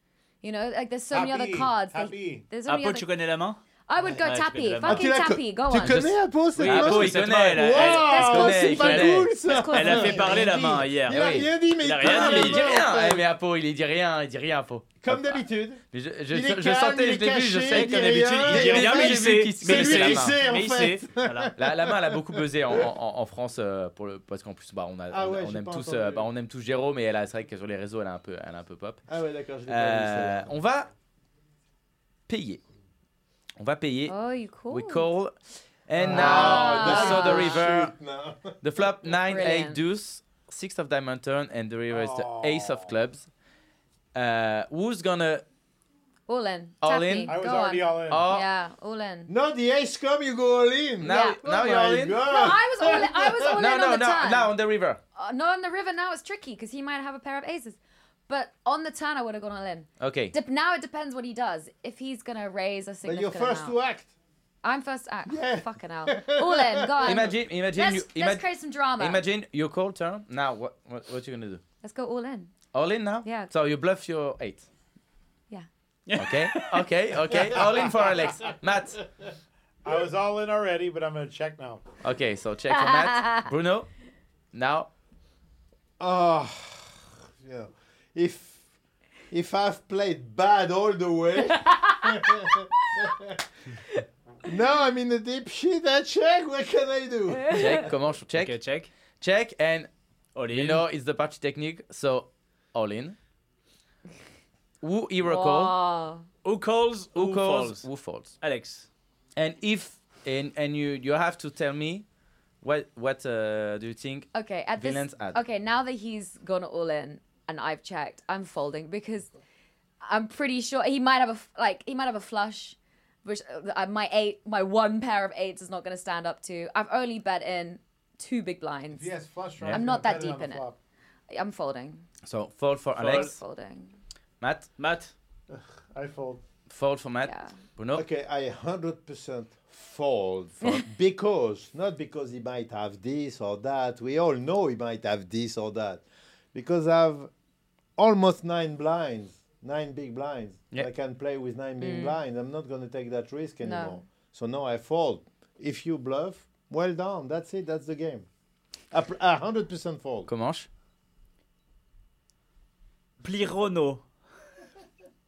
Speaker 1: You know, like there's so many other
Speaker 8: Happy, E.
Speaker 1: cards. There's-
Speaker 8: happy.
Speaker 1: There's so
Speaker 2: Ah,
Speaker 1: many
Speaker 3: Apo,
Speaker 1: other-
Speaker 3: tu connais la main
Speaker 1: I would go
Speaker 3: Ouais, je connais
Speaker 1: tappy.
Speaker 3: la main.
Speaker 1: Fucking
Speaker 5: Ah, tu la co-
Speaker 1: tappy. Go
Speaker 5: tu
Speaker 1: on.
Speaker 5: connais un peu cette
Speaker 2: Ah,
Speaker 5: main
Speaker 2: bon,
Speaker 3: oui,
Speaker 2: il
Speaker 3: cette
Speaker 2: connaît,
Speaker 3: main,
Speaker 2: elle
Speaker 3: elle
Speaker 2: a-
Speaker 3: a- elle-
Speaker 1: Let's
Speaker 5: Waouh,
Speaker 1: go,
Speaker 2: connaît,
Speaker 5: c'est
Speaker 2: il
Speaker 5: pas
Speaker 2: connaît.
Speaker 5: cool ça.
Speaker 1: Let's go.
Speaker 3: Elle a fait
Speaker 5: Il
Speaker 3: parler la
Speaker 5: dit-
Speaker 3: main hier.
Speaker 5: Il a
Speaker 2: Oui.
Speaker 5: rien dit, mais
Speaker 3: Il a
Speaker 5: il
Speaker 3: rien
Speaker 2: Ah,
Speaker 5: parle
Speaker 2: mais
Speaker 3: dit,
Speaker 5: la
Speaker 2: il dit
Speaker 5: main, en
Speaker 2: rien.
Speaker 5: fait.
Speaker 2: Eh, mais Apo, il dit rien, il dit rien, Apo.
Speaker 5: Comme d'habitude.
Speaker 2: Mais je, je,
Speaker 5: Il est
Speaker 2: je
Speaker 5: calme,
Speaker 2: sentais,
Speaker 5: il
Speaker 2: je
Speaker 5: est
Speaker 2: l'ai vu, je
Speaker 5: caché,
Speaker 2: sais
Speaker 5: il
Speaker 2: qu'à
Speaker 5: dit
Speaker 2: d'habitude,
Speaker 5: rien,
Speaker 3: Il
Speaker 2: il dit
Speaker 5: y a
Speaker 3: dit rien,
Speaker 2: rien,
Speaker 3: mais
Speaker 2: mais
Speaker 3: il
Speaker 2: j'ai vu
Speaker 3: sait.
Speaker 2: qu'il
Speaker 5: c'est
Speaker 3: Mais il
Speaker 5: lui
Speaker 3: sait la
Speaker 5: qui
Speaker 3: main.
Speaker 5: sait, en
Speaker 3: Mais il
Speaker 5: fait.
Speaker 3: sait. Voilà.
Speaker 2: La, la main, elle a beaucoup buzzé en, en- en- en France euh, pour le, parce qu'en plus, bah, on, a,
Speaker 5: Ah
Speaker 2: on,
Speaker 5: ouais,
Speaker 2: on
Speaker 5: j'ai
Speaker 2: aime
Speaker 5: pas
Speaker 2: tous,
Speaker 5: entendu.
Speaker 2: euh, bah, on aime tous Jérôme, et elle a- c'est vrai que sur les réseaux, elle est un peu, elle est un peu pop.
Speaker 5: Ah ouais, d'accord, je l'ai pas vu,
Speaker 2: Euh,
Speaker 5: celle-là.
Speaker 2: on va payer. On va payer.
Speaker 1: Oh, you cool.
Speaker 2: We call. And
Speaker 5: Ah,
Speaker 2: now the
Speaker 5: that's
Speaker 2: Soda
Speaker 5: bullshit,
Speaker 2: River.
Speaker 5: no.
Speaker 2: The flop 9, 8
Speaker 1: Brilliant.
Speaker 2: deuce, 6 of diamond turn, and the river is the
Speaker 5: Oh.
Speaker 2: ace of clubs. Uh, who's gonna.
Speaker 1: All in.
Speaker 2: All
Speaker 1: Tappy.
Speaker 2: in?
Speaker 8: I was
Speaker 1: Go
Speaker 8: already
Speaker 1: on.
Speaker 8: all in.
Speaker 2: Oh,
Speaker 1: Yeah, all in.
Speaker 5: No, the ace come, you go all in.
Speaker 2: now,
Speaker 1: Yeah.
Speaker 2: now
Speaker 5: Oh
Speaker 2: you're all
Speaker 5: my
Speaker 2: in?
Speaker 5: God.
Speaker 1: No, I was all in, I was all
Speaker 2: No,
Speaker 1: in
Speaker 2: no,
Speaker 1: on the
Speaker 2: no,
Speaker 1: turn.
Speaker 2: now on the river.
Speaker 1: Uh, no, on the river now it's tricky because he might have a pair of aces. But on the turn, I would have gone all in.
Speaker 2: Okay.
Speaker 1: Dep now it depends what he does. If he's gonna raise a
Speaker 5: But
Speaker 1: significant
Speaker 5: you're first
Speaker 1: amount.
Speaker 5: to act.
Speaker 1: I'm first. Act.
Speaker 5: Yeah.
Speaker 1: Fucking hell. All in. Go on.
Speaker 2: Imagine, imagine,
Speaker 1: Let's,
Speaker 2: you,
Speaker 1: let's
Speaker 2: imagine,
Speaker 1: create some drama.
Speaker 2: imagine your call turn. Now, what, what, what you gonna do?
Speaker 1: Let's go all in.
Speaker 2: All in now?
Speaker 1: Yeah.
Speaker 2: So you bluff your 8.
Speaker 1: Yeah.
Speaker 2: Okay, okay, okay. All in for Alex. Matt.
Speaker 8: I was all in already, but I'm gonna check now.
Speaker 2: Okay, so check for Matt. Bruno. Now,
Speaker 4: Ah,
Speaker 5: Oh, you know, if if I've played bad all the way. now I'm in a deep shit.
Speaker 4: eh,
Speaker 5: I check. What can I do?
Speaker 2: check. Comment je check?
Speaker 3: Ok, check.
Speaker 2: Check and
Speaker 3: All
Speaker 2: You
Speaker 3: in.
Speaker 2: know, it's the party technique, so all in. Who hero call?
Speaker 1: Wow.
Speaker 3: Who calls?
Speaker 2: Who
Speaker 3: Who
Speaker 2: calls?
Speaker 3: falls?
Speaker 2: Who falls?
Speaker 3: Alex.
Speaker 2: And if and and you you have to tell me what what uh, do you think?
Speaker 1: Okay, at
Speaker 2: Villains
Speaker 1: this.
Speaker 2: ad.
Speaker 1: Okay, now that he's gone all in and I've checked, I'm folding because I'm pretty sure he might have a f- like he might have a flush, which uh, uh, my eight, my one pair of eights is not going to stand up to. I've only bet in two big blinds.
Speaker 8: Yes, flush draw.
Speaker 1: I'm not that deep in it. I'm folding.
Speaker 2: So fold for Alex,
Speaker 1: Folding.
Speaker 2: Matt,
Speaker 3: Matt.
Speaker 8: I fold.
Speaker 2: fold for Matt,
Speaker 1: Yeah.
Speaker 2: Bruno.
Speaker 5: Okay, I 100% fold for- because, not because he might have this or that. We all know he might have this or that. Because I've almost nine blinds, nine big blinds.
Speaker 2: Yeah.
Speaker 5: I can play with nine big blinds. I'm not going to take that risk
Speaker 1: No.
Speaker 5: anymore. So now I fold. If you bluff, well done. That's it. That's the game. I pl- I 100% fold.
Speaker 2: Comanche.
Speaker 3: Plirono.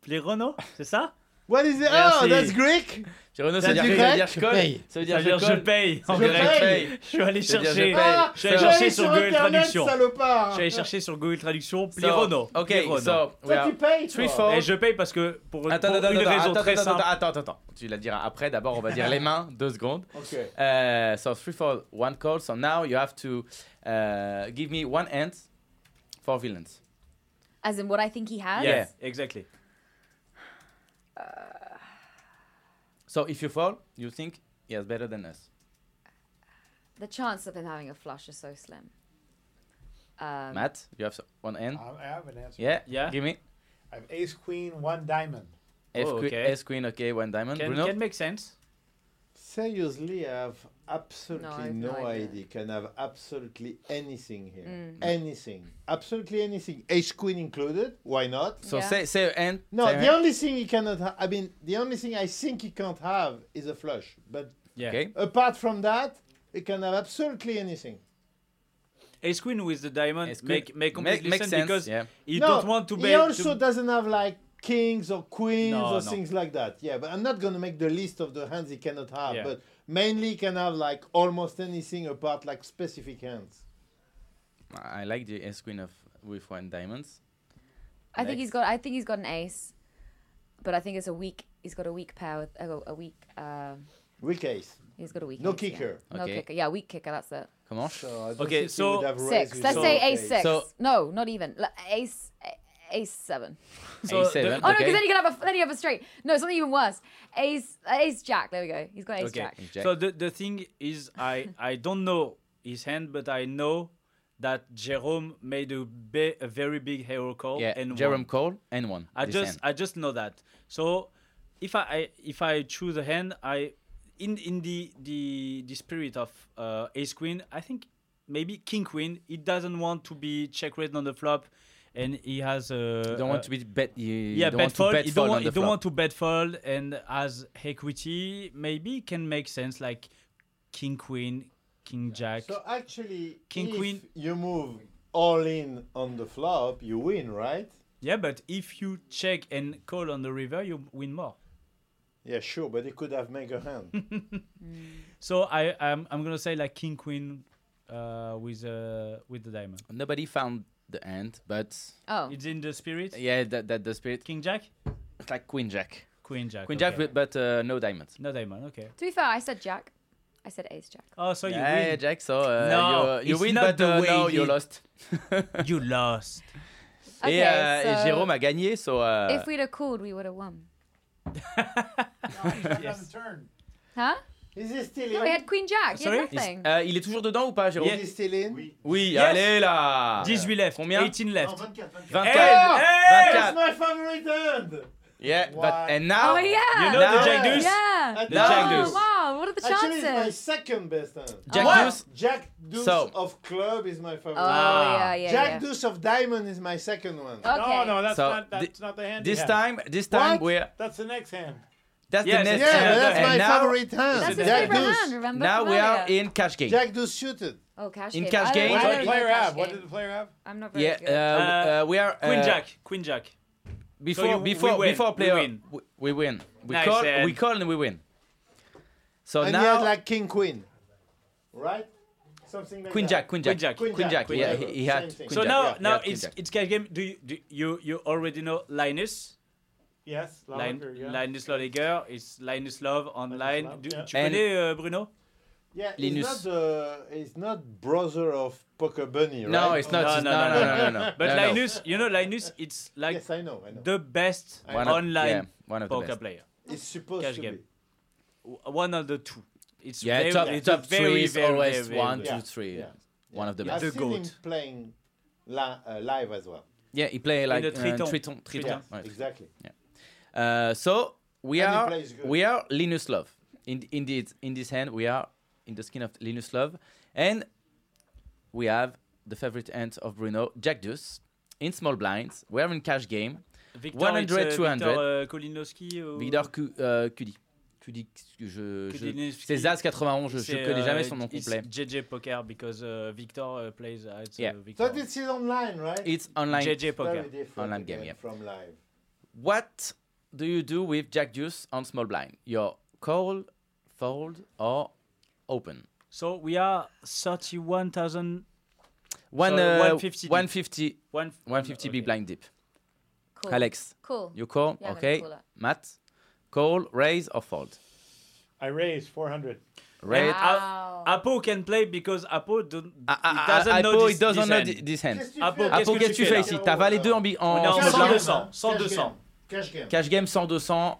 Speaker 3: Plirono, c'est ça
Speaker 5: What is it?
Speaker 2: Merci.
Speaker 5: Oh, that's Greek?
Speaker 2: Bruno, ça
Speaker 5: Ça
Speaker 2: veut dire
Speaker 5: dit
Speaker 2: ça veut
Speaker 5: grec,
Speaker 2: dire je
Speaker 6: je
Speaker 2: colle.
Speaker 6: paye.
Speaker 2: Ça
Speaker 3: Ça
Speaker 2: veut dire
Speaker 3: veut dire je
Speaker 2: colle.
Speaker 3: paye en
Speaker 2: Je
Speaker 3: grec.
Speaker 2: paye.
Speaker 3: Je suis allé
Speaker 2: Ça veut dire
Speaker 3: chercher.
Speaker 2: je paye.
Speaker 5: Ah,
Speaker 3: Je suis allé
Speaker 5: j'allais
Speaker 3: chercher sur Google
Speaker 5: Internet,
Speaker 3: Traduction. Je
Speaker 5: salopard.
Speaker 3: suis allé chercher sur Google Traduction
Speaker 2: So,
Speaker 3: Plirono.
Speaker 2: Okay,
Speaker 3: Plirono.
Speaker 2: so we
Speaker 5: Toi,
Speaker 2: are
Speaker 5: tu payes,
Speaker 2: three
Speaker 5: toi.
Speaker 2: fold.
Speaker 3: Et je paye parce que pour,
Speaker 2: Attends,
Speaker 3: pour
Speaker 2: attends,
Speaker 3: une
Speaker 2: attends,
Speaker 3: raison
Speaker 2: attends,
Speaker 3: très
Speaker 2: attends,
Speaker 3: simple.
Speaker 2: attends, attends, attends. Tu la diras après. D'abord, on va dire les mains, deux secondes.
Speaker 5: Okay.
Speaker 2: Uh, so three for one call. So now you have to uh, give me one hand for villains.
Speaker 1: As in what I think he has.
Speaker 3: Yeah,
Speaker 2: Yes.
Speaker 3: exactly.
Speaker 2: So if you fall, you think he has better than us.
Speaker 1: The chance of him having a flush is so slim. Um,
Speaker 2: Matt, you have one hand.
Speaker 8: I have an answer.
Speaker 2: Yeah,
Speaker 3: Yeah.
Speaker 2: Give me
Speaker 8: I have ace queen, one diamond.
Speaker 2: F
Speaker 3: Oh,
Speaker 2: que-
Speaker 3: okay.
Speaker 2: S queen. Okay, one diamond.
Speaker 3: Can,
Speaker 2: Bruno.
Speaker 3: can make sense.
Speaker 5: Seriously, I have
Speaker 1: No, I
Speaker 5: absolutely
Speaker 1: have
Speaker 5: no,
Speaker 1: no idea. Mm.
Speaker 5: idea. Can have absolutely anything here. Anything. Absolutely anything. Ace queen included. Why not?
Speaker 2: so
Speaker 1: Yeah.
Speaker 2: say say your hand.
Speaker 5: No,
Speaker 2: say your
Speaker 5: the
Speaker 2: hand.
Speaker 5: only thing he cannot ha- I mean, the only thing I think he can't have is a flush. But
Speaker 3: Yeah.
Speaker 2: Okay.
Speaker 5: apart from that, he can have absolutely anything.
Speaker 3: Ace Queen with the diamond
Speaker 2: Ace queen.
Speaker 3: make make completely
Speaker 2: make
Speaker 3: sense,
Speaker 2: sense,
Speaker 3: because
Speaker 2: yeah.
Speaker 3: you
Speaker 5: no,
Speaker 3: don't want to
Speaker 5: He
Speaker 3: bet.
Speaker 5: also
Speaker 3: to...
Speaker 5: doesn't have like kings or queens
Speaker 3: No,
Speaker 5: or
Speaker 3: no.
Speaker 5: things like that. Yeah, but I'm not going to make the list of the hands he cannot have.
Speaker 3: Yeah.
Speaker 5: But mainly he can have like almost anything apart like specific hands.
Speaker 2: I like the S queen of with one diamonds.
Speaker 1: I think
Speaker 2: Next.
Speaker 1: he's got. I think he's got an ace, but I think it's a uh, weak. He's got a weak pair with a, a weak. Um,
Speaker 7: Weak ace.
Speaker 1: He's got a weak
Speaker 7: No
Speaker 1: ace, yeah.
Speaker 7: kicker.
Speaker 1: No
Speaker 2: Okay.
Speaker 1: kicker. Yeah, weak kicker. That's it.
Speaker 2: Comment
Speaker 7: So I don't
Speaker 3: Okay,
Speaker 7: think he
Speaker 3: so-
Speaker 7: would have raised
Speaker 1: Six.
Speaker 7: with
Speaker 1: Let's
Speaker 7: that
Speaker 1: say
Speaker 7: ace.
Speaker 1: ace six.
Speaker 2: So-
Speaker 1: no, not even. L- Ace, a- ace seven.
Speaker 3: So,
Speaker 2: Ace seven.
Speaker 3: the-
Speaker 1: Oh no,
Speaker 2: Okay.
Speaker 1: because then you can have a then you have a straight. No, something even worse. Ace, uh, ace jack. There we go. He's got ace
Speaker 3: okay.
Speaker 1: jack.
Speaker 2: Jack.
Speaker 3: So the, the thing is, I, I don't know his hand, but I know that Jerome made a, be, a very big hero call.
Speaker 2: Yeah,
Speaker 3: and
Speaker 2: Jerome
Speaker 3: won.
Speaker 2: Cole and one.
Speaker 3: I
Speaker 2: this
Speaker 3: just I
Speaker 2: hand.
Speaker 3: just know that. So if I, I if I choose a hand, I in in the the the spirit of uh, ace queen, I think maybe king queen. He doesn't want to be check raised on the flop, and he has a
Speaker 2: you don't want to be bet. You
Speaker 3: uh, yeah,
Speaker 2: don't
Speaker 3: bet
Speaker 2: want to
Speaker 3: fold.
Speaker 2: bet
Speaker 3: you don't
Speaker 2: fold
Speaker 3: want,
Speaker 2: on
Speaker 3: you
Speaker 2: the
Speaker 3: don't
Speaker 2: flop.
Speaker 3: want to bet fold, and as equity, maybe it can make sense like king queen, king jack.
Speaker 7: So actually,
Speaker 3: King,
Speaker 7: if
Speaker 3: queen.
Speaker 7: you move all in on the flop, you win, right?
Speaker 3: yeah, but if you check and call on the river, you win more.
Speaker 7: Yeah, sure, but he could have made a hand.
Speaker 3: So I I'm, I'm gonna say like king queen, uh, with uh with the diamond.
Speaker 2: Nobody found the hand, but
Speaker 1: Oh,
Speaker 3: It's in the spirit.
Speaker 2: yeah, that that the spirit.
Speaker 3: King jack,
Speaker 2: It's like Queen Jack.
Speaker 3: queen jack.
Speaker 2: Queen
Speaker 3: okay.
Speaker 2: Jack, but, but uh, no diamonds.
Speaker 3: no diamond. Okay.
Speaker 1: to be fair, I said jack. I said ace jack.
Speaker 2: Eh,
Speaker 3: Oh, so you
Speaker 2: yeah,
Speaker 3: win.
Speaker 2: Jack. So uh,
Speaker 3: No,
Speaker 2: you, you
Speaker 3: it's
Speaker 2: win,
Speaker 3: not
Speaker 2: but
Speaker 3: the
Speaker 2: uh,
Speaker 3: way
Speaker 2: no,
Speaker 3: it
Speaker 2: you
Speaker 3: is.
Speaker 2: lost.
Speaker 3: you lost.
Speaker 2: Ah,
Speaker 1: Okay,
Speaker 2: et, euh, et
Speaker 1: so
Speaker 2: Jérôme a gagné. So uh,
Speaker 1: if we'd have called, we would have won.
Speaker 5: Yes. Turn.
Speaker 1: Huh?
Speaker 7: Is he still
Speaker 1: No, we
Speaker 7: in?
Speaker 1: had queen jack. You
Speaker 3: Sorry?
Speaker 1: had
Speaker 3: Is-
Speaker 1: nothing.
Speaker 2: Euh, il est toujours dedans ou pas, Jérôme
Speaker 7: Is he still in?
Speaker 2: Oui,
Speaker 3: Yes.
Speaker 2: allez là
Speaker 3: 18 left.
Speaker 2: Combien
Speaker 3: 18
Speaker 5: oh,
Speaker 3: left.
Speaker 2: 24
Speaker 3: Hey,
Speaker 7: That's
Speaker 2: 24
Speaker 7: my favorite hand!
Speaker 2: Yeah, but,
Speaker 7: Why?
Speaker 2: and now
Speaker 1: oh yeah.
Speaker 3: You know the
Speaker 2: Now-
Speaker 3: jack deuce.
Speaker 1: Yeah.
Speaker 7: The
Speaker 2: Jack
Speaker 1: oh,
Speaker 2: deuce.
Speaker 1: Wow. What are the
Speaker 7: Actually, it's my
Speaker 1: chances?
Speaker 7: second best hand.
Speaker 2: Jack
Speaker 1: What?
Speaker 2: Deuce.
Speaker 7: Jack Deuce
Speaker 2: So-
Speaker 7: of Club is my favorite.
Speaker 1: Oh yeah, yeah.
Speaker 7: Jack
Speaker 1: yeah.
Speaker 7: Deuce of Diamond is my second one.
Speaker 1: Okay.
Speaker 5: No, no, that's
Speaker 2: So,
Speaker 5: not that's
Speaker 2: thi-
Speaker 5: not the hand. he
Speaker 2: This
Speaker 5: had.
Speaker 2: time, this time
Speaker 7: What?
Speaker 2: we're
Speaker 5: that's the next hand.
Speaker 2: that's
Speaker 3: Yes,
Speaker 2: the next.
Speaker 7: Yeah,
Speaker 3: Yeah,
Speaker 7: but that's
Speaker 2: and
Speaker 7: my
Speaker 2: now,
Speaker 7: favorite hand.
Speaker 1: That's his
Speaker 7: Jack
Speaker 1: favorite
Speaker 7: Deuce.
Speaker 1: hand. Remember?
Speaker 2: Now
Speaker 1: from
Speaker 2: we are
Speaker 1: earlier.
Speaker 2: in cash game.
Speaker 7: Jack Deuce suited.
Speaker 1: Oh, cash
Speaker 2: in
Speaker 1: game.
Speaker 2: cash
Speaker 1: I don't
Speaker 2: game.
Speaker 5: What did
Speaker 2: Why
Speaker 5: the
Speaker 2: did
Speaker 1: really like
Speaker 5: player
Speaker 1: cash
Speaker 5: have? What
Speaker 1: game.
Speaker 5: did the player have?
Speaker 1: I'm not very
Speaker 2: Yeah,
Speaker 1: good.
Speaker 2: uh,
Speaker 3: Uh,
Speaker 2: uh, we are
Speaker 3: Queen
Speaker 2: uh,
Speaker 3: jack, queen jack.
Speaker 2: Before,
Speaker 3: you- we
Speaker 2: before,
Speaker 3: win.
Speaker 2: before
Speaker 3: We
Speaker 2: player,
Speaker 3: win.
Speaker 2: we, we win. We
Speaker 3: Nice,
Speaker 2: call,
Speaker 3: and-
Speaker 2: we call, and we win. So
Speaker 7: And he
Speaker 2: now
Speaker 7: had like King Queen. Right? Something like
Speaker 2: Queen
Speaker 7: that.
Speaker 2: Jack, Queen Jack,
Speaker 3: Queen Jack.
Speaker 2: Queen Jack.
Speaker 7: Queen
Speaker 2: Yeah,
Speaker 7: Jack.
Speaker 2: he, he had.
Speaker 7: Same thing.
Speaker 2: Queen
Speaker 3: so
Speaker 2: Jack.
Speaker 3: now
Speaker 2: Yeah, he
Speaker 3: now
Speaker 2: had Queen
Speaker 3: it's
Speaker 2: Jack.
Speaker 3: it's cash game. Do you do you you already know Linus?
Speaker 5: Yes,
Speaker 3: Lin-
Speaker 5: Lavander, yeah.
Speaker 3: Linus Lawliger, it's Linus Love online.
Speaker 5: Love,
Speaker 3: Do-
Speaker 5: yeah.
Speaker 3: Tu
Speaker 2: And-
Speaker 3: connais euh, Bruno
Speaker 7: Yeah, it's
Speaker 2: Linus.
Speaker 7: not, uh, it's not brother of Poker Bunny, right?
Speaker 2: No, it's not.
Speaker 3: No,
Speaker 2: it's-
Speaker 3: no,
Speaker 2: No,
Speaker 3: no,
Speaker 2: no, no, no, no. no.
Speaker 3: But
Speaker 2: no, no.
Speaker 3: Linus, you know Linus, it's like
Speaker 7: Yes, I know, I know.
Speaker 3: the best
Speaker 7: I
Speaker 2: One
Speaker 7: know.
Speaker 2: of-
Speaker 3: online
Speaker 2: yeah, one of the
Speaker 3: poker
Speaker 2: best.
Speaker 3: player.
Speaker 7: It's supposed
Speaker 3: Cash
Speaker 7: to
Speaker 3: game.
Speaker 7: be.
Speaker 3: W- One of the two. It's
Speaker 2: Yeah,
Speaker 3: very,
Speaker 2: top,
Speaker 3: it's
Speaker 2: top
Speaker 3: very,
Speaker 2: three is
Speaker 3: very,
Speaker 2: always
Speaker 3: very,
Speaker 2: one,
Speaker 7: Yeah.
Speaker 2: two, three.
Speaker 7: Yeah.
Speaker 2: One of the
Speaker 7: I've
Speaker 3: The
Speaker 2: best.
Speaker 7: seen him
Speaker 3: goat.
Speaker 7: playing la- uh, live as well.
Speaker 2: Yeah, he play like
Speaker 3: the
Speaker 2: uh,
Speaker 3: Triton.
Speaker 2: Triton.
Speaker 3: Yeah,
Speaker 2: Triton. right.
Speaker 7: Exactly.
Speaker 2: Uh, so we
Speaker 7: And he
Speaker 2: are
Speaker 7: plays good.
Speaker 2: we are Linus Love. In, indeed, in this hand we are in the skin of Linus Love, and we have the favorite hand of Bruno, Jack Deuce, in small blinds. We are in cash game.
Speaker 3: Victor,
Speaker 2: 100,
Speaker 3: it's, uh,
Speaker 2: 200.
Speaker 3: Victor euh, Kolinowski ou...
Speaker 2: Victor Cu- euh, Cudi. Cudi, je, je,
Speaker 3: Kudilinski.
Speaker 2: c'est Zaz 91. Je, je
Speaker 3: C'est,
Speaker 2: connais
Speaker 3: euh,
Speaker 2: jamais son nom
Speaker 3: it's
Speaker 2: complet.
Speaker 3: JJ Poker because uh, Victor uh, plays at uh,
Speaker 2: Yeah.
Speaker 3: Victor.
Speaker 7: So this is online, right?
Speaker 2: It's online.
Speaker 3: JJ Poker.
Speaker 7: very different
Speaker 2: Online game,
Speaker 7: again
Speaker 2: yeah.
Speaker 7: from live.
Speaker 2: What do you do with Jack Deuce on small blind? Your call, fold, or open?
Speaker 3: So we are 31,000
Speaker 2: One,
Speaker 3: So,
Speaker 2: uh,
Speaker 3: 150 deep.
Speaker 2: 150,
Speaker 3: one-
Speaker 2: 150
Speaker 3: okay.
Speaker 2: big blind deep.
Speaker 1: cool.
Speaker 2: Alex,
Speaker 1: Cool.
Speaker 2: you call,
Speaker 1: Yeah, I'm gonna
Speaker 2: okay.
Speaker 1: call it.
Speaker 2: Matt, call, raise, or fold?
Speaker 5: I raised 400.
Speaker 2: Raise.
Speaker 1: Ah.
Speaker 3: A-
Speaker 1: Wow.
Speaker 3: Apo can play because Apo don't,
Speaker 2: Ah, ah,
Speaker 3: he
Speaker 2: ah,
Speaker 3: doesn't
Speaker 2: ah,
Speaker 3: know
Speaker 2: Apo,
Speaker 3: this,
Speaker 2: he doesn't
Speaker 3: this
Speaker 2: know
Speaker 3: hand.
Speaker 2: thi- this hand.
Speaker 7: Qu'est-ce que tu
Speaker 3: Apo,
Speaker 7: fais
Speaker 3: qu'est-ce
Speaker 2: Apo,
Speaker 3: que
Speaker 2: qu'est-ce que tu fais
Speaker 3: là
Speaker 2: ici T'as valé deux en, bi- en,
Speaker 3: On est en
Speaker 2: en
Speaker 3: Sans
Speaker 2: small blind.
Speaker 3: 200, sans
Speaker 7: Cash
Speaker 3: 200.
Speaker 7: game, Cash game.
Speaker 2: Cash game 100, 200.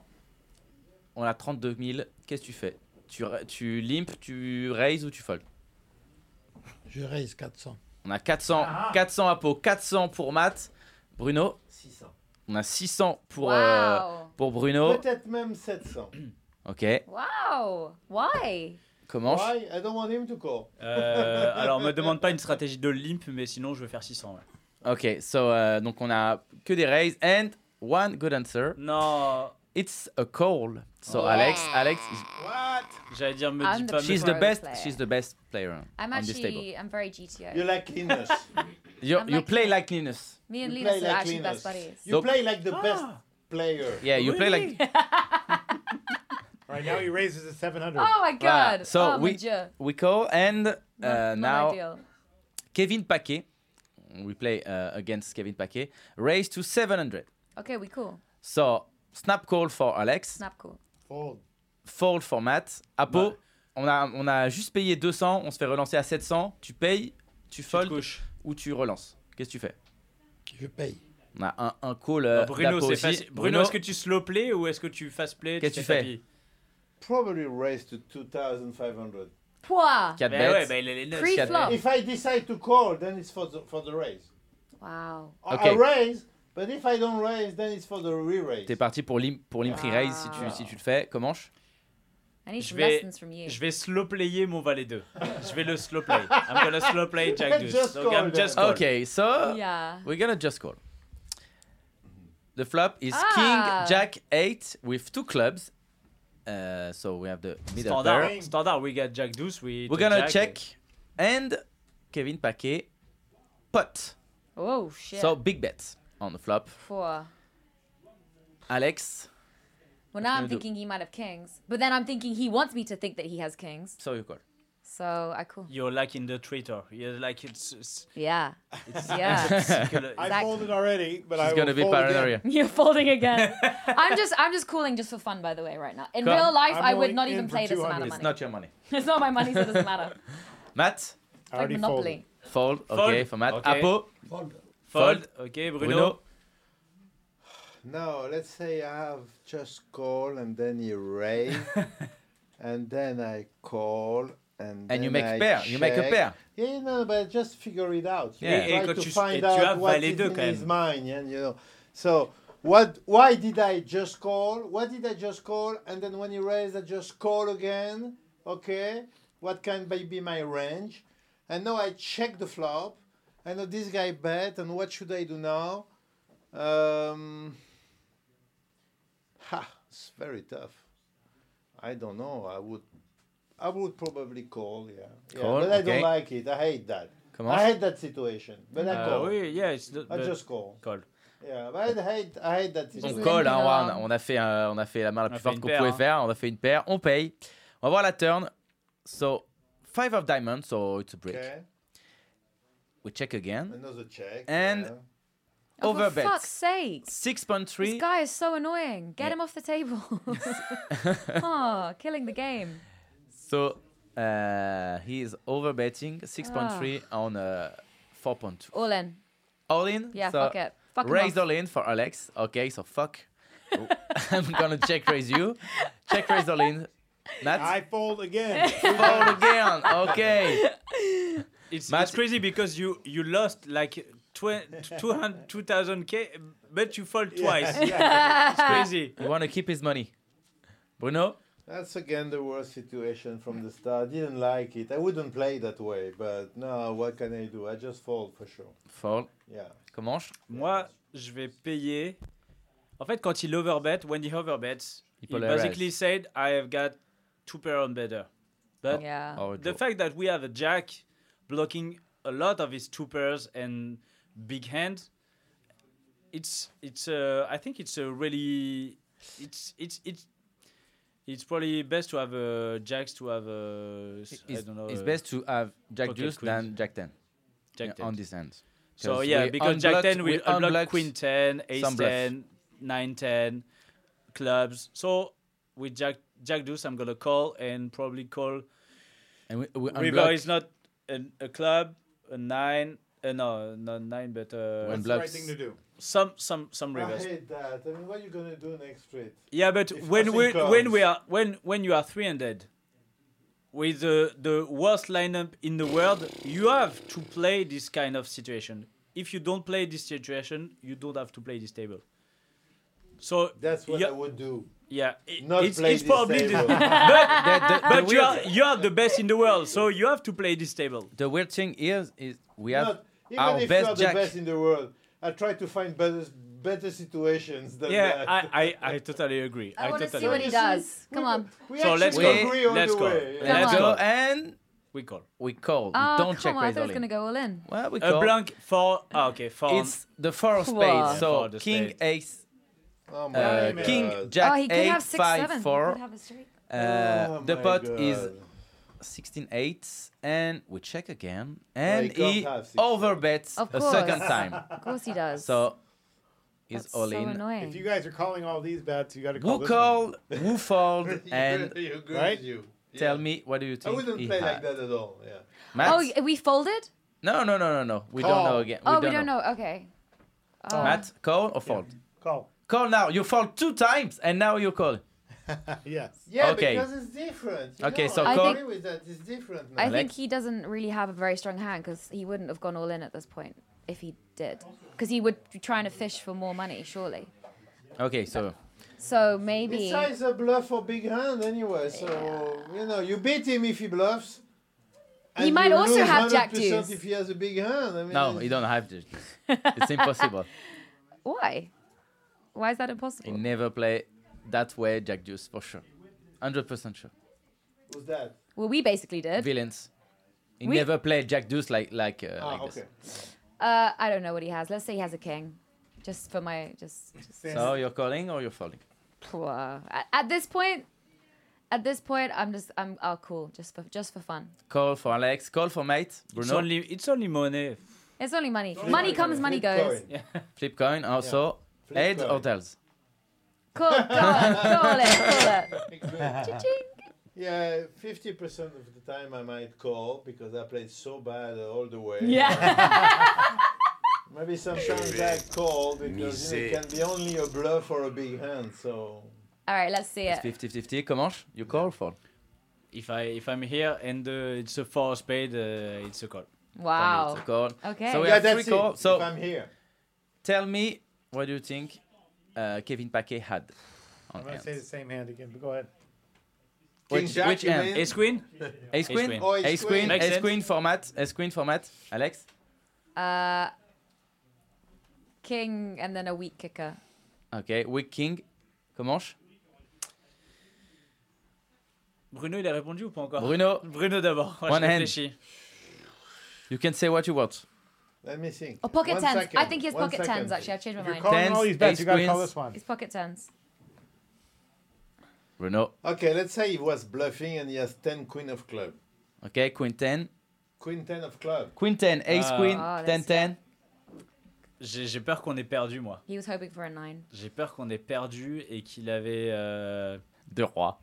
Speaker 2: On a 32 000. Qu'est-ce que tu fais tu, ra- tu limp, tu raise ou tu fold
Speaker 6: Je raise 400.
Speaker 2: On a 400, 400 Apo, 400 pour Matt. Bruno,
Speaker 7: 600.
Speaker 2: on a 600 pour,
Speaker 1: wow.
Speaker 2: euh, pour Bruno.
Speaker 7: Peut-être même 700.
Speaker 2: Ok,
Speaker 1: Wow. Why?
Speaker 2: commence.
Speaker 7: Why? I don't want him to call.
Speaker 3: Euh, alors, me demande pas une stratégie de limp, mais sinon, je vais faire 600. ouais.
Speaker 2: Ok, so, euh, donc on a que des raises and one good answer.
Speaker 3: Non,
Speaker 2: It's a call. So
Speaker 1: Yeah.
Speaker 2: Alex, Alex, is-
Speaker 3: j'allais dire, me
Speaker 1: I'm
Speaker 3: dis
Speaker 1: the
Speaker 3: pas.
Speaker 1: chief.
Speaker 2: she's
Speaker 1: Favorite
Speaker 2: the best.
Speaker 1: player.
Speaker 2: She's the best player
Speaker 1: I'm
Speaker 2: on this table.
Speaker 1: actually I'm very GTO.
Speaker 7: You like Linus.
Speaker 2: You,
Speaker 1: I'm
Speaker 2: you
Speaker 1: like-
Speaker 2: play like Linus.
Speaker 1: Me and
Speaker 7: You
Speaker 1: Linus
Speaker 7: play
Speaker 1: are
Speaker 7: like
Speaker 1: actually
Speaker 7: Linus.
Speaker 1: best buddies.
Speaker 7: You
Speaker 2: Donc-
Speaker 7: play like
Speaker 9: Ah.
Speaker 7: the best player.
Speaker 2: Yeah, you play like
Speaker 5: Right now he raises a 700.
Speaker 1: Oh my god.
Speaker 2: So
Speaker 1: oh, mon
Speaker 2: we
Speaker 1: Dieu.
Speaker 2: we call and uh,
Speaker 1: Not
Speaker 2: now
Speaker 1: ideal.
Speaker 2: Kevin Paquet. We play uh, against Kevin Paquet. Raised to 700.
Speaker 1: Okay, we cool.
Speaker 2: So snap call for Alex.
Speaker 1: Snap cool.
Speaker 5: Fold.
Speaker 2: fall format. Apo, on, a, on a juste payé 200, on se fait relancer à 700. Tu payes, tu fold
Speaker 3: couches.
Speaker 2: ou tu relances. Qu'est-ce que tu fais
Speaker 6: Je paye.
Speaker 2: On a un, un call. euh,
Speaker 3: Bruno,
Speaker 2: d'Apo
Speaker 3: c'est
Speaker 2: aussi.
Speaker 3: facile. Bruno,
Speaker 2: Bruno,
Speaker 3: est-ce que tu slow play ou est-ce que tu fast play
Speaker 2: Qu'est-ce que tu
Speaker 3: fais
Speaker 2: fais
Speaker 3: tapis
Speaker 5: Probably raise to 2,500.
Speaker 1: Pouah!
Speaker 2: quatre
Speaker 3: Ben
Speaker 2: bets.
Speaker 3: ouais, ben il est neuf.
Speaker 2: quatre
Speaker 1: Pre-flop.
Speaker 5: If I decide to call, then it's for the, for the raise.
Speaker 1: Wow.
Speaker 5: I-
Speaker 2: Okay.
Speaker 5: I raise, but if I don't raise, then it's for the re-raise.
Speaker 2: T'es parti pour l'im pour l'im free raise si tu si tu le fais. Comment je-
Speaker 1: I need
Speaker 3: Je
Speaker 1: some
Speaker 3: vais-
Speaker 1: lessons from you.
Speaker 3: Je vais slow player mon valet 2. Je vais le slow play. I'm gonna slow play Jack Deuce.
Speaker 5: Just
Speaker 3: Donc, I'm
Speaker 5: call,
Speaker 3: just call.
Speaker 2: Okay, so
Speaker 1: Yeah.
Speaker 2: we're gonna just call. The flop is
Speaker 1: Ah.
Speaker 2: king jack eight with two clubs. Uh, so we have the middle
Speaker 3: Standard,
Speaker 2: pair.
Speaker 3: standard, we got Jack Deuce, we
Speaker 2: We're
Speaker 3: take
Speaker 2: gonna
Speaker 3: Jack.
Speaker 2: check and Kevin Paquet pot.
Speaker 1: Oh, shit.
Speaker 2: So big bet on the flop.
Speaker 1: Pouah.
Speaker 2: Alex,
Speaker 1: Well, now I'm
Speaker 2: gonna do?
Speaker 1: thinking he might have kings, but then I'm thinking he wants me to think that he has kings.
Speaker 2: so you call.
Speaker 1: So I cool.
Speaker 3: You're like in the traitor. You're like it's, it's
Speaker 1: Yeah. Yeah.
Speaker 3: I-
Speaker 1: Zach-
Speaker 9: I folded already, but
Speaker 2: She's
Speaker 9: I
Speaker 2: gonna
Speaker 9: will
Speaker 2: be
Speaker 9: fold again.
Speaker 2: paranoia.
Speaker 1: You're folding again. I'm just I'm just cooling just for fun by the way right now. In
Speaker 2: Come.
Speaker 1: real life
Speaker 9: I'm
Speaker 1: i would
Speaker 9: only
Speaker 1: not
Speaker 9: in
Speaker 1: even
Speaker 9: for
Speaker 1: play this
Speaker 9: 200.
Speaker 1: amount of
Speaker 9: It's
Speaker 2: It's
Speaker 1: money.
Speaker 2: not your money.
Speaker 1: It's not my money, so it doesn't matter.
Speaker 2: Matt,
Speaker 9: I
Speaker 1: It's like
Speaker 9: already
Speaker 1: Monopoly.
Speaker 2: fold.
Speaker 3: Fold.
Speaker 2: Okay, for Matt.
Speaker 3: Okay.
Speaker 2: Apo,
Speaker 6: Fold.
Speaker 3: fold. Okay, Bruno.
Speaker 2: Bruno.
Speaker 5: No, let's say I have just call and then you raise, and then I call and
Speaker 2: And you
Speaker 5: then
Speaker 2: make
Speaker 5: I
Speaker 2: pair. You make a
Speaker 5: check.
Speaker 2: pair.
Speaker 5: Yeah, you know, but just figure it out. You
Speaker 2: Yeah.
Speaker 5: try
Speaker 3: Et- et que
Speaker 5: to
Speaker 3: tu- et
Speaker 5: find
Speaker 3: tu as
Speaker 5: out what
Speaker 3: valé
Speaker 5: is
Speaker 3: deux
Speaker 5: in
Speaker 3: quand même.
Speaker 5: his mind, and you know. So what? Why did I just call? What did I just call? And then when you raise, I just call again. Okay, what can be be my range? And now I check the flop. I know this guy bet, and what should I do now? Um, ha, it's very tough. I don't know. I would, I would probably call. Yeah, yeah
Speaker 2: Call,
Speaker 5: but I
Speaker 2: okay.
Speaker 5: don't like it. I hate that.
Speaker 2: Comment
Speaker 5: I hate that situation. But I
Speaker 3: Euh,
Speaker 5: call.
Speaker 3: oui, yeah, it's the,
Speaker 5: I
Speaker 3: the-
Speaker 5: just call.
Speaker 3: call.
Speaker 5: Yeah, but I hate, I hate that
Speaker 2: On
Speaker 5: situation.
Speaker 2: colle, hein,
Speaker 1: Non.
Speaker 2: Warren. on, a fait, euh, on a fait la main
Speaker 3: On
Speaker 2: la
Speaker 3: a
Speaker 2: plus
Speaker 3: fait
Speaker 2: forte
Speaker 3: une
Speaker 2: qu'on
Speaker 3: paire,
Speaker 2: pouvait
Speaker 3: hein.
Speaker 2: faire. On a fait une paire, on paye. On va voir la turn. So, five of diamonds, so it's a break.
Speaker 5: Okay,
Speaker 2: We check again.
Speaker 5: another check.
Speaker 2: And-
Speaker 5: yeah.
Speaker 1: Oh, for
Speaker 2: Overbet.
Speaker 1: fuck's sake. This
Speaker 2: 6.3.
Speaker 1: guy is so annoying. Get
Speaker 2: Yeah.
Speaker 1: him off the table. oh, killing the game.
Speaker 2: So, uh, he is overbetting 6.3
Speaker 1: Ah.
Speaker 2: on uh, 4.2.
Speaker 1: All in.
Speaker 2: All in?
Speaker 1: Yeah,
Speaker 2: so
Speaker 1: fuck it. Fuck him
Speaker 2: Raise
Speaker 1: off.
Speaker 2: all in for Alex. Okay, so fuck. I'm gonna check raise you. Check raise all in. Matt,
Speaker 9: I fold again.
Speaker 2: fold again. Okay.
Speaker 3: It's,
Speaker 2: Matt-
Speaker 3: it's crazy because you you lost like 200 2000 k, but you fold twice. It's crazy.
Speaker 2: You want to keep his money. Bruno?
Speaker 5: That's again the worst situation from the start. Didn't like it. I wouldn't play that way, but no, what can I do? I just fold for sure.
Speaker 2: Fold.
Speaker 5: Yeah.
Speaker 2: Comment je-
Speaker 3: Moi, je vais payer. En fait, quand il overbet, when he overbets,
Speaker 2: Il
Speaker 3: he
Speaker 2: polarise.
Speaker 3: basically said, I have got two pair on better. But
Speaker 1: Yeah.
Speaker 2: Oh,
Speaker 3: the fact that we have a jack blocking a lot of his two pairs and big hand, it's it's uh, I think it's a really it's it's it's it's probably best to have uh, jacks to have uh, s- I
Speaker 2: it's,
Speaker 3: don't know
Speaker 2: it's
Speaker 3: uh,
Speaker 2: best to have Jack
Speaker 3: pocket
Speaker 2: Deuce
Speaker 3: queens.
Speaker 2: than Jack 10
Speaker 3: jack
Speaker 2: yeah,
Speaker 3: ten.
Speaker 2: on this end.
Speaker 3: So
Speaker 2: 'Cause
Speaker 3: yeah,
Speaker 2: we
Speaker 3: because Jack
Speaker 2: unblocked-
Speaker 3: 10
Speaker 2: we
Speaker 3: will unblock
Speaker 2: unblocked
Speaker 3: Queen 10, Ace
Speaker 2: some bluff.
Speaker 3: 10, 9 10, clubs. So with Jack Jack Deuce, I'm gonna call and probably call
Speaker 2: And we, we
Speaker 3: River
Speaker 2: unblock,
Speaker 3: is not an, a club, a nine, uh, no, not nine, but uh,
Speaker 2: When
Speaker 9: It's the right
Speaker 2: Blocks.
Speaker 9: thing to do.
Speaker 3: some some some
Speaker 5: I
Speaker 3: rivers.
Speaker 5: hate that. I mean, what are you gonna do next street?
Speaker 3: Yeah, but
Speaker 5: If
Speaker 3: when
Speaker 5: nothing
Speaker 3: we when
Speaker 5: comes.
Speaker 3: we are when when you are 300 with the the worst lineup in the world, you have to play this kind of situation. If you don't play this situation, you don't have to play this table. So
Speaker 5: That's what
Speaker 3: yeah,
Speaker 5: I would do.
Speaker 3: yeah, i-
Speaker 5: Not
Speaker 3: it's,
Speaker 5: play
Speaker 3: it's
Speaker 5: this
Speaker 3: probably
Speaker 5: table.
Speaker 3: the- but
Speaker 2: the, the, the
Speaker 3: but you
Speaker 2: weird,
Speaker 3: are you are the best in the world, so you have to play this table.
Speaker 2: the weird thing is, is we have
Speaker 5: Not, even
Speaker 2: our
Speaker 5: if
Speaker 2: best
Speaker 5: you're
Speaker 2: Jack.
Speaker 5: the best in the world, I try to find better better situations than
Speaker 3: Yeah,
Speaker 5: that.
Speaker 3: I, I, I totally agree.
Speaker 1: I want to
Speaker 3: totally
Speaker 1: see what he
Speaker 3: agree.
Speaker 1: does. Come on.
Speaker 5: we
Speaker 3: So
Speaker 5: actually
Speaker 3: let's
Speaker 2: go.
Speaker 5: agree on
Speaker 3: Let's
Speaker 5: the
Speaker 3: go.
Speaker 5: way.
Speaker 1: Come
Speaker 2: Let's
Speaker 1: on.
Speaker 2: go and
Speaker 3: We call.
Speaker 2: we call.
Speaker 1: Oh,
Speaker 2: we don't
Speaker 1: come
Speaker 2: check
Speaker 1: on. I
Speaker 2: raise
Speaker 1: thought it
Speaker 2: all
Speaker 1: was going to
Speaker 2: in.
Speaker 1: go all in.
Speaker 2: Well, we
Speaker 3: A
Speaker 2: call.
Speaker 3: blank for ah, okay for
Speaker 2: It's the four of
Speaker 1: Wow.
Speaker 2: spades.
Speaker 1: Yeah,
Speaker 2: So
Speaker 3: four of
Speaker 2: king,
Speaker 3: spades.
Speaker 2: ace,
Speaker 5: Oh my
Speaker 2: uh,
Speaker 5: God.
Speaker 2: king,
Speaker 1: Oh,
Speaker 2: jack,
Speaker 1: he could
Speaker 2: eight,
Speaker 1: have six, seven.
Speaker 2: five,
Speaker 1: He
Speaker 2: four.
Speaker 1: could have a streak.
Speaker 2: Uh,
Speaker 5: Oh
Speaker 2: the
Speaker 5: my
Speaker 2: pot is
Speaker 5: God.
Speaker 2: 16 eights and we check again and
Speaker 5: can't
Speaker 2: he
Speaker 5: have 16.
Speaker 2: overbets
Speaker 1: Of
Speaker 2: a
Speaker 1: course.
Speaker 2: second time
Speaker 1: Of course he does.
Speaker 2: so is
Speaker 1: That's
Speaker 2: all
Speaker 1: so
Speaker 2: in.
Speaker 1: annoying.
Speaker 4: If you guys are calling all these bets, you got to call
Speaker 2: Who
Speaker 4: this
Speaker 2: called?
Speaker 4: one.
Speaker 2: Who fold? and E
Speaker 5: you good
Speaker 4: Right?
Speaker 5: you.
Speaker 2: tell
Speaker 5: Yeah.
Speaker 2: me what do
Speaker 5: I
Speaker 2: you think?
Speaker 5: wouldn't
Speaker 2: he
Speaker 5: play like
Speaker 2: had?
Speaker 5: that at all. Yeah.
Speaker 2: Matt?
Speaker 1: Oh, y- we folded?
Speaker 2: no, no, no, no, no. We don't know
Speaker 4: Call.
Speaker 2: again.
Speaker 1: oh, we don't know. Okay. Oh.
Speaker 2: Matt, call or fold?
Speaker 4: Call.
Speaker 2: Call now. You fold two times, and now you call.
Speaker 4: Yes.
Speaker 5: Yeah,
Speaker 2: Okay.
Speaker 5: because it's different. you
Speaker 2: Okay,
Speaker 5: know,
Speaker 2: so
Speaker 5: I
Speaker 1: call-
Speaker 5: agree with that. It's different.
Speaker 1: I
Speaker 5: now.
Speaker 1: think
Speaker 2: Alex?
Speaker 1: he doesn't really have a very strong hand because he wouldn't have gone all in at this point if he did. Because he would be trying to fish for more money, surely.
Speaker 2: Okay, so
Speaker 1: So maybe.
Speaker 5: Besides a bluff or big hand anyway, so you know you beat him if he bluffs.
Speaker 1: He
Speaker 5: and
Speaker 1: might
Speaker 5: you
Speaker 1: also
Speaker 5: lose
Speaker 1: have jack
Speaker 5: 100%
Speaker 1: deuce.
Speaker 5: If he has a big hand, I mean,
Speaker 2: no,
Speaker 5: it's-
Speaker 2: you don't have to. It's impossible.
Speaker 1: Why? Why is that
Speaker 2: he
Speaker 1: impossible?
Speaker 2: never play that way, Jack Deuce for sure, hundred percent sure.
Speaker 5: Who's that?
Speaker 1: Well, we basically did.
Speaker 2: Villains. He
Speaker 1: We-
Speaker 2: never played Jack Deuce like like uh,
Speaker 5: Ah,
Speaker 2: like this.
Speaker 5: okay.
Speaker 1: Uh, I don't know what he has. Let's say he has a king. Just for my. just. just
Speaker 2: So you're calling or you're folding?
Speaker 1: Pwah. at, at this point. At this point, I'm just I'm oh cool just for just for fun.
Speaker 2: Call for Alex. Call for mate.
Speaker 3: It's
Speaker 2: Bruno.
Speaker 3: only, it's only money.
Speaker 1: It's only money. Money comes, money goes.
Speaker 5: Bitcoin.
Speaker 2: Flip coin also.
Speaker 5: Flip
Speaker 2: Heads or
Speaker 5: coin.
Speaker 2: tails?
Speaker 1: Cool, call it, call it, call it. Cha-ching.
Speaker 5: Yeah, fifty percent of the time I might call because I played so bad all the way.
Speaker 1: Yeah.
Speaker 5: Maybe sometimes I call because you know,
Speaker 10: miser.
Speaker 5: it can be only a bluff or a big hand. So
Speaker 1: All right, let's see
Speaker 2: It's
Speaker 1: it.
Speaker 2: 50-50. Comment? You call for?
Speaker 3: If, I, if I'm here and uh, it's a four of spade, uh, it's a call.
Speaker 2: Wow.
Speaker 1: Wow.
Speaker 2: call.
Speaker 1: Okay.
Speaker 2: So we
Speaker 5: yeah,
Speaker 2: have three
Speaker 5: that's
Speaker 2: call.
Speaker 5: it.
Speaker 2: So
Speaker 5: if I'm here,
Speaker 2: tell me, what do you think uh, Kevin Paquet had on
Speaker 4: I'm gonna
Speaker 2: hands?
Speaker 4: say the same hand again, but go ahead.
Speaker 5: King
Speaker 2: Which-
Speaker 5: Jack,
Speaker 2: which
Speaker 5: you
Speaker 2: hand?
Speaker 5: mean?
Speaker 3: Ace queen?
Speaker 2: Ace queen,
Speaker 3: queen.
Speaker 5: Oh, ace
Speaker 2: ace queen,
Speaker 5: queen.
Speaker 3: Makes
Speaker 2: ace
Speaker 3: sense.
Speaker 2: queen format, ace queen format. Alex,
Speaker 1: Uh, king and then a weak kicker.
Speaker 2: okay, weak king. Comment?
Speaker 3: Bruno, il a répondu ou pas encore
Speaker 2: Bruno,
Speaker 3: Bruno d'abord. Ouais,
Speaker 2: One
Speaker 3: je
Speaker 2: hand.
Speaker 3: réfléchis.
Speaker 2: you can say what you want.
Speaker 5: let me think.
Speaker 1: Oh, pocket
Speaker 5: One
Speaker 1: tens. I
Speaker 5: second,
Speaker 1: think he has
Speaker 5: one
Speaker 1: pocket tens.
Speaker 5: second.
Speaker 1: Actually, I've changed
Speaker 4: If
Speaker 1: my
Speaker 4: you're
Speaker 1: mind.
Speaker 4: calling
Speaker 2: Tens,
Speaker 4: all these bets,
Speaker 2: ace
Speaker 4: you got to call
Speaker 2: queens.
Speaker 4: this one.
Speaker 1: It's pocket tens.
Speaker 2: Bruno,
Speaker 5: Okay, let's say he was bluffing and he has ten queen of club,
Speaker 2: okay, queen ten,
Speaker 5: queen ten of club.
Speaker 2: queen ten, ace
Speaker 3: Ah.
Speaker 2: queen,
Speaker 1: Ah,
Speaker 2: ten
Speaker 1: that's-
Speaker 2: ten.
Speaker 3: J'ai j'ai peur qu'on ait perdu, moi.
Speaker 1: He was hoping for a nine.
Speaker 3: J'ai peur qu'on ait perdu et qu'il avait. euh,
Speaker 2: Deux rois.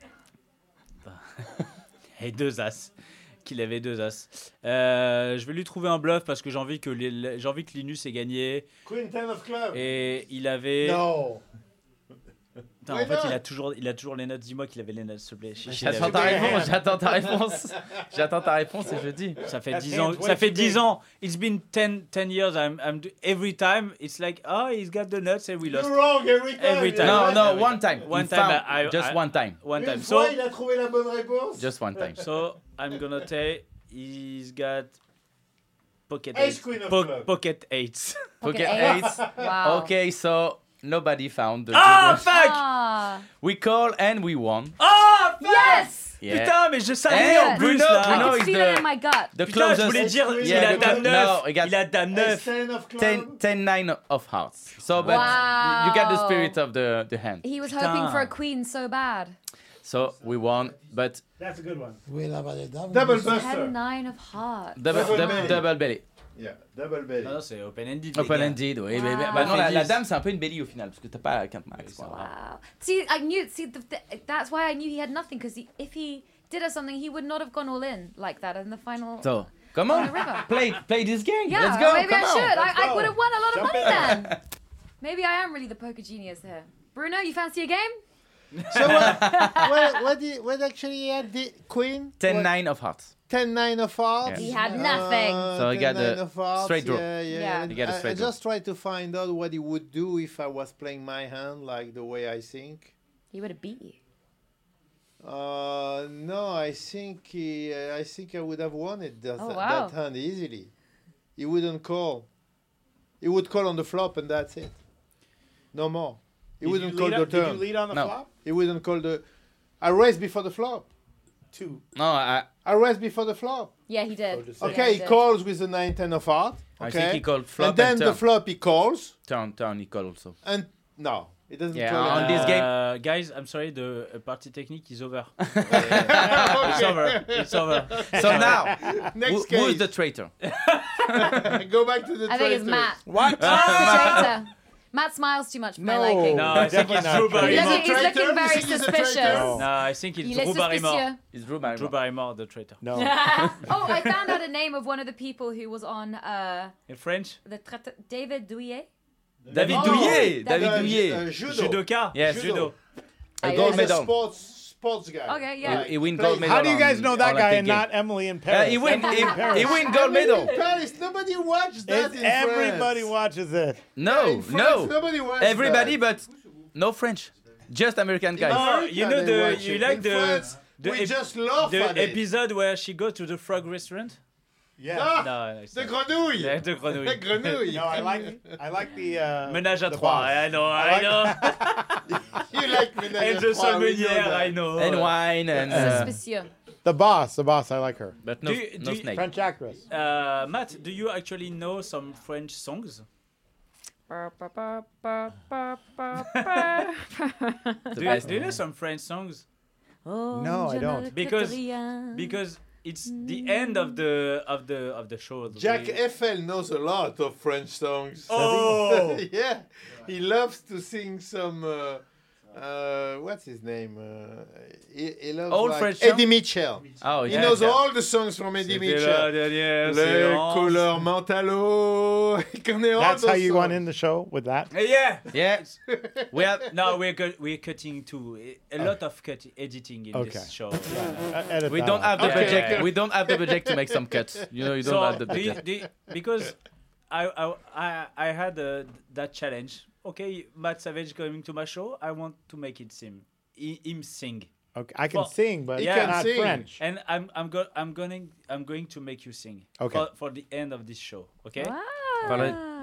Speaker 3: Et deux as. Qu'il avait deux as. Euh, je vais lui trouver un bluff parce que j'ai envie que, les- j'ai envie que Linus ait gagné.
Speaker 5: Queen ten of club.
Speaker 2: Eh,
Speaker 3: Et il avait.
Speaker 5: No.
Speaker 3: Putain,
Speaker 5: Why
Speaker 3: en fait,
Speaker 5: not
Speaker 3: il a, toujours, il a toujours les notes. Dis-moi qu'il avait les notes, s'il te plaît. Chichi, il
Speaker 2: J'attends
Speaker 3: avait-
Speaker 2: ta réponse, j'attends ta réponse, j'attends ta réponse et je dis.
Speaker 3: Ça fait
Speaker 4: That
Speaker 3: 10 ans.
Speaker 4: means what
Speaker 3: Ça
Speaker 4: if
Speaker 3: fait
Speaker 4: you
Speaker 3: 10
Speaker 4: did-
Speaker 3: ans. It's been 10, 10 years. I'm, I'm do- every time, it's like, oh, he's got the nuts and we lost.
Speaker 5: You're wrong every time.
Speaker 3: Every
Speaker 5: you
Speaker 3: time.
Speaker 5: know?
Speaker 2: No,
Speaker 3: Every
Speaker 2: no,
Speaker 3: time.
Speaker 2: one time,
Speaker 3: Ah One
Speaker 2: He
Speaker 3: time,
Speaker 2: found-
Speaker 3: I- I-
Speaker 2: just
Speaker 3: I-
Speaker 2: one time,
Speaker 3: One time.
Speaker 5: Une fois,
Speaker 3: So,
Speaker 5: il a trouvé la bonne réponse.
Speaker 2: just one time.
Speaker 3: so I'm gonna say he's got pocket
Speaker 5: Ace
Speaker 3: eights.
Speaker 5: queen of
Speaker 3: Po-
Speaker 5: club.
Speaker 3: pocket eights.
Speaker 2: Pocket eights.
Speaker 1: eights. Wow.
Speaker 2: Okay, so nobody found the.
Speaker 3: Oh,
Speaker 2: good one.
Speaker 3: fuck!
Speaker 1: Ah.
Speaker 2: We call and we won.
Speaker 3: Oh, fuck!
Speaker 1: Yes.
Speaker 2: Yeah.
Speaker 3: Putain, mais je savais
Speaker 2: Eh,
Speaker 3: en plus
Speaker 2: Bruno,
Speaker 3: là.
Speaker 1: I
Speaker 2: Bruno,
Speaker 1: can
Speaker 2: is
Speaker 1: feel
Speaker 2: the-
Speaker 1: it in my gut.
Speaker 2: The
Speaker 3: Putain, je
Speaker 2: closest-
Speaker 3: voulais dire, il
Speaker 2: Yeah,
Speaker 3: a
Speaker 2: the
Speaker 3: dame
Speaker 2: clo-
Speaker 3: 9.
Speaker 2: No, he got
Speaker 3: Il a dame
Speaker 5: Ace
Speaker 3: 9.
Speaker 5: ten of club.
Speaker 2: 10, 10 9 of hearts. So, but
Speaker 1: Wow.
Speaker 2: you got the spirit of the, the hand.
Speaker 1: He was hoping for a
Speaker 3: Putain.
Speaker 1: queen so bad.
Speaker 2: So we won, but
Speaker 4: That's a good one.
Speaker 6: Oui, la valeur d'armes.
Speaker 5: Double
Speaker 6: vous-
Speaker 1: Ten
Speaker 5: buster.
Speaker 1: nine of hearts.
Speaker 2: double,
Speaker 5: Double
Speaker 2: double,
Speaker 5: belly.
Speaker 2: double belly.
Speaker 5: Yeah, double belly.
Speaker 3: Non, non, c'est open-ended.
Speaker 2: Open
Speaker 3: les gars.
Speaker 2: ended, oui. mais- mais-
Speaker 1: Wow.
Speaker 2: bah Ah, non, la, la
Speaker 3: Dix.
Speaker 2: dame, c'est un peu une belly au final, parce que t'as pas 4 max. quoi.
Speaker 1: Wow. See, I knew. See, the, the, that's why I knew he had nothing because he, if he did us something, he would not have gone all in like that in the final.
Speaker 2: So, come on,
Speaker 1: On the river.
Speaker 2: play, play this game.
Speaker 1: yeah,
Speaker 2: Let's go,
Speaker 1: maybe
Speaker 2: come
Speaker 1: I
Speaker 2: on.
Speaker 1: should. I, I
Speaker 5: go.
Speaker 1: would have won a lot of
Speaker 5: Jump
Speaker 1: money
Speaker 5: in.
Speaker 1: then. maybe I am really the poker genius here. Bruno, you fancy a game?
Speaker 5: So what? what, what, did, what actually he had the queen?
Speaker 2: 10
Speaker 5: What-
Speaker 2: 9 of hearts.
Speaker 5: 10 nine of hearts.
Speaker 2: Yeah.
Speaker 1: He had nothing.
Speaker 2: So he
Speaker 5: 10,
Speaker 2: got the
Speaker 5: nine of hearts,
Speaker 2: straight draw.
Speaker 5: Yeah, yeah.
Speaker 1: Yeah.
Speaker 5: and
Speaker 2: He got a
Speaker 5: I- I,
Speaker 2: straight draw.
Speaker 5: just tried to find out what he would do if I was playing my hand like the way I think.
Speaker 1: He would have beat you.
Speaker 5: Uh, no, I think he, I think I would have won it that,
Speaker 1: Oh, wow.
Speaker 5: that hand easily. He wouldn't call. He would call on the flop and that's it. No more. He
Speaker 4: Did you
Speaker 5: wouldn't call
Speaker 4: lead
Speaker 5: the
Speaker 4: on- Did you
Speaker 5: turn.
Speaker 4: lead on the
Speaker 2: No.
Speaker 4: flop?
Speaker 5: He wouldn't call the. I raised before the flop.
Speaker 4: Two.
Speaker 2: No, I,
Speaker 5: I raised before the flop.
Speaker 1: Yeah, he did.
Speaker 4: Oh, just
Speaker 1: Yeah,
Speaker 5: Okay,
Speaker 1: he
Speaker 5: he
Speaker 1: did.
Speaker 5: calls with the 9 10 of heart.
Speaker 2: I
Speaker 5: Okay.
Speaker 2: think he called flop
Speaker 5: and then
Speaker 2: and
Speaker 5: the
Speaker 2: turn.
Speaker 5: flop he calls
Speaker 2: turn, turn, he call also.
Speaker 5: and no, it doesn't
Speaker 2: Yeah,
Speaker 5: call.
Speaker 2: on
Speaker 5: it.
Speaker 2: this game.
Speaker 3: Uh, guys, I'm sorry, the uh, party technique is over. It's over. It's over.
Speaker 2: So now, who,
Speaker 5: Next
Speaker 2: who
Speaker 5: case.
Speaker 2: is the traitor?
Speaker 5: Go back to the
Speaker 1: I think
Speaker 5: traitor.
Speaker 1: it's Matt.
Speaker 2: What?
Speaker 1: Matt's the traitor. Matt smiles too much for my
Speaker 5: No.
Speaker 1: liking.
Speaker 3: No, I think
Speaker 5: Definitely
Speaker 3: it's
Speaker 5: not
Speaker 3: Drew
Speaker 5: Drew
Speaker 1: He's
Speaker 3: Barrymore.
Speaker 1: looking, he's
Speaker 4: traitor?
Speaker 1: looking
Speaker 4: You
Speaker 1: very
Speaker 4: think he's a
Speaker 1: suspicious.
Speaker 4: traitor?
Speaker 3: No, I think it's
Speaker 1: Il est
Speaker 3: Drew Barrymore.
Speaker 1: suspicieux.
Speaker 2: It's Drew Barrymore.
Speaker 3: Drew Barrymore, the traitor.
Speaker 5: No.
Speaker 1: oh, I found out a name of one of the people who was on uh,
Speaker 3: In French?
Speaker 1: the traite- David Douillet.
Speaker 2: David
Speaker 1: Oh,
Speaker 2: Douillet. David
Speaker 1: David-
Speaker 5: Uh,
Speaker 2: Douillet.
Speaker 4: judo.
Speaker 3: Judoka?
Speaker 2: Yes,
Speaker 4: judo.
Speaker 2: judo.
Speaker 1: Ah,
Speaker 2: A
Speaker 1: yeah.
Speaker 2: gold
Speaker 4: He's a
Speaker 2: medal.
Speaker 4: sports, sports guy.
Speaker 1: Okay, yeah.
Speaker 2: He- he win gold medal.
Speaker 5: How do you guys
Speaker 2: on
Speaker 5: know that guy
Speaker 2: Olympic
Speaker 5: and
Speaker 2: game.
Speaker 5: not Emily in
Speaker 2: Uh,
Speaker 5: Paris?
Speaker 2: he win.
Speaker 5: Emily
Speaker 2: He,
Speaker 5: in Paris.
Speaker 2: he win gold medal.
Speaker 4: Paris, nobody watched that
Speaker 5: It's-
Speaker 4: in
Speaker 5: everybody
Speaker 4: France.
Speaker 5: watches it.
Speaker 4: In
Speaker 2: No,
Speaker 4: France,
Speaker 2: no.
Speaker 4: Nobody watched
Speaker 2: Everybody,
Speaker 4: that.
Speaker 2: but no French. Just American guys.
Speaker 3: Oh, you know
Speaker 4: They
Speaker 3: the
Speaker 4: watch
Speaker 3: you
Speaker 4: it.
Speaker 3: like
Speaker 4: In
Speaker 3: the
Speaker 4: France,
Speaker 3: the
Speaker 4: we
Speaker 3: ep-
Speaker 4: just laugh at
Speaker 3: the
Speaker 4: it.
Speaker 3: episode where she goes to the frog restaurant?
Speaker 5: Yeah.
Speaker 4: Ah,
Speaker 3: No, no, it's
Speaker 4: de
Speaker 3: not.
Speaker 4: grenouille.
Speaker 3: Yeah, de
Speaker 4: De
Speaker 3: grenouille.
Speaker 4: grenouille.
Speaker 5: No, I like I like the uh,
Speaker 3: Ménage à
Speaker 5: the
Speaker 3: trois,
Speaker 5: boss.
Speaker 3: I know,
Speaker 5: I
Speaker 3: I,
Speaker 5: like-
Speaker 3: know.
Speaker 4: You like ménage à
Speaker 3: and the
Speaker 4: trois, we know
Speaker 3: sommelier,
Speaker 4: that.
Speaker 3: I know.
Speaker 2: And wine and. uh,
Speaker 1: Suspicieux.
Speaker 5: The boss, the boss. I like her.
Speaker 2: But no,
Speaker 3: Do you-
Speaker 2: no
Speaker 3: do you-
Speaker 2: snake.
Speaker 5: French actress.
Speaker 3: Uh, Matt, do you actually know some French songs?
Speaker 1: Ba, ba, ba, ba, ba, ba, ba.
Speaker 2: The
Speaker 3: Do you,
Speaker 2: best.
Speaker 3: do you know some French songs?
Speaker 1: Oh,
Speaker 5: No, I
Speaker 1: je ne
Speaker 5: don't.
Speaker 1: regrette
Speaker 3: Because-
Speaker 4: Mm.
Speaker 1: rien.
Speaker 3: Because it's the end of the of the of the show. the
Speaker 4: Jack
Speaker 3: way-
Speaker 4: Eiffel knows a lot of French songs.
Speaker 3: Oh.
Speaker 4: yeah, he loves to sing some. Uh, uh, what's his name? Uh, he, he loves
Speaker 2: Old
Speaker 4: like
Speaker 2: French
Speaker 4: Eddie
Speaker 2: song?
Speaker 4: Mitchell.
Speaker 2: Oh,
Speaker 4: He
Speaker 2: yeah.
Speaker 4: knows
Speaker 2: yeah.
Speaker 4: all the songs from
Speaker 3: C'était
Speaker 4: Eddie
Speaker 3: la
Speaker 4: Mitchell.
Speaker 3: dernière
Speaker 4: Les
Speaker 3: séance.
Speaker 4: couleurs mentalo. He connaît all
Speaker 5: That's
Speaker 4: those
Speaker 5: how you
Speaker 4: songs.
Speaker 5: want in the show with that.
Speaker 3: Eh, Yeah.
Speaker 2: Yeah. We have.
Speaker 3: No, we're cut we're cutting too. A lot of cut editing in
Speaker 5: Okay.
Speaker 3: this show.
Speaker 5: Uh, edit
Speaker 2: We
Speaker 5: that
Speaker 2: don't
Speaker 5: out.
Speaker 2: have the
Speaker 3: Okay.
Speaker 2: budget.
Speaker 3: Okay.
Speaker 2: We don't have the budget to make some cuts. You know, you don't
Speaker 3: so
Speaker 2: have the
Speaker 3: do you,
Speaker 2: budget.
Speaker 3: do you- because I I I, I had uh, that challenge. Okay, Matt Savage coming to my show. I want to make it seem hi- him sing,
Speaker 5: Okay, I can
Speaker 3: Well,
Speaker 5: sing, but
Speaker 3: he can
Speaker 5: not
Speaker 4: sing.
Speaker 5: French.
Speaker 3: and I'm I'm go, I'm going I'm going to make you sing.
Speaker 5: Okay.
Speaker 3: For, for the end of this show. Okay.
Speaker 1: Ah.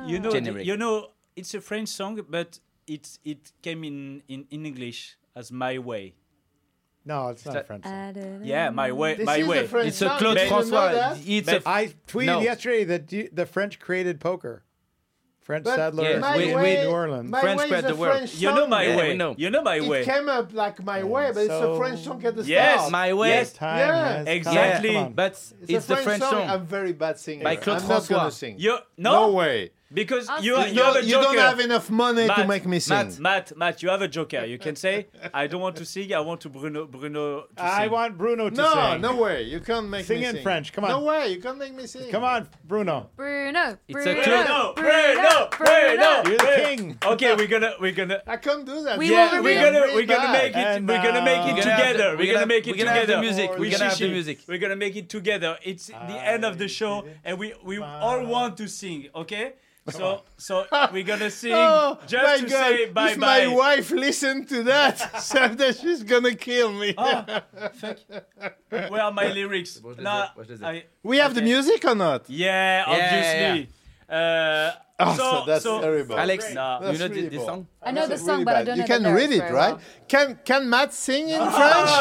Speaker 3: You know the-
Speaker 2: Generic.
Speaker 3: you know it's a French song, but it's it came in in, in English as my way.
Speaker 5: No, it's not
Speaker 2: that-
Speaker 5: French.
Speaker 3: uh,
Speaker 5: song.
Speaker 1: Ah, da, da,
Speaker 3: Yeah, my way,
Speaker 4: This
Speaker 3: my
Speaker 4: is a
Speaker 3: way.
Speaker 4: French
Speaker 2: It's a
Speaker 4: song.
Speaker 2: Claude
Speaker 4: Did you know
Speaker 2: François.
Speaker 4: that?
Speaker 2: It's a.
Speaker 5: I tweeted
Speaker 2: No.
Speaker 5: yesterday that you, the French created poker. French
Speaker 4: But
Speaker 5: settlers
Speaker 2: yeah,
Speaker 4: my
Speaker 5: in
Speaker 2: we-
Speaker 4: way,
Speaker 5: New Orleans.
Speaker 4: My
Speaker 2: French
Speaker 4: way
Speaker 2: spread
Speaker 4: is a
Speaker 2: the word.
Speaker 4: French
Speaker 3: You know
Speaker 4: song.
Speaker 3: my
Speaker 2: Yeah,
Speaker 3: way.
Speaker 2: we know.
Speaker 3: You know my
Speaker 4: It
Speaker 3: way.
Speaker 4: came up like my way, but it's
Speaker 5: so-
Speaker 4: a French song at the
Speaker 3: Yes,
Speaker 4: start.
Speaker 2: My way.
Speaker 3: Yes,
Speaker 5: Time
Speaker 4: Yeah.
Speaker 5: has come.
Speaker 3: Exactly.
Speaker 5: Come on.
Speaker 2: But it's,
Speaker 4: It's, a
Speaker 2: the
Speaker 4: French, song. I'm very bad singer.
Speaker 2: By Claude
Speaker 4: I'm not
Speaker 2: François.
Speaker 4: gonna sing.
Speaker 3: You
Speaker 4: no
Speaker 3: no,
Speaker 4: way.
Speaker 3: because
Speaker 1: Ah,
Speaker 3: you
Speaker 1: si.
Speaker 3: you have a
Speaker 4: You don't
Speaker 3: joker.
Speaker 4: have enough money to
Speaker 3: Matt,
Speaker 4: make me sing.
Speaker 2: Matt.
Speaker 3: Matt, Matt, you have a joker. You can say, I don't want to sing, I want to Bruno Bruno to
Speaker 5: I
Speaker 3: sing.
Speaker 5: want Bruno to
Speaker 4: No,
Speaker 5: sing.
Speaker 4: no way. You can't make
Speaker 5: Sing
Speaker 4: me
Speaker 5: in
Speaker 4: sing.
Speaker 5: French, come on.
Speaker 4: No way. You can't make me sing.
Speaker 5: Come on, Bruno.
Speaker 1: Bruno.
Speaker 2: It's a
Speaker 1: Bruno.
Speaker 3: Bruno, Bruno, Bruno.
Speaker 5: You're the king.
Speaker 3: Okay, we're gonna we're gonna
Speaker 4: I can't do that.
Speaker 1: We
Speaker 4: You
Speaker 1: will
Speaker 4: can't
Speaker 3: we're
Speaker 1: remember-
Speaker 4: bring
Speaker 3: gonna we're
Speaker 4: me
Speaker 3: gonna
Speaker 4: back.
Speaker 3: make it
Speaker 5: And,
Speaker 3: we're gonna make
Speaker 5: uh,
Speaker 3: it
Speaker 5: We're
Speaker 2: gonna have the-
Speaker 3: together.
Speaker 2: we're
Speaker 3: We're
Speaker 2: gonna-
Speaker 3: gonna make it
Speaker 2: we're gonna have the
Speaker 3: together.
Speaker 2: music,
Speaker 3: We
Speaker 2: we're gonna have the
Speaker 3: shishi.
Speaker 2: music.
Speaker 3: We're gonna make it together. It's the end of the show and we we all want to sing, okay? So so we're gonna sing
Speaker 4: Oh, my
Speaker 3: just to
Speaker 4: God.
Speaker 3: say bye
Speaker 4: if my
Speaker 3: bye.
Speaker 4: wife listened to that, so that she's gonna kill me.
Speaker 3: Oh. Where are my lyrics?
Speaker 2: What is
Speaker 3: Nah,
Speaker 2: it? What is it?
Speaker 3: I-
Speaker 4: we have the
Speaker 3: okay.
Speaker 4: music or not?
Speaker 3: Yeah, obviously. Uh,
Speaker 4: Oh,
Speaker 3: so,
Speaker 4: so that's
Speaker 3: so-
Speaker 4: terrible.
Speaker 3: No.
Speaker 2: Alex, you
Speaker 4: That's
Speaker 2: know
Speaker 4: really
Speaker 2: thi- this
Speaker 4: bad.
Speaker 2: song?
Speaker 1: I know the
Speaker 4: That's
Speaker 1: song,
Speaker 4: really
Speaker 1: but I
Speaker 4: bad.
Speaker 1: don't
Speaker 4: You
Speaker 1: know
Speaker 4: can
Speaker 1: the
Speaker 4: read
Speaker 1: lyrics
Speaker 4: it,
Speaker 1: very
Speaker 4: right?
Speaker 1: well.
Speaker 4: Can Can Matt sing in
Speaker 3: Ah,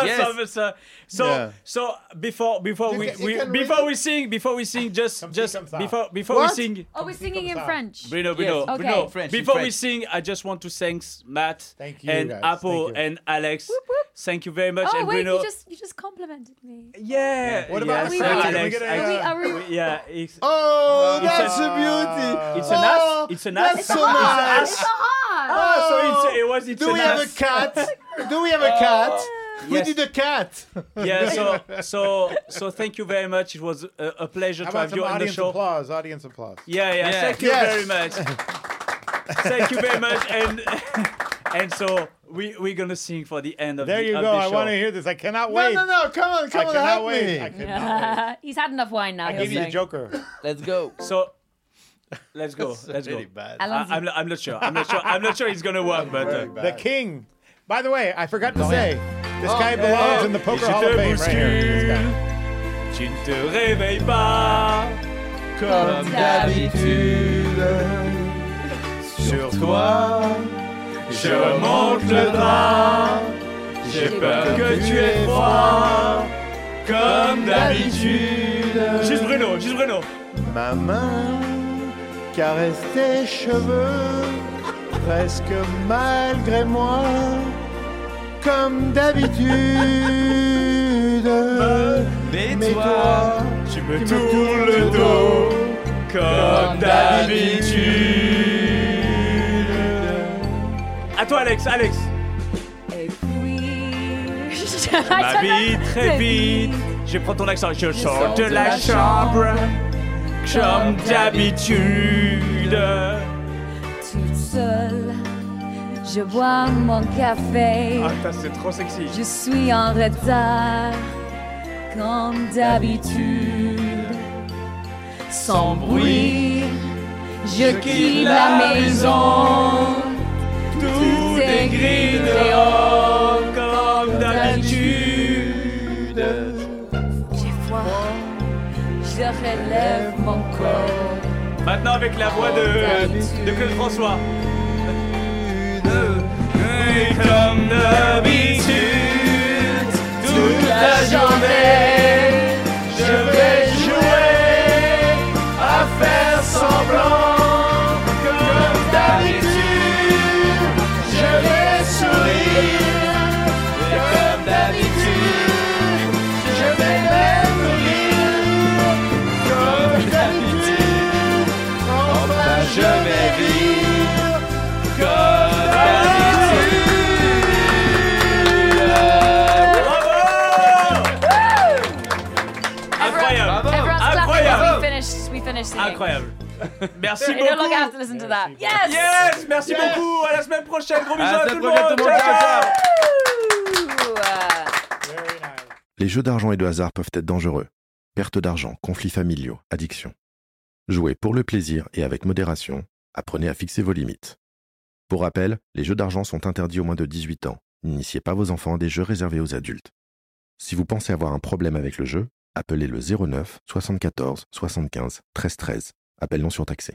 Speaker 4: French?
Speaker 2: Yes.
Speaker 3: so- so so,
Speaker 4: Yeah.
Speaker 3: so before before
Speaker 4: You
Speaker 3: we,
Speaker 4: ca- you
Speaker 3: we
Speaker 4: can
Speaker 3: before
Speaker 4: really-
Speaker 3: we sing before we sing just
Speaker 5: Come see,
Speaker 3: just
Speaker 5: come ça.
Speaker 3: before before
Speaker 4: What?
Speaker 3: we sing
Speaker 1: Oh, we're singing in
Speaker 5: Comme ça.
Speaker 1: French.
Speaker 3: Bruno Bruno
Speaker 2: Okay.
Speaker 3: Bruno
Speaker 2: French,
Speaker 3: before we
Speaker 2: French.
Speaker 3: sing I just want to thank Matt
Speaker 5: Thank you,
Speaker 3: and
Speaker 5: guys.
Speaker 3: Apple
Speaker 5: Thank you.
Speaker 3: and Alex thank you very much
Speaker 1: Oh,
Speaker 3: and
Speaker 1: wait,
Speaker 3: Bruno
Speaker 1: you just you just complimented me.
Speaker 3: yeah
Speaker 5: What
Speaker 3: yes,
Speaker 5: about
Speaker 1: the crowd? Can we
Speaker 3: Alex
Speaker 5: get a-
Speaker 3: I-
Speaker 1: Are we, are we,
Speaker 3: yeah it's,
Speaker 4: Oh,
Speaker 3: It's
Speaker 4: that's
Speaker 3: a-
Speaker 4: a beauty.
Speaker 3: it's
Speaker 4: Oh,
Speaker 3: an ass it's an ass
Speaker 4: that's so nice.
Speaker 1: it's a heart.
Speaker 3: Ah, so it's, it was it's
Speaker 4: Do
Speaker 3: an
Speaker 4: we have a
Speaker 3: ass. Oh.
Speaker 4: cat? Do we have a cat? Who
Speaker 3: Yes.
Speaker 4: did a cat?
Speaker 3: yeah so so so thank you very much it was a, a pleasure
Speaker 5: How
Speaker 3: to
Speaker 5: about
Speaker 3: have
Speaker 5: some
Speaker 3: you on the
Speaker 5: audience
Speaker 3: show
Speaker 5: applause? Audience applause.
Speaker 3: Yeah, yeah.
Speaker 2: Yeah.
Speaker 3: Thank you
Speaker 4: Yes.
Speaker 3: very much. Thank you very much. And and so we we're gonna sing for the end of
Speaker 5: There
Speaker 3: the,
Speaker 5: you
Speaker 3: of
Speaker 5: go.
Speaker 3: the
Speaker 5: I
Speaker 3: show.
Speaker 5: want to hear this. I cannot
Speaker 4: No,
Speaker 5: wait.
Speaker 4: no, no. Come on,
Speaker 5: I
Speaker 4: come on,
Speaker 5: cannot
Speaker 4: help
Speaker 5: wait.
Speaker 4: me.
Speaker 5: I cannot wait.
Speaker 1: He's had enough wine now.
Speaker 5: I
Speaker 1: he'll
Speaker 5: give you the
Speaker 1: sing.
Speaker 5: Joker.
Speaker 2: Let's go.
Speaker 3: So let's go. Let's go.
Speaker 4: Really bad.
Speaker 3: I,
Speaker 1: Allons-y.
Speaker 3: I'm, I'm not sure. I'm not sure. I'm not sure it's gonna work, but. Uh,
Speaker 5: The king. By the way, I forgot to say, this
Speaker 4: Oh,
Speaker 5: guy belongs
Speaker 4: yeah.
Speaker 5: in the
Speaker 3: Et
Speaker 5: Poker
Speaker 3: je
Speaker 5: Hall of
Speaker 3: te
Speaker 5: Fame right here. This guy.
Speaker 3: bouscule, Tu ne te réveilles pas
Speaker 2: Comme d'habitude,
Speaker 4: Sur toi,
Speaker 3: Je monte le drap J'ai peur que tu aies froid Comme d'habitude Juste Bruno, juste Bruno
Speaker 4: Ma main caresse tes cheveux, presque malgré moi, comme d'habitude.
Speaker 2: mais
Speaker 4: Mais
Speaker 2: toi,
Speaker 4: toi,
Speaker 3: Euh, Tu me tournes le dos Comme d'habitude toi, Alex. Alex.
Speaker 1: Et puis.
Speaker 3: Ma vie très vite. Je prends ton accent. Je sors de la chambre comme d'habitude.
Speaker 1: Toute seule, je bois mon café.
Speaker 3: Ah, putain, c'est trop sexy.
Speaker 1: Je suis en retard comme d'habitude. Sans bruit, je quitte la maison.
Speaker 3: Tout est gris dehors comme d'habitude.
Speaker 1: J'ai froid, je relève mon corps.
Speaker 3: Maintenant avec la voix de, de Claude François. Et comme d'habitude, toute la journée, je vais jouer à faire semblant. Comme d'habitude, je vais sourire. Et comme d'habitude, je vais même rire. Comme d'habitude, enfin je vais vivre. Comme d'habitude. Bravo! Incroyable.
Speaker 1: Everyone's
Speaker 3: Incroyable.
Speaker 1: clapping. We finished. We finished singing.
Speaker 3: Incroyable. Merci
Speaker 1: You no longer
Speaker 3: beaucoup.
Speaker 1: have to listen to that. Yes.
Speaker 3: Yes, merci beaucoup. À la semaine prochaine. Gros bisous
Speaker 2: la
Speaker 3: à, tout
Speaker 2: semaine
Speaker 3: le monde.
Speaker 2: prochaine, tout le
Speaker 3: Ciao,
Speaker 2: monde.
Speaker 3: ciao.
Speaker 1: Ooh.
Speaker 5: Very nice.
Speaker 11: Les jeux d'argent et de hasard peuvent être dangereux. Perte d'argent, conflits familiaux, addiction. Jouez pour le plaisir et avec modération. Apprenez à fixer vos limites. Pour rappel, les jeux d'argent sont interdits aux moins de 18 ans. N'initiez pas vos enfants à des jeux réservés aux adultes. Si vous pensez avoir un problème avec le jeu, appelez le 09 74 75 13 13. Appel non surtaxé.